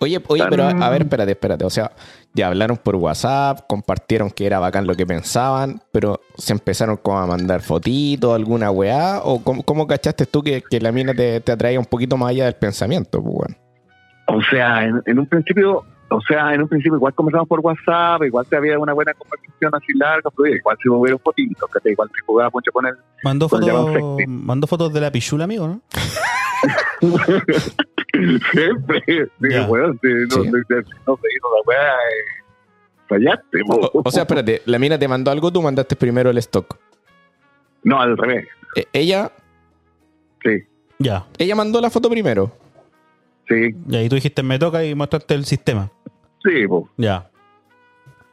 S2: Oye, oye, pero a,
S3: Tan-
S2: a ver, espérate, espérate. O sea, ya hablaron por WhatsApp, compartieron que era bacán lo que pensaban, pero se empezaron como a mandar fotitos, alguna weá, o cómo, cómo cachaste tú que, que la mina te, te atraía un poquito más allá del pensamiento, pues, weón?
S3: O sea, en, en un principio, o sea, en un principio igual conversamos por WhatsApp, igual se había una buena conversación así larga, pero igual se movieron fotitos, ¿cachai? Igual se jugaba mucho con él.
S1: Mandó
S3: Con
S1: fotos,
S3: Llaman Sexy.
S1: mandó fotos de la pichula, amigo, ¿no?
S3: Siempre,
S1: Ya.
S3: digo, weón, si no,
S2: Sí.
S3: no, no, no se hizo la wea, eh, fallaste. po.
S2: O, o sea, espérate, la mina te mandó algo, tú mandaste primero el stock.
S3: No, al revés,
S2: E- ella,
S3: sí,
S1: Ya.
S2: ella mandó la foto primero.
S3: sí,
S1: Y ahí tú dijiste, me toca y mostraste el sistema.
S3: sí, po.
S1: Ya.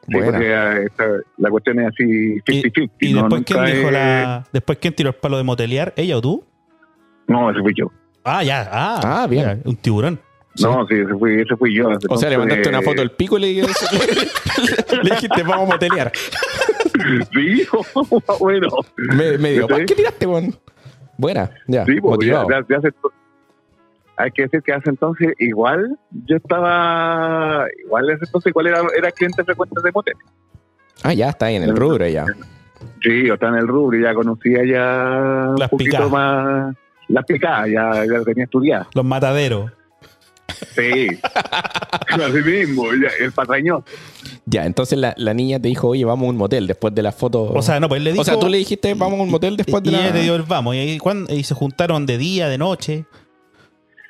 S3: Sí,
S2: Buena.
S3: porque ah, esta- la cuestión es así, 50-50.
S1: Y
S3: ¿no?
S1: después,
S3: Nunca
S1: ¿quién dijo
S3: es-
S1: la... después quién tiró el palo de motelear? ¿Ella o tú?
S3: No, ese fui yo.
S1: Ah, ya. Ah,
S2: Ah, bien.
S1: ya, Un tiburón.
S3: No, sí, ese fui, ese fui yo.
S2: O sea, le mandaste una foto
S3: al
S2: del pico y le, le dijiste, vamos a motelear.
S3: Sí, bueno.
S2: Me, me digo,
S3: ¿Sí?
S2: "¿Pa' ¿qué tiraste, weón? Buena, ya.
S3: Sí, pues, ya,
S2: motivado.
S3: ya- ya hace to- hay que decir que hace entonces igual yo estaba igual hace entonces igual era, era cliente frecuente de motel
S2: Ah, ya, está ahí en el rubro ya.
S3: sí yo estaba en el rubro y ya conocía ya
S1: Las
S3: un poquito
S1: picadas.
S3: más las picadas ya, ya las tenía estudiadas
S1: Los mataderos.
S3: sí así mismo ya, el patrañón
S2: Ya, entonces la, la niña te dijo, oye, vamos a un motel después de la foto.
S1: O sea, no, pues él le dijo...
S2: O sea, tú le dijiste, vamos a un motel después
S1: y
S2: de la.
S1: ella te dio el vamos. Y, ahí, ¿cuándo? y se juntaron de día, de noche.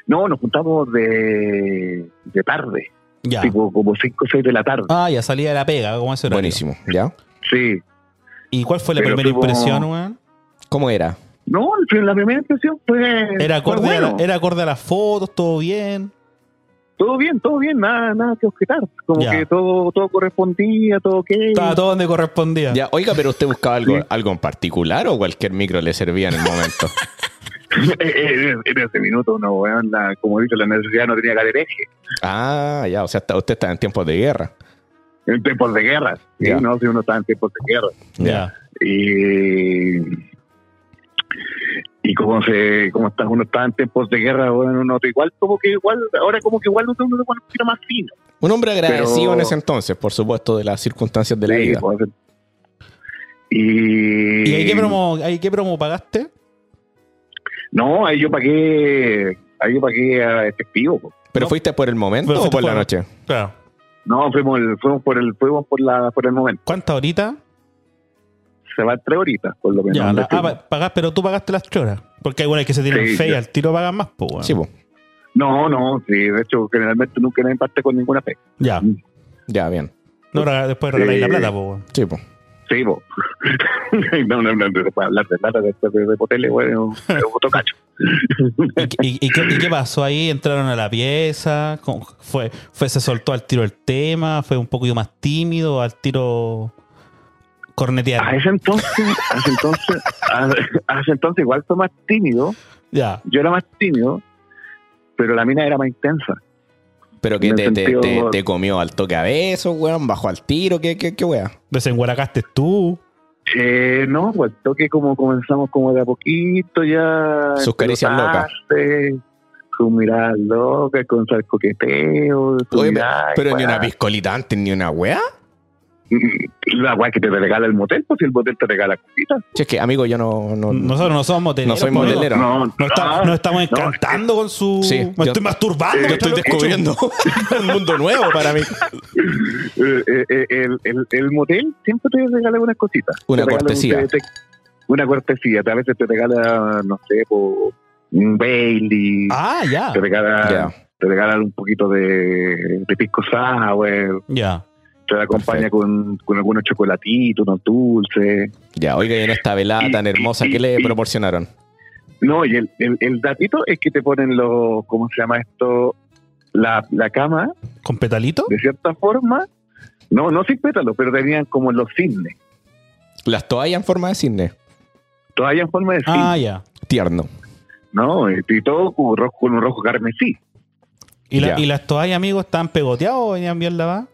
S3: no nos juntamos de, de tarde
S1: Ya.
S3: tipo como 5 o 6 de la tarde
S1: Ah, ya salía de la pega, como ese horario.
S2: Buenísimo, ¿ya?
S3: sí
S1: ¿Y cuál fue la
S3: Pero
S1: primera
S3: tuvo-
S1: impresión, weón?
S2: ¿Cómo era?
S3: no al fin, la primera impresión fue
S1: Era
S3: eh, fue
S1: acorde,
S3: bueno.
S1: a la- era acorde a las fotos, todo bien.
S3: todo bien, todo bien, nada, nada que objetar. Como
S1: Ya.
S3: que todo, todo correspondía, todo ok.
S1: Estaba todo donde correspondía.
S2: Ya, oiga, pero usted buscaba algo,
S3: Sí.
S2: algo en particular o cualquier micro le servía en el momento.
S3: Eh, eh, en ese minuto, no, weón, la- como dice, la necesidad no tenía galereje.
S2: ah, ya, o sea, está- usted está en tiempos de guerra.
S3: En tiempos de guerra, ¿sí?
S2: Ya.
S3: ¿no? Si uno está en tiempos de guerra.
S1: Ya.
S3: Y, y como se, como está, uno está en tiempos de guerra, bueno, uno igual como que igual, ahora como que igual uno uno se pone un poquito más fino.
S2: Un hombre agradecido
S3: Pero-
S2: en ese entonces, por supuesto, de las circunstancias de la
S3: Sí,
S2: vida.
S3: pues, y,
S1: ¿Y ahí qué promo, ahí qué promo pagaste?
S3: No, ahí yo pagué, ahí yo ah, pagué a efectivo. po.
S2: ¿Pero
S1: No.
S2: fuiste por el momento
S1: Pero
S2: o
S1: fuiste
S2: por la
S1: por-
S2: noche?
S1: Claro.
S3: No, fuimos, el- fuimos por el, fuimos por la, por el momento.
S1: ¿Cuántas horitas?
S3: Se va tres horitas, por lo menos.
S1: Ya,
S3: donde
S1: la- ah,
S3: fuimos.
S1: pa- pagás, pero tú pagaste las tres horas. Porque hay buenas que se tienen
S3: Sí,
S1: fe y
S3: ya.
S1: al tiro pagan más, pues, weón.
S2: Sí, po.
S3: No, no, sí, de hecho, generalmente nunca me parte con ninguna fe.
S1: Ya.
S2: Ya, bien.
S1: No, ahora después regaláis la
S3: Sí.
S1: plata, pues, weón.
S2: Sí, po.
S3: Sí, po. no, no, no, no se puede hablar de plata después de, de hoteles, bueno, es otro cacho.
S1: ¿Y, y- y qué, y qué pasó ahí? ¿Entraron a la pieza? ¿Cómo ¿Fue, fue ¿Se soltó al tiro el tema? ¿Fue un poquito más tímido? ¿Al tiro
S3: A
S1: cornetear?
S3: ese entonces, a ese entonces, a, a ese entonces igual fue más tímido,
S1: Ya.
S3: yo era más tímido, pero la mina era más intensa.
S2: Pero que
S3: En
S2: te,
S3: el
S2: te-
S3: sentido-
S2: te- te comió al toque a besos, weón, bajó al tiro, qué, qué, qué wea.
S1: ¿Desenguaracaste tú?
S3: Eh, no, pues toque como comenzamos como de a poquito ya.
S2: Sus caricias locas.
S3: empezaste, Su mirada loca, con sal coqueteo. su
S2: Oye,
S3: mirada,
S2: Pero ni
S3: weá.
S2: una piscolita antes, ni una wea.
S3: La guay que te regala el motel, pues si el motel te regala cositas.
S2: Si es que, amigo, yo no. no-
S1: Nosotros no somos
S2: No
S1: moteleros.
S2: soy
S1: pues,
S2: motelero. Pero-
S3: no,
S1: No, está-
S3: Ah, no,
S1: nos estamos encantando con su.
S2: Sí,
S1: me
S2: yo-
S1: estoy masturbando.
S2: Yo estoy
S1: escucho.
S2: descubriendo un mundo nuevo para mí.
S3: eh, eh, el, el, el motel siempre te regala unas cositas.
S2: Una
S3: Te regala un-
S2: cortesía.
S3: te- te- una cortesía. A veces te regala, no sé, po, un Bailey.
S1: Ah, ya.
S3: Te regala.
S2: Ya.
S3: Te regalan un poquito de, de pisco sour,
S1: Ya.
S3: te la acompaña
S2: Perfecto.
S3: con, con algunos chocolatitos, unos dulces.
S2: Ya, oiga, y en esta velada tan hermosa, ¿qué le proporcionaron?
S3: No, y el, el, el datito es que te ponen los, ¿cómo se llama esto? La, la cama,
S1: ¿Con petalito?
S3: de cierta forma. No, no sin pétalos, pero tenían como los cisnes.
S2: Las toallas en forma de cisne.
S3: Todavía en forma de cisne,
S1: Ah, ya.
S2: Tierno.
S3: ¿no? Este, Y todo con, un rojo, con un rojo carmesí.
S1: ¿Y, la-
S2: Ya.
S1: y las toallas, amigos, están pegoteadas o venían bien lavadas?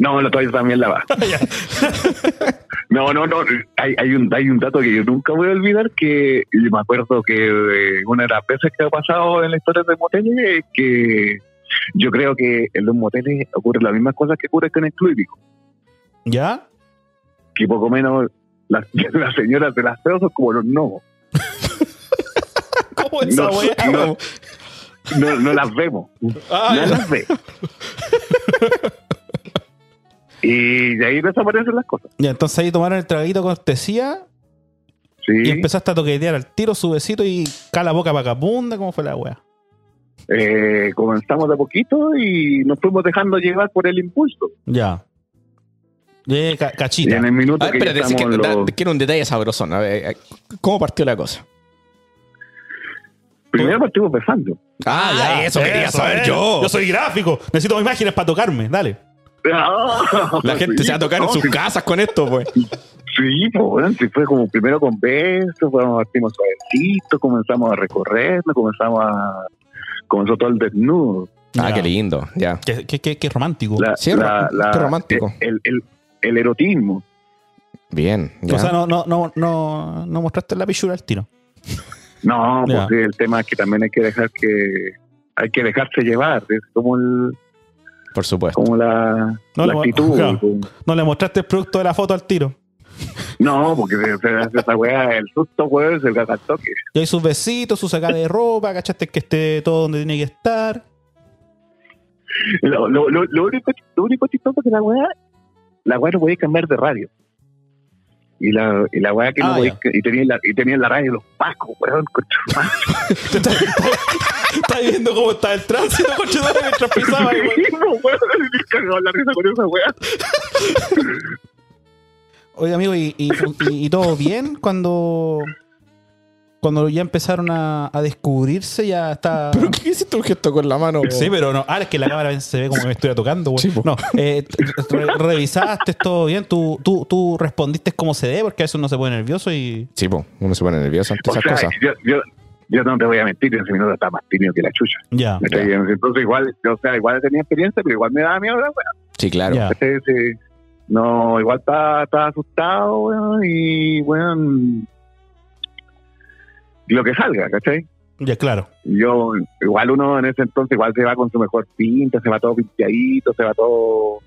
S3: No, la toalla también la va. no, no, no. Hay, hay, un, hay un dato que yo nunca voy a olvidar que yo me acuerdo que eh, una de las veces que ha pasado en la historia de moteles es que yo creo que en los moteles ocurren las mismas cosas que ocurren con el club hípico,
S1: ¿Ya?
S3: que poco menos las, las señoras de las feos son como los no.
S1: ¿Cómo
S3: esa No, weá, no. weón? No, no las vemos.
S1: Ah,
S3: no las ve. y de ahí desaparecen las cosas.
S1: Ya, entonces ahí tomaron el traguito con tecía
S3: Sí.
S1: y empezaste a toquetear al tiro su besito y cala boca vagabunda. ¿Cómo fue la wea?
S3: eh, comenzamos de a poquito y nos fuimos dejando llevar por el impulso.
S1: Ya. Eh, ca-
S3: Y
S1: cachita.
S3: en el minuto
S2: A ver,
S3: que ya
S2: espérate, sí que-
S3: estamos
S2: da-
S3: los-
S2: quiero un detalle sabrosón. A ver, eh, ¿cómo partió la cosa?
S3: primero partimos besando.
S2: Ah, ya, eso quería saber
S1: eh.
S2: yo.
S1: Yo soy gráfico. Necesito imágenes para tocarme. Dale.
S2: La gente
S3: Ah, Sí,
S2: se va a tocar en
S3: no,
S2: sus
S3: sí,
S2: casas con esto, pues.
S3: Sí, pues, bueno, sí, fue como primero con besos, bueno, partimos suavecito, comenzamos a recorrernos, comenzamos a comenzó todo el desnudo.
S2: Ah,
S1: Ya.
S2: qué lindo, ya.
S1: Qué, qué- qué- qué romántico.
S3: La-
S2: Oh, Sí,
S3: la-
S2: ro- qué romántico.
S3: El, el- el erotismo.
S2: Bien, ya.
S1: O sea, no, no, no, no, no mostraste la pichura al tiro.
S3: No, pues
S1: Ya.
S3: sí, el tema es que también hay que dejar que hay que dejarse llevar, es como el,
S2: Por supuesto.
S3: como la,
S1: No,
S3: la
S1: no,
S3: actitud.
S1: claro.
S3: pues.
S1: No le mostraste el producto de la foto al tiro.
S3: No, porque se, se hace esa weá, el susto, weón, se gata al toque.
S1: Y ahí sus besitos, su sacada de ropa, cachaste que esté todo donde tiene que estar.
S3: Lo, lo, lo, lo único, lo único chistoso que la weá, la weá no podía cambiar de radio. Y la, y la weá que
S1: Ah,
S3: no podía, y tenía, la, y tenía la radio los pacos, weón, con su madre.
S1: Estás viendo cómo está el tránsito, coche, mientras pisaba. ahí, weón.
S3: No, weón, me cagaba la risa con esa weá.
S1: Oye, amigo, ¿y, y, y- y todo bien cuando cuando ya empezaron a, a descubrirse? Ya está.
S2: ¿Pero qué hiciste un gesto con la mano?
S1: Sí, pero no. Ah, es que la cámara se ve como que me estuviera tocando, güey.
S2: Sí, po.
S1: no, eh, re- revisaste todo bien. Tú, tú, tú respondiste como se debe, porque a veces uno se pone nervioso y.
S2: Sí, po, uno se pone nervioso ante
S3: O
S2: esas
S3: sea,
S2: cosas.
S3: yo, yo, yo no te voy a mentir, en ese minuto estaba más tímido que la chucha.
S1: Ah, Ya.
S3: ¿cachai? Entonces igual, o sea, igual tenía experiencia, pero igual me daba miedo la weá.
S2: Sí, claro.
S1: Ya.
S3: ¿cachai? Sí. No, igual estaba, estaba asustado, weón, y, weón, lo que salga, ¿cachai?
S1: Ya, claro.
S3: Yo, igual uno en ese entonces, igual se va con su mejor pinta, se va todo pinteadito, se va todo,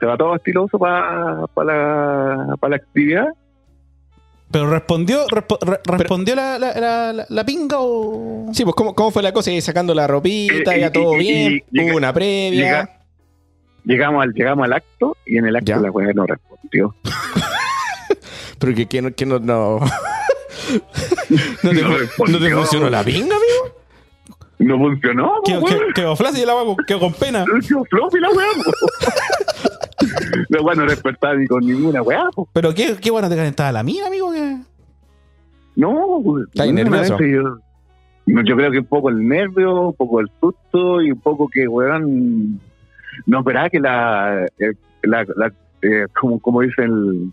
S3: se va todo estiloso para la, pa la actividad.
S1: Pero respondió, respo- re- respondió la, la, la- la- la pinga o.
S2: Sí, pues ¿cómo, cómo fue la cosa? Y sacando la ropita,
S3: Eh,
S2: ya
S3: eh,
S2: todo
S3: eh,
S2: bien,
S3: eh, llega-
S2: hubo una previa.
S3: llega- Llegamos al, llegamos al acto y en el acto
S2: Ya.
S3: la weá no respondió.
S2: Pero que, que no, que no, no. ¿No te,
S3: No
S2: no te
S3: respondió.
S2: funcionó la pinga, amigo?
S3: No funcionó, po,
S1: Que,
S3: weón.
S1: que, que baflas y el agua con- que con pena.
S3: Lucio Floppy la weá, po. La weá no despertaba ni con ninguna weá, po.
S1: Pero qué, qué bueno te calentaba la mina, amigo. Que...
S3: No,
S2: Está ahí nervioso.
S3: honestamente, Yo, yo creo que un poco el nervio, un poco el susto y un poco que, weón, no esperaba que la, eh, la, la- eh, como, como dice el,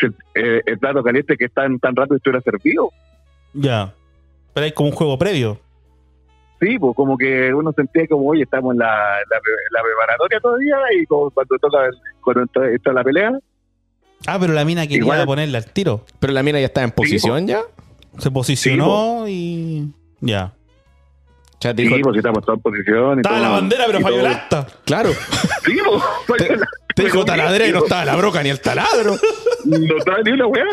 S3: se- eh, el plato caliente que está en tan rato estuviera servido.
S1: Ya. Pero hay como un juego previo.
S3: Sí, pues como que uno sentía como, oye, estamos en la, la, pre- la preparatoria todavía y como cuando toca el- cuando entra, entra la pelea,
S1: Ah, pero la mina quería
S3: Igual-
S1: ponerle al tiro.
S2: Pero la mina ya estaba en posición ya.
S1: Se posicionó y. Ya.
S2: O sea,
S3: sí,
S2: dijo,
S3: pues estamos todos en posición. y
S1: Estaba
S3: todo-
S1: la bandera, pero
S3: y
S1: falló
S3: todo.
S1: el acta.
S2: claro,
S3: Sí, pues, falló el acta.
S2: te dijo
S3: Pero,
S2: taladre y no estaba la broca ni el taladro.
S3: No estaba ni una weá.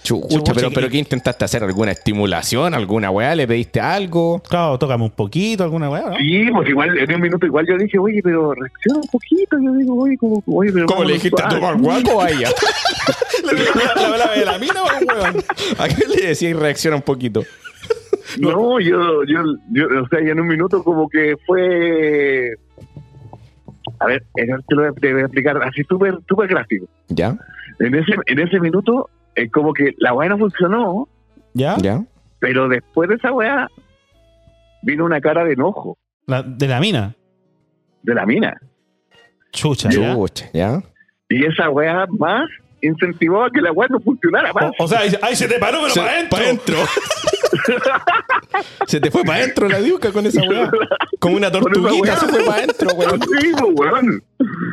S2: Chucha, pero,
S1: que-
S2: pero ¿qué intentaste hacer? ¿Alguna estimulación? ¿Alguna weá? ¿Le pediste algo?
S1: Claro, tócame un poquito, alguna weá, ¿no?
S3: Sí, pues igual en un minuto igual yo dije, oye, pero reacciona un poquito. Yo digo, oye, como, oye, pero.
S2: ¿Cómo le dijiste a tu
S3: Ah,
S2: más guapo a ella?
S1: la la de la mina, weón.
S2: ¿A qué le decías y reacciona un poquito?
S3: No, yo, yo, yo, o sea, y en un minuto como que fue. A ver, eh, te lo voy a, te voy a explicar así súper, súper gráfico.
S2: ¿Ya?
S3: En ese, en ese minuto, es como que la weá no funcionó,
S1: ¿Ya?
S2: ¿Ya?
S3: pero después de esa weá, vino una cara de enojo
S1: La- de la mina.
S3: de la mina.
S1: Chucha, ¿ya?
S2: Chucha, ¿ya?
S3: Y esa weá más incentivó a que la weá no funcionara más.
S1: O, o sea, ahí, ahí se te paró, pero
S2: Se-
S1: para adentro.
S2: Se te fue para adentro la diuca con esa weá. Como una
S3: esa
S2: tortuguita
S3: weá.
S2: se fue para adentro, Oh, weón.
S3: Sí, pues, weón.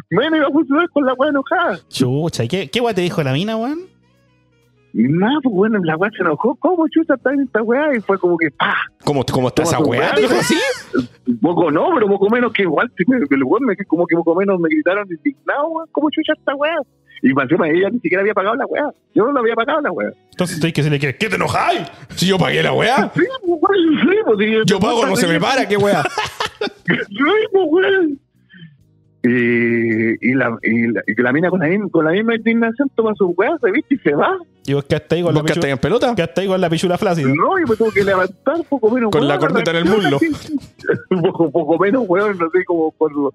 S3: Menos iba a funcionar con la weá enojada.
S1: Chucha, ¿y qué, qué weá te dijo la mina, weón?
S3: Nada, pues bueno, la weá se enojó. ¿Cómo chucha está en esta weá? Y fue como que, pa,
S2: ¿Cómo, cómo está
S3: Toma
S2: esa
S3: tu
S2: weá?
S3: weá,
S2: Dijo
S3: weón.
S2: así.
S3: un poco no, pero poco menos que igual. sí, me- El weón me, como que poco menos me gritaron indignado, weón. ¿Cómo chucha esta weá? Y más encima ella ni siquiera había pagado la weá. Yo no la había pagado la weá.
S1: Entonces tú hay que decirle que, ¿qué te enojáis?
S2: Si yo pagué la weá.
S3: Sí, pues, weón, sí, pues, sí,
S2: Yo
S3: pues,
S2: pago, no se me para, qué weá.
S3: Sí, pues, weón. Y, y, la, y, la, y que la mina con la, misma- con la misma indignación toma su weá, se viste y se va.
S1: Y vos que hasta ahí con
S2: ¿Vos
S1: la
S2: que estáis
S1: pichula.
S2: en pelota?
S1: Que hasta ahí con la pichula flácida.
S3: No, yo me tengo que levantar poco menos.
S2: Con
S3: weón,
S2: la corneta en el muslo.
S3: poco, poco menos, weón, no sé, como con, lo-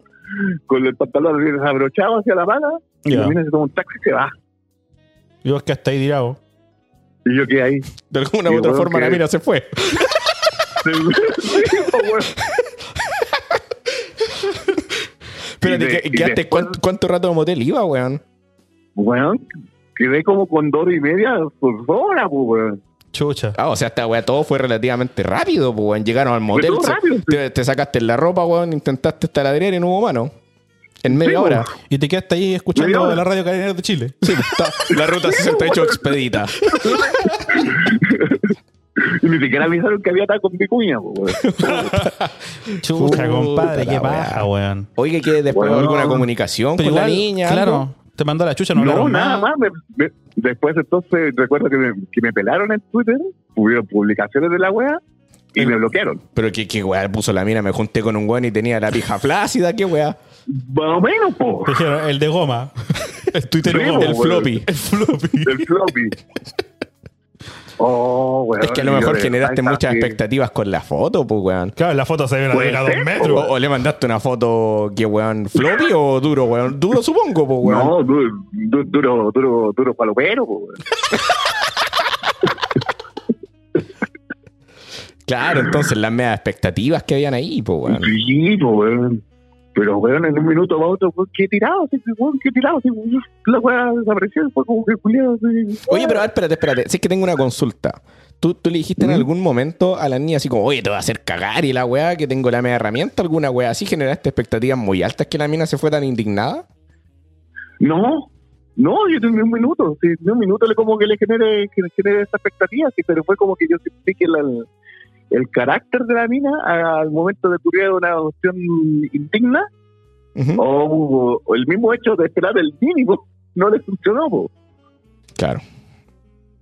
S3: con el pantalón así desabrochado hacia la mala. Y
S1: Ya.
S3: la mina se toma un taxi y se va.
S1: Y vos que hasta ahí tirado.
S3: Y yo quedé ahí.
S2: De alguna
S3: Sí,
S2: u otra
S3: weón,
S2: forma
S3: que-
S2: la mina se fue.
S3: Sí, pues, weón.
S2: Espérate,
S3: Y de-
S2: que-
S3: y
S2: quedaste-
S3: después-
S2: ¿cuánto, cuánto rato de motel iba, weón?
S3: Weón, quedé como con dos horas y media por hora, pues, weón.
S1: Chucha.
S2: Ah, o sea, esta weá todo fue relativamente rápido, pues, weón. Llegaron al motel,
S3: todo
S2: se-
S3: rápido, sí.
S2: te, te sacaste la ropa, weón, intentaste taladrear y no hubo mano. En media
S3: Sí,
S2: hora.
S1: Y te quedaste ahí
S3: Media
S1: escuchando
S3: hora.
S1: la radio Carabineros de Chile.
S2: Sí, pues, está la ruta 68 expedita.
S3: Y ni siquiera avisaron que había estado con mi cuña, pues, weón.
S1: Chucha,
S2: Puta
S1: compadre,
S2: la
S1: qué
S2: weá.
S1: paja, weón.
S2: Oye, que después
S3: Bueno.
S2: hubo alguna comunicación
S1: Pero
S2: con la
S1: igual,
S2: niña.
S1: claro,
S2: algo?
S1: te mandó la chucha, no,
S3: No,
S1: hablaron
S3: nada más. me- me- después, entonces, recuerdo que me, que me pelaron en Twitter, hubieron publicaciones de la weá y me bloquearon.
S2: Pero que, que weá puso la mina, me junté con un weón y tenía la pija flácida, qué weá.
S3: Más o menos, po.
S1: Te dijeron, el de goma. El Twitter
S3: Sí,
S1: de goma.
S2: El
S3: weón.
S2: floppy.
S1: El floppy.
S3: Del floppy. Oh, weón.
S2: Es que a lo
S3: yo
S2: mejor
S3: de
S2: generaste
S3: verdad
S2: muchas
S3: que-
S2: expectativas con la foto, pues, weón.
S1: Claro, en la foto se ve la
S3: Puede
S1: verga a dos
S3: ser,
S2: O,
S1: metros.
S2: o le mandaste una foto que, weón, floppy o duro, weón. Duro supongo, pues, weón.
S3: No, du- du- duro, duro, duro palopero, po, weón.
S2: Claro, entonces las medias expectativas que habían ahí, pues, weón.
S3: Sí, po, weón. Pero, weón, en un minuto a otro, weón, qué tirado, sí, weón, qué tirado. sí, weón. La weá desapareció, fue como que culiado.
S2: Oye, pero a ver, espérate, espérate. Si es que tengo una consulta. ¿Tú, tú le dijiste en
S3: ¿Mm?
S2: algún momento a la niña así como, oye, te voy a hacer cagar y la weá, que tengo la media herramienta, alguna weá así? ¿Generaste expectativas muy altas que la mina se fue tan indignada?
S3: No, no, yo tenía un minuto. Sí, tenía un minuto le como que le genere, que le genere esa expectativa, sí, pero fue como que yo sentí que la- el, carácter de la mina a- al momento de ocurrir una cuestión indigna
S2: Ujú.
S3: o, hubo- o el mismo hecho de esperar el mínimo no le funcionó. po.
S2: Claro.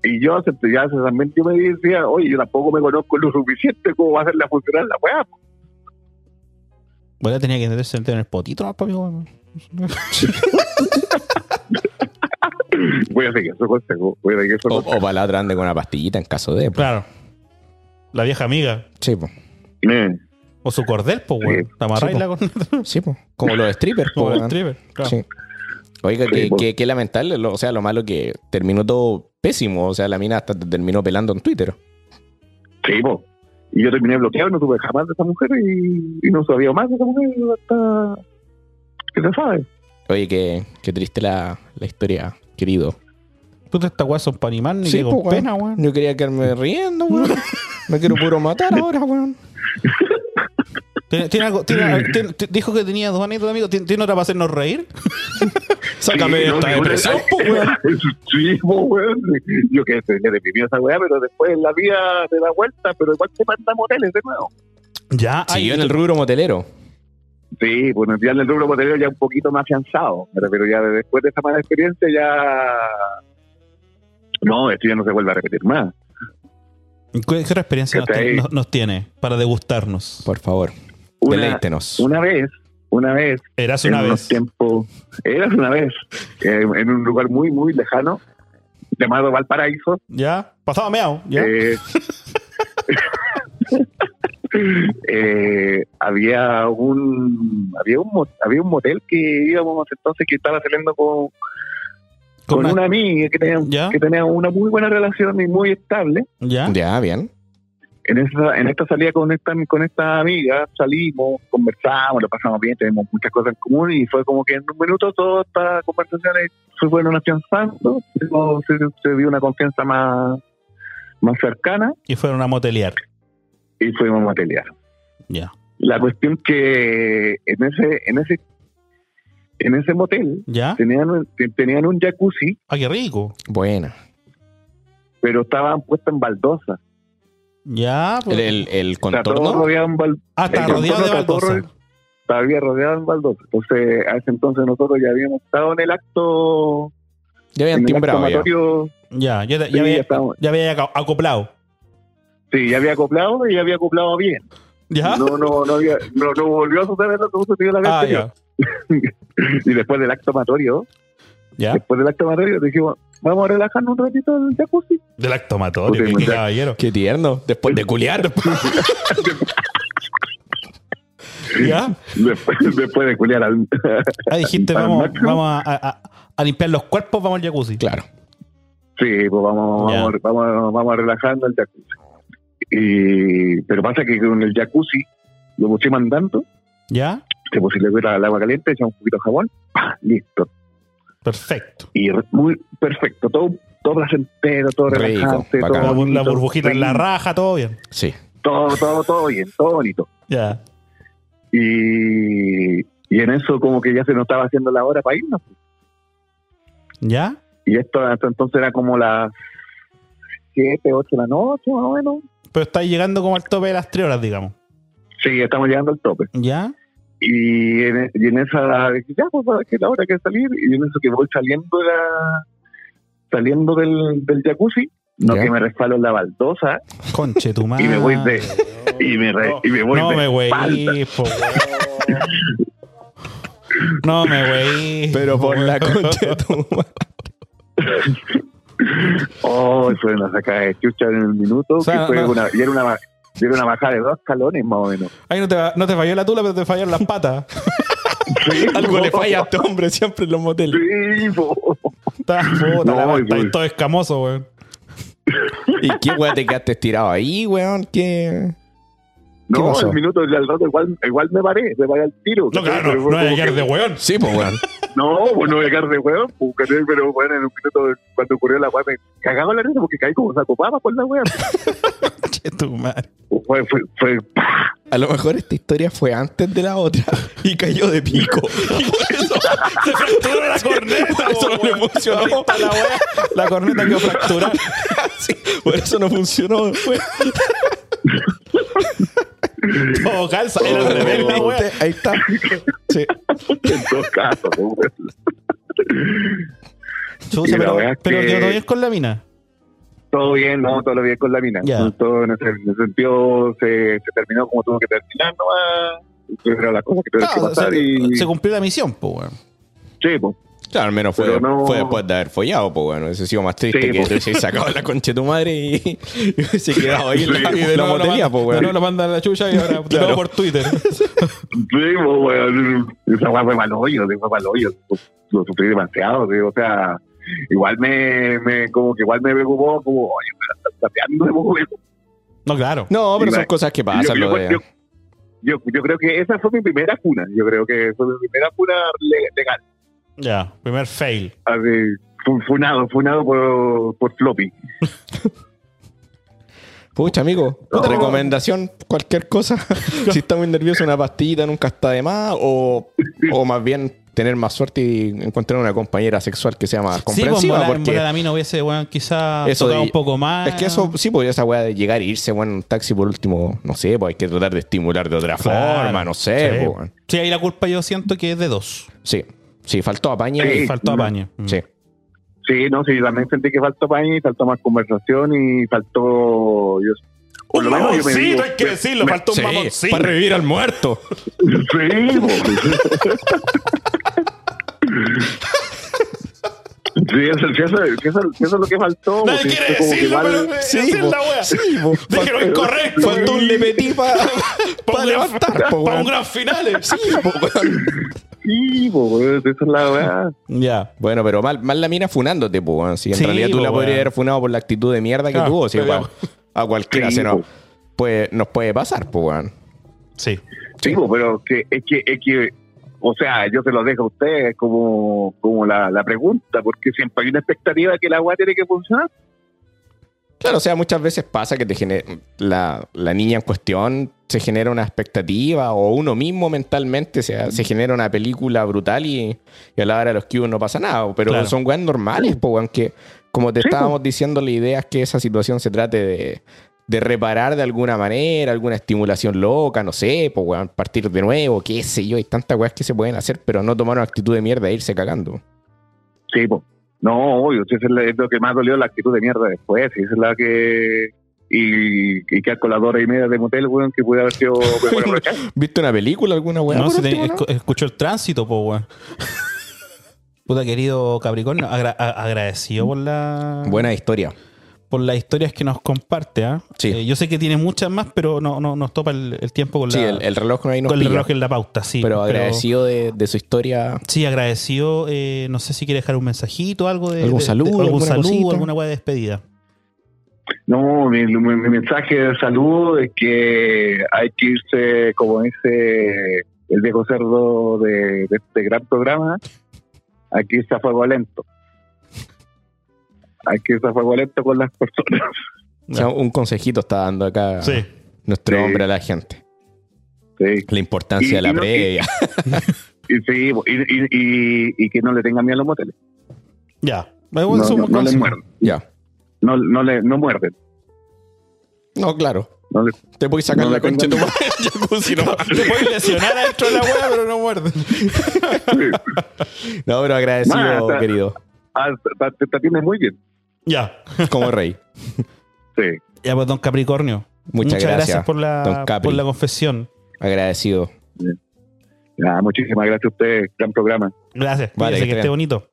S3: Y yo acepté, ya también yo me decía, oye, yo tampoco me conozco lo suficiente como va a hacerla funcionar la weá. po.
S1: Bueno, tenía que meterse en el potito más para
S3: Voy a seguir su consejo, voy a seguir su
S2: O,
S3: consejo.
S2: o para la otra ande con una pastillita en caso de. pues.
S1: Claro. La vieja amiga.
S2: Sí, pues.
S3: Eh.
S1: O su cordel, pues, weón.
S3: Sí.
S1: La amarráis
S2: Sí,
S1: la con
S2: Sí, pues. Como los strippers,
S1: como
S2: pues.
S1: el
S2: weón.
S1: stripper. Claro.
S2: Sí. Oiga,
S3: Sí,
S2: que,
S3: pues.
S2: que- que lamentable. lo- o sea, lo malo que terminó todo pésimo. O sea, la mina hasta te terminó pelando en Twitter.
S3: Sí, po. Y yo terminé bloqueado, no tuve jamás de esa mujer y, y no sabía más de esa mujer hasta que se sabe.
S2: Oye, qué, qué triste la, la historia, querido.
S1: Puta, estas weas son para animar ni que con
S2: pues,
S1: pena, weón.
S2: Yo quería quedarme riendo, weón. Me quiero puro matar ahora, weón.
S1: Tiene- tiene algo- tiene- tiene- te- dijo que tenía dos anécdotas, amigo. ¿Tiene, tiene otra para hacernos reír?
S2: Sácame
S3: Sí,
S2: de
S3: no,
S2: esta
S3: ni una-
S2: depresión, pues, weón.
S3: Sí, po, weón. Yo que se me deprimió esa weá, pero después en la vida de la vuelta, pero igual se manda moteles de nuevo.
S1: Ya,
S2: Siguió en el rubro motelero.
S3: Sí, bueno, ya en el rubro motero ya un poquito más afianzado, pero, pero ya después de esa mala experiencia ya... No, esto ya no se vuelve a repetir más.
S1: ¿Qué, qué otra experiencia nos,
S3: Que está
S1: tiene-
S3: ahí.
S1: nos- nos tiene para degustarnos?
S2: Por favor,
S3: Una,
S2: deleítenos.
S3: una vez, una vez,
S1: Eras
S3: en
S1: una
S3: unos
S1: vez.
S3: tiempos, era una vez, eh, en un lugar muy, muy lejano, llamado Valparaíso.
S1: Ya, pasaba meao. Ya.
S3: eh, eh, había un había un mo- había un motel que íbamos entonces que estaba saliendo
S1: Con
S3: con, con
S1: una-
S3: una amiga que tenía,
S1: Ya.
S3: que tenía una muy buena relación y muy estable
S1: ya.
S2: Ya, bien.
S3: en esa en esta salida con esta con esta amiga salimos conversamos lo pasamos bien tenemos muchas cosas en común y fue como que en un minuto todas estas conversaciones se fueron afianzando luego se, se dio una confianza más más cercana
S1: Y fueron a motelear.
S3: y fuimos a material
S1: Ya.
S3: la cuestión que en ese en ese en ese motel
S1: ¿Ya?
S3: tenían un- te- tenían un jacuzzi
S1: Ah, qué rico.
S2: Buena.
S3: pero estaban puestas en baldosa
S1: Ya. pues.
S2: El, el, el
S3: o sea, todo
S2: contorno.
S3: rodeado en bal-
S1: ah, está
S3: el
S1: rodeado de
S3: contorno está todo
S1: baldosa.
S3: todavía rodeado en baldosa. Entonces, pues, eh, a ese entonces nosotros ya habíamos estado en el acto,
S2: Ya
S3: en
S2: habían
S3: el acto
S2: timbrado ya.
S3: amatorio.
S1: Ya, ya, te-
S3: Sí,
S1: ya,
S3: ya
S1: había,
S3: estábamos.
S1: ya había aca- acoplado.
S3: Sí, ya había acoplado y ya había acoplado bien.
S1: ¿Ya?
S3: No, no, no, había, no, no volvió a suceder lo que sucedió la vez
S1: ah,
S3: anterior.
S1: ya.
S3: Y después del acto amatorio,
S1: ¿Ya?
S3: después del acto amatorio dijimos, vamos a relajarnos un ratito en el jacuzzi.
S1: Del actomatorio,
S3: Puta,
S1: qué- qué
S3: muchacho.
S1: caballero.
S2: Qué tierno. Después de culiar.
S1: ¿Ya?
S3: Después, después de culiar al...
S1: Ah, dijiste,
S3: Al
S1: vamos,
S3: máximo.
S1: vamos a, a- a- a limpiar los cuerpos, vamos al jacuzzi.
S2: claro.
S3: Sí, pues vamos,
S1: Ya.
S3: vamos, vamos, vamos a relajarnos en el jacuzzi. Y, pero pasa que con el jacuzzi lo puse mandando,
S1: ¿Ya?
S3: se puso el agua caliente, echamos un poquito de jabón, ¡pah! listo,
S1: Perfecto.
S3: y re- muy perfecto, todo, todo placentero, todo
S2: Rico,
S3: relajante,
S2: bacán.
S3: todo
S1: La, bu- la
S3: bonito,
S1: burbujita en la
S3: rico,
S1: raja, todo bien.
S2: Sí.
S3: todo, todo, todo bien, todo bonito.
S1: Ya.
S3: Y, y en eso como que ya se nos estaba haciendo la hora para irnos.
S1: ¿Ya?
S3: Y esto hasta entonces era como las 7, 8 de la noche más o menos.
S1: Pero estáis llegando como al tope de las tres horas, digamos.
S3: Sí, estamos llegando al tope.
S1: ¿Ya?
S3: Y en, e, y en esa, dije, ya, pues es que es la hora que hay que salir. Y en eso que voy saliendo de la- saliendo del, del jacuzzi, no
S2: Ya. Ah.
S3: que me resbalo en la baldosa
S1: Conche tu madre.
S3: y me voy de... Y me, re- y me voy
S1: No
S3: de
S1: me
S3: espalda.
S1: güey, po, weón. No me güey.
S2: Pero por la concha de tu madre.
S3: Oh, eso nos saca de chucha en el minuto.
S1: O sea,
S3: que fue
S1: no-
S3: una, y era una, ba- y era una bajada de dos calones más o menos.
S1: Ahí no te, va- no te falló la tula, pero te fallaron las patas.
S2: Algo le falla a este hombre siempre en los moteles.
S3: Sí, po.
S1: Estás puta, la
S3: No,
S1: weá, estás
S3: güey.
S1: todo escamoso, weón.
S2: ¿Y qué weón te quedaste estirado ahí, weón? ¿Qué? ¿Qué
S3: No,
S2: pasó?
S3: el minuto al rato igual, igual me paré, me paré al tiro.
S1: No, claro,
S3: Pero
S1: no, no
S3: fue
S1: voy a
S3: como
S1: llegar
S3: que-
S1: de weón.
S2: Sí, pues, weón.
S3: No, pues no voy a llegar de hueón, pues, ¿cachai? pero bueno, en un minuto cuando ocurrió la weá me cagaba la risa porque caí como sacopaba por la weá.
S1: Conche tu madre.
S3: Fue, fue, fue, ¡pah!
S2: A lo mejor esta historia fue antes de la otra y cayó de pico. Y por eso
S4: Se fracturó la corneta,
S2: Por eso
S4: po,
S2: no le
S4: weón.
S2: funcionó.
S4: Ahorita la weá, la corneta quedó fracturada.
S2: Sí, por eso no funcionó después.
S4: Todo calza. Era al revés la weá.
S2: ¿Viste? Ahí está. Sí.
S3: En dos casos, po, weón.
S1: Chucha,
S3: Y la
S1: pero,
S3: weá es
S1: pero
S3: que-
S1: quedó bien con la mina.
S3: Todo bien, no, todo lo bien con la mina.
S1: Ya.
S3: Todo en ese, en ese sentido se, se terminó como tuvo que terminar nomás. Pero las cosas que tuvieron que
S1: Claro,
S3: pasar
S1: se,
S3: y.
S1: se cumplió la misión, pues, weón.
S3: Sí, pues. po.
S2: Claro, al menos fue,
S3: Pero no-
S2: fue después de haber follado, pues bueno, eso ha sido más triste
S3: Sí,
S2: que
S3: pues.
S2: te hubiese sacado la concha de tu madre y, y hubiese quedado ahí en la,
S3: Sí.
S2: en la
S4: nuevo lo manda-
S2: motelía, pues
S4: de nuevo
S2: bueno.
S4: lo mandan a la chucha y ahora de
S2: Claro.
S4: nuevo por Twitter.
S3: Sí, po, weón. Esa weá fue mal hoyo, sí, fue mal hoyo. Lo sufrí demasiado, sí, o sea, igual me, me como que igual me preocupó, como, oye, me la estás tapeando, po, weón.
S1: No, claro.
S2: No, pero
S3: Sí,
S2: son
S3: va.
S2: cosas que
S3: Yo-
S2: pasan.
S3: yo,
S2: lo de-
S3: yo- yo- yo creo que esa fue mi primera cuna. Yo creo que fue mi primera cuna le- legal.
S1: Ya, primer fail.
S3: Así, fu- funado, funado por, por floppy.
S2: Pucha, amigo,
S3: No.
S2: recomendación, cualquier cosa. si está muy nervioso, una pastillita nunca está de más. O, o más bien tener más suerte y encontrar una compañera sexual que sea más
S1: sí,
S2: comprensiva.
S1: pues, en volar- en
S2: porque
S1: volar a mí no hubiese, weón, quizá
S2: Eso
S1: tocado
S2: de-
S1: un poco más.
S2: es que eso, sí, pues esa weá de llegar e irse, bueno, en un taxi por último, no sé, pues hay que tratar de estimular de otra
S1: Claro.
S2: forma, no sé.
S1: Sí.
S2: pues, bueno.
S1: Sí, ahí la culpa yo siento que es de dos.
S2: Sí, sí, faltó apañe.
S3: Sí.
S2: y-
S1: Faltó
S3: no.
S1: apaño. Mm.
S2: Sí.
S3: Sí, no, sí, yo también sentí que faltó paño y faltó más conversación y faltó. Yo, por
S4: Un
S3: lo menos yo me
S4: mamoncito,
S3: digo,
S4: hay que
S3: me-
S4: decirlo.
S3: me-
S4: Faltó un
S2: Sí,
S4: mamoncito.
S2: para revivir al muerto.
S3: Sí, po. Sí, eso, sí, eso, sí, eso, sí, eso es lo que faltó.
S4: Nadie
S3: porque
S4: quiere
S3: fue como que
S4: decirlo,
S3: igual-
S4: pero sí, es la weá. Dije lo incorrecto.
S2: Faltó un lepetí para
S4: Para un gran-
S2: levantar, po,
S4: para
S2: weón.
S4: un gran final. Sí,
S3: Sí, po, weón, esa es la weá.
S1: Mm. Ya.
S2: Bueno, pero mal, mal la mina funándote, pues, weón. Si en
S1: Sí,
S2: realidad tú
S1: po,
S2: la podrías
S1: weón.
S2: haber funado por la actitud de mierda que
S1: Claro,
S2: tuvo. Si,
S4: Ah, pero-
S2: weón, a cualquiera
S3: Sí,
S2: se nos,
S3: po.
S2: puede, nos puede pasar, pues, weón.
S1: Sí.
S3: Sí, po, pero que, es, que, es que, o sea, yo se lo dejo a ustedes como, como la, la pregunta, porque siempre hay una expectativa de que la weá tiene que funcionar.
S2: Claro, o sea, muchas veces pasa que te gene- la, la niña en cuestión se genera una expectativa o uno mismo mentalmente se, se genera una película brutal y, y a la hora de los cues no pasa nada. Pero
S1: Claro.
S2: son weas normales, po, weón, que como te
S3: Sí,
S2: estábamos diciendo, la idea es que esa situación se trate de, de reparar de alguna manera, alguna estimulación loca, no sé, po, weón, partir de nuevo, qué sé yo, hay tantas weas que se pueden hacer, pero no tomar una actitud de mierda e irse cagando.
S3: Sí, po. No, obvio, si esa es, la- es lo que más dolió la actitud de mierda después, si esa es la que... Y, y quedar con las dos horas y media de motel, weón, que pudiera haber sido... que fuera por acá.
S2: ¿Viste una película alguna wea?
S1: no,
S2: por
S1: si te-
S2: último, no?
S1: escu- escuchó el tránsito, po, weón. Puta querido Capricornio, agra- a- agradecido por la
S2: Buena historia.
S1: por las historias que nos comparte, ¿ah?
S2: Sí.
S1: Eh, yo sé que tiene muchas más, pero no, no nos topa el, el tiempo con,
S2: sí,
S1: la,
S2: el, el reloj no hay nos
S1: con el
S2: pilla.
S1: reloj en la pauta, sí.
S2: pero agradecido de, de su historia.
S1: Sí, agradecido. eh, no sé si quiere dejar un mensajito, algo de.
S2: Algún
S1: de- de-
S2: saludo,
S1: algún
S2: alguna
S1: saludo,
S2: cosita.
S1: alguna hueá de despedida.
S3: No, mi, mi- mi mensaje de saludo es que hay que irse, como dice el viejo cerdo de, de este gran programa, hay que irse a fuego lento. Hay que irse a fuego lento con las personas.
S2: O sea, un consejito está dando acá
S1: Sí.
S2: nuestro
S3: Sí.
S2: hombre a la gente.
S3: Sí,
S2: La importancia
S3: Y-
S2: de la
S3: y no- y-
S2: previa.
S3: y, sí, y, y, y- y que no le tengan miedo a los moteles.
S1: Ya. Bueno,
S3: No,
S1: eso es
S3: no,
S1: un
S3: no le
S1: consejo.
S3: muerden.
S2: ya.
S3: No, no, le, no muerden.
S2: No, claro.
S3: No le-
S2: Te puedes sacar
S3: No
S2: la
S3: le
S2: concha de tu
S3: tengo-
S2: madre del jacuzzi, no.
S1: Te puedes lesionar adentro de la hueá, pero no muerden.
S2: No, pero agradecido,
S3: Más, o sea-
S2: querido.
S3: Ah, te- te te atiendes muy bien.
S1: Ya.
S2: Como rey.
S3: Sí.
S1: Ya, pues, don Capricornio.
S2: Muchas gracias,
S1: por la,
S2: don Capri.
S1: por la confesión.
S2: Agradecido.
S3: Ah, muchísimas gracias a ustedes. Gran programa.
S1: Gracias.
S2: Vale,
S1: Cuídese,
S2: que
S1: que esté
S2: bien.
S1: bonito.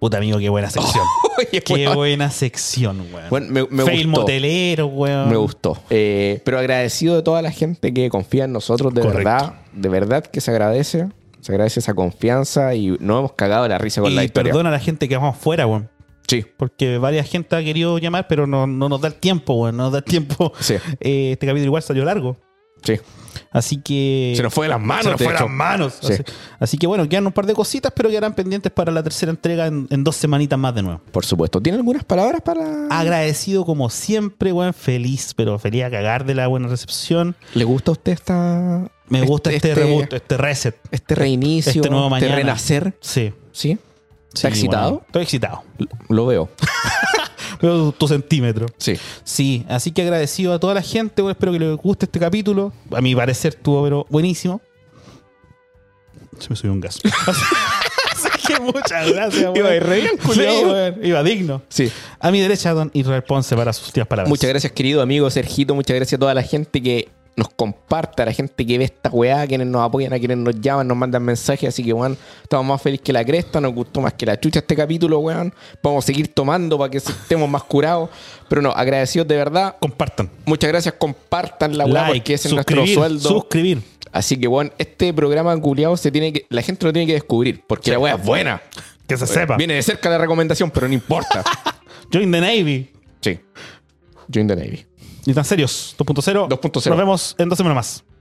S1: Puta amigo, qué buena sección.
S2: Oye,
S1: Qué
S2: Oh, weón.
S1: buena sección, weón.
S2: Bueno, me, me
S1: Fail
S2: gustó.
S1: motelero, weón.
S2: Me gustó. Ah. Eh, pero agradecido de toda la gente que confía en nosotros, de
S1: Correcto.
S2: verdad. De verdad que se agradece. Se agradece esa confianza y no hemos cagado la risa con la
S1: Y
S2: historia.
S1: perdona a la gente que vamos fuera, weón.
S2: Sí,
S1: Porque varias gente ha querido llamar, pero no, no nos da el tiempo, weón. No nos da el tiempo.
S2: sí.
S1: Eh, este capítulo igual salió largo.
S2: Sí.
S1: Así que.
S2: Se nos fue de las manos.
S4: Se nos
S2: de
S4: fue de
S2: hecho.
S4: las manos.
S2: Sí.
S1: así, así que bueno, quedan un par de cositas, pero quedarán pendientes para la tercera entrega en, en dos semanitas más de nuevo.
S2: Por supuesto. ¿Tiene algunas palabras para.?
S1: Ah, Agradecido como siempre, weón, feliz, pero feliz a cagar de la buena recepción.
S2: ¿Le gusta a usted esta.
S1: Me gusta este, reboot,
S2: reboot
S1: este reset.
S2: Este reinicio.
S1: Este nuevo mañana.
S2: renacer.
S1: Sí.
S2: ¿Sí?
S1: Sí,
S2: ¿Está excitado?
S1: bueno, estoy excitado.
S2: Lo veo.
S1: Veo tu- tu centímetro.
S2: Sí.
S1: Sí, así que agradecido a toda la gente. bueno, espero que les guste este capítulo. A mi parecer estuvo pero buenísimo. Se me subió un gas. así que muchas gracias. weón.
S2: Iba de re bien, culiao,
S1: Sí, weón, Iba digno.
S2: Sí.
S1: A mi derecha, don Israel Ponce para sus tías palabras.
S2: Muchas gracias, querido amigo Sergito. Muchas gracias a toda la gente que nos comparta, a la gente que ve esta weá, a quienes nos apoyan, a quienes nos llaman, nos mandan mensajes. Así que, weón, estamos más felices que la cresta. Nos gustó más que la chucha este capítulo, weón. Vamos a seguir tomando para que estemos más curados. Pero no, agradecidos de verdad.
S1: Compartan.
S2: Muchas gracias. Compartan la weá
S1: like,
S2: porque ese es nuestro
S1: suscribir,
S2: sueldo.
S1: suscribir.
S2: Así que, weón, este programa culiado se tiene que. La gente lo tiene que descubrir porque la weá es buena.
S1: Que se sepa.
S2: Viene de cerca la recomendación, pero no importa.
S1: Join the Navy.
S2: sí. Join the Navy.
S1: Y tan serios. 2.0.
S2: 2.0.
S1: Nos vemos en dos semanas más.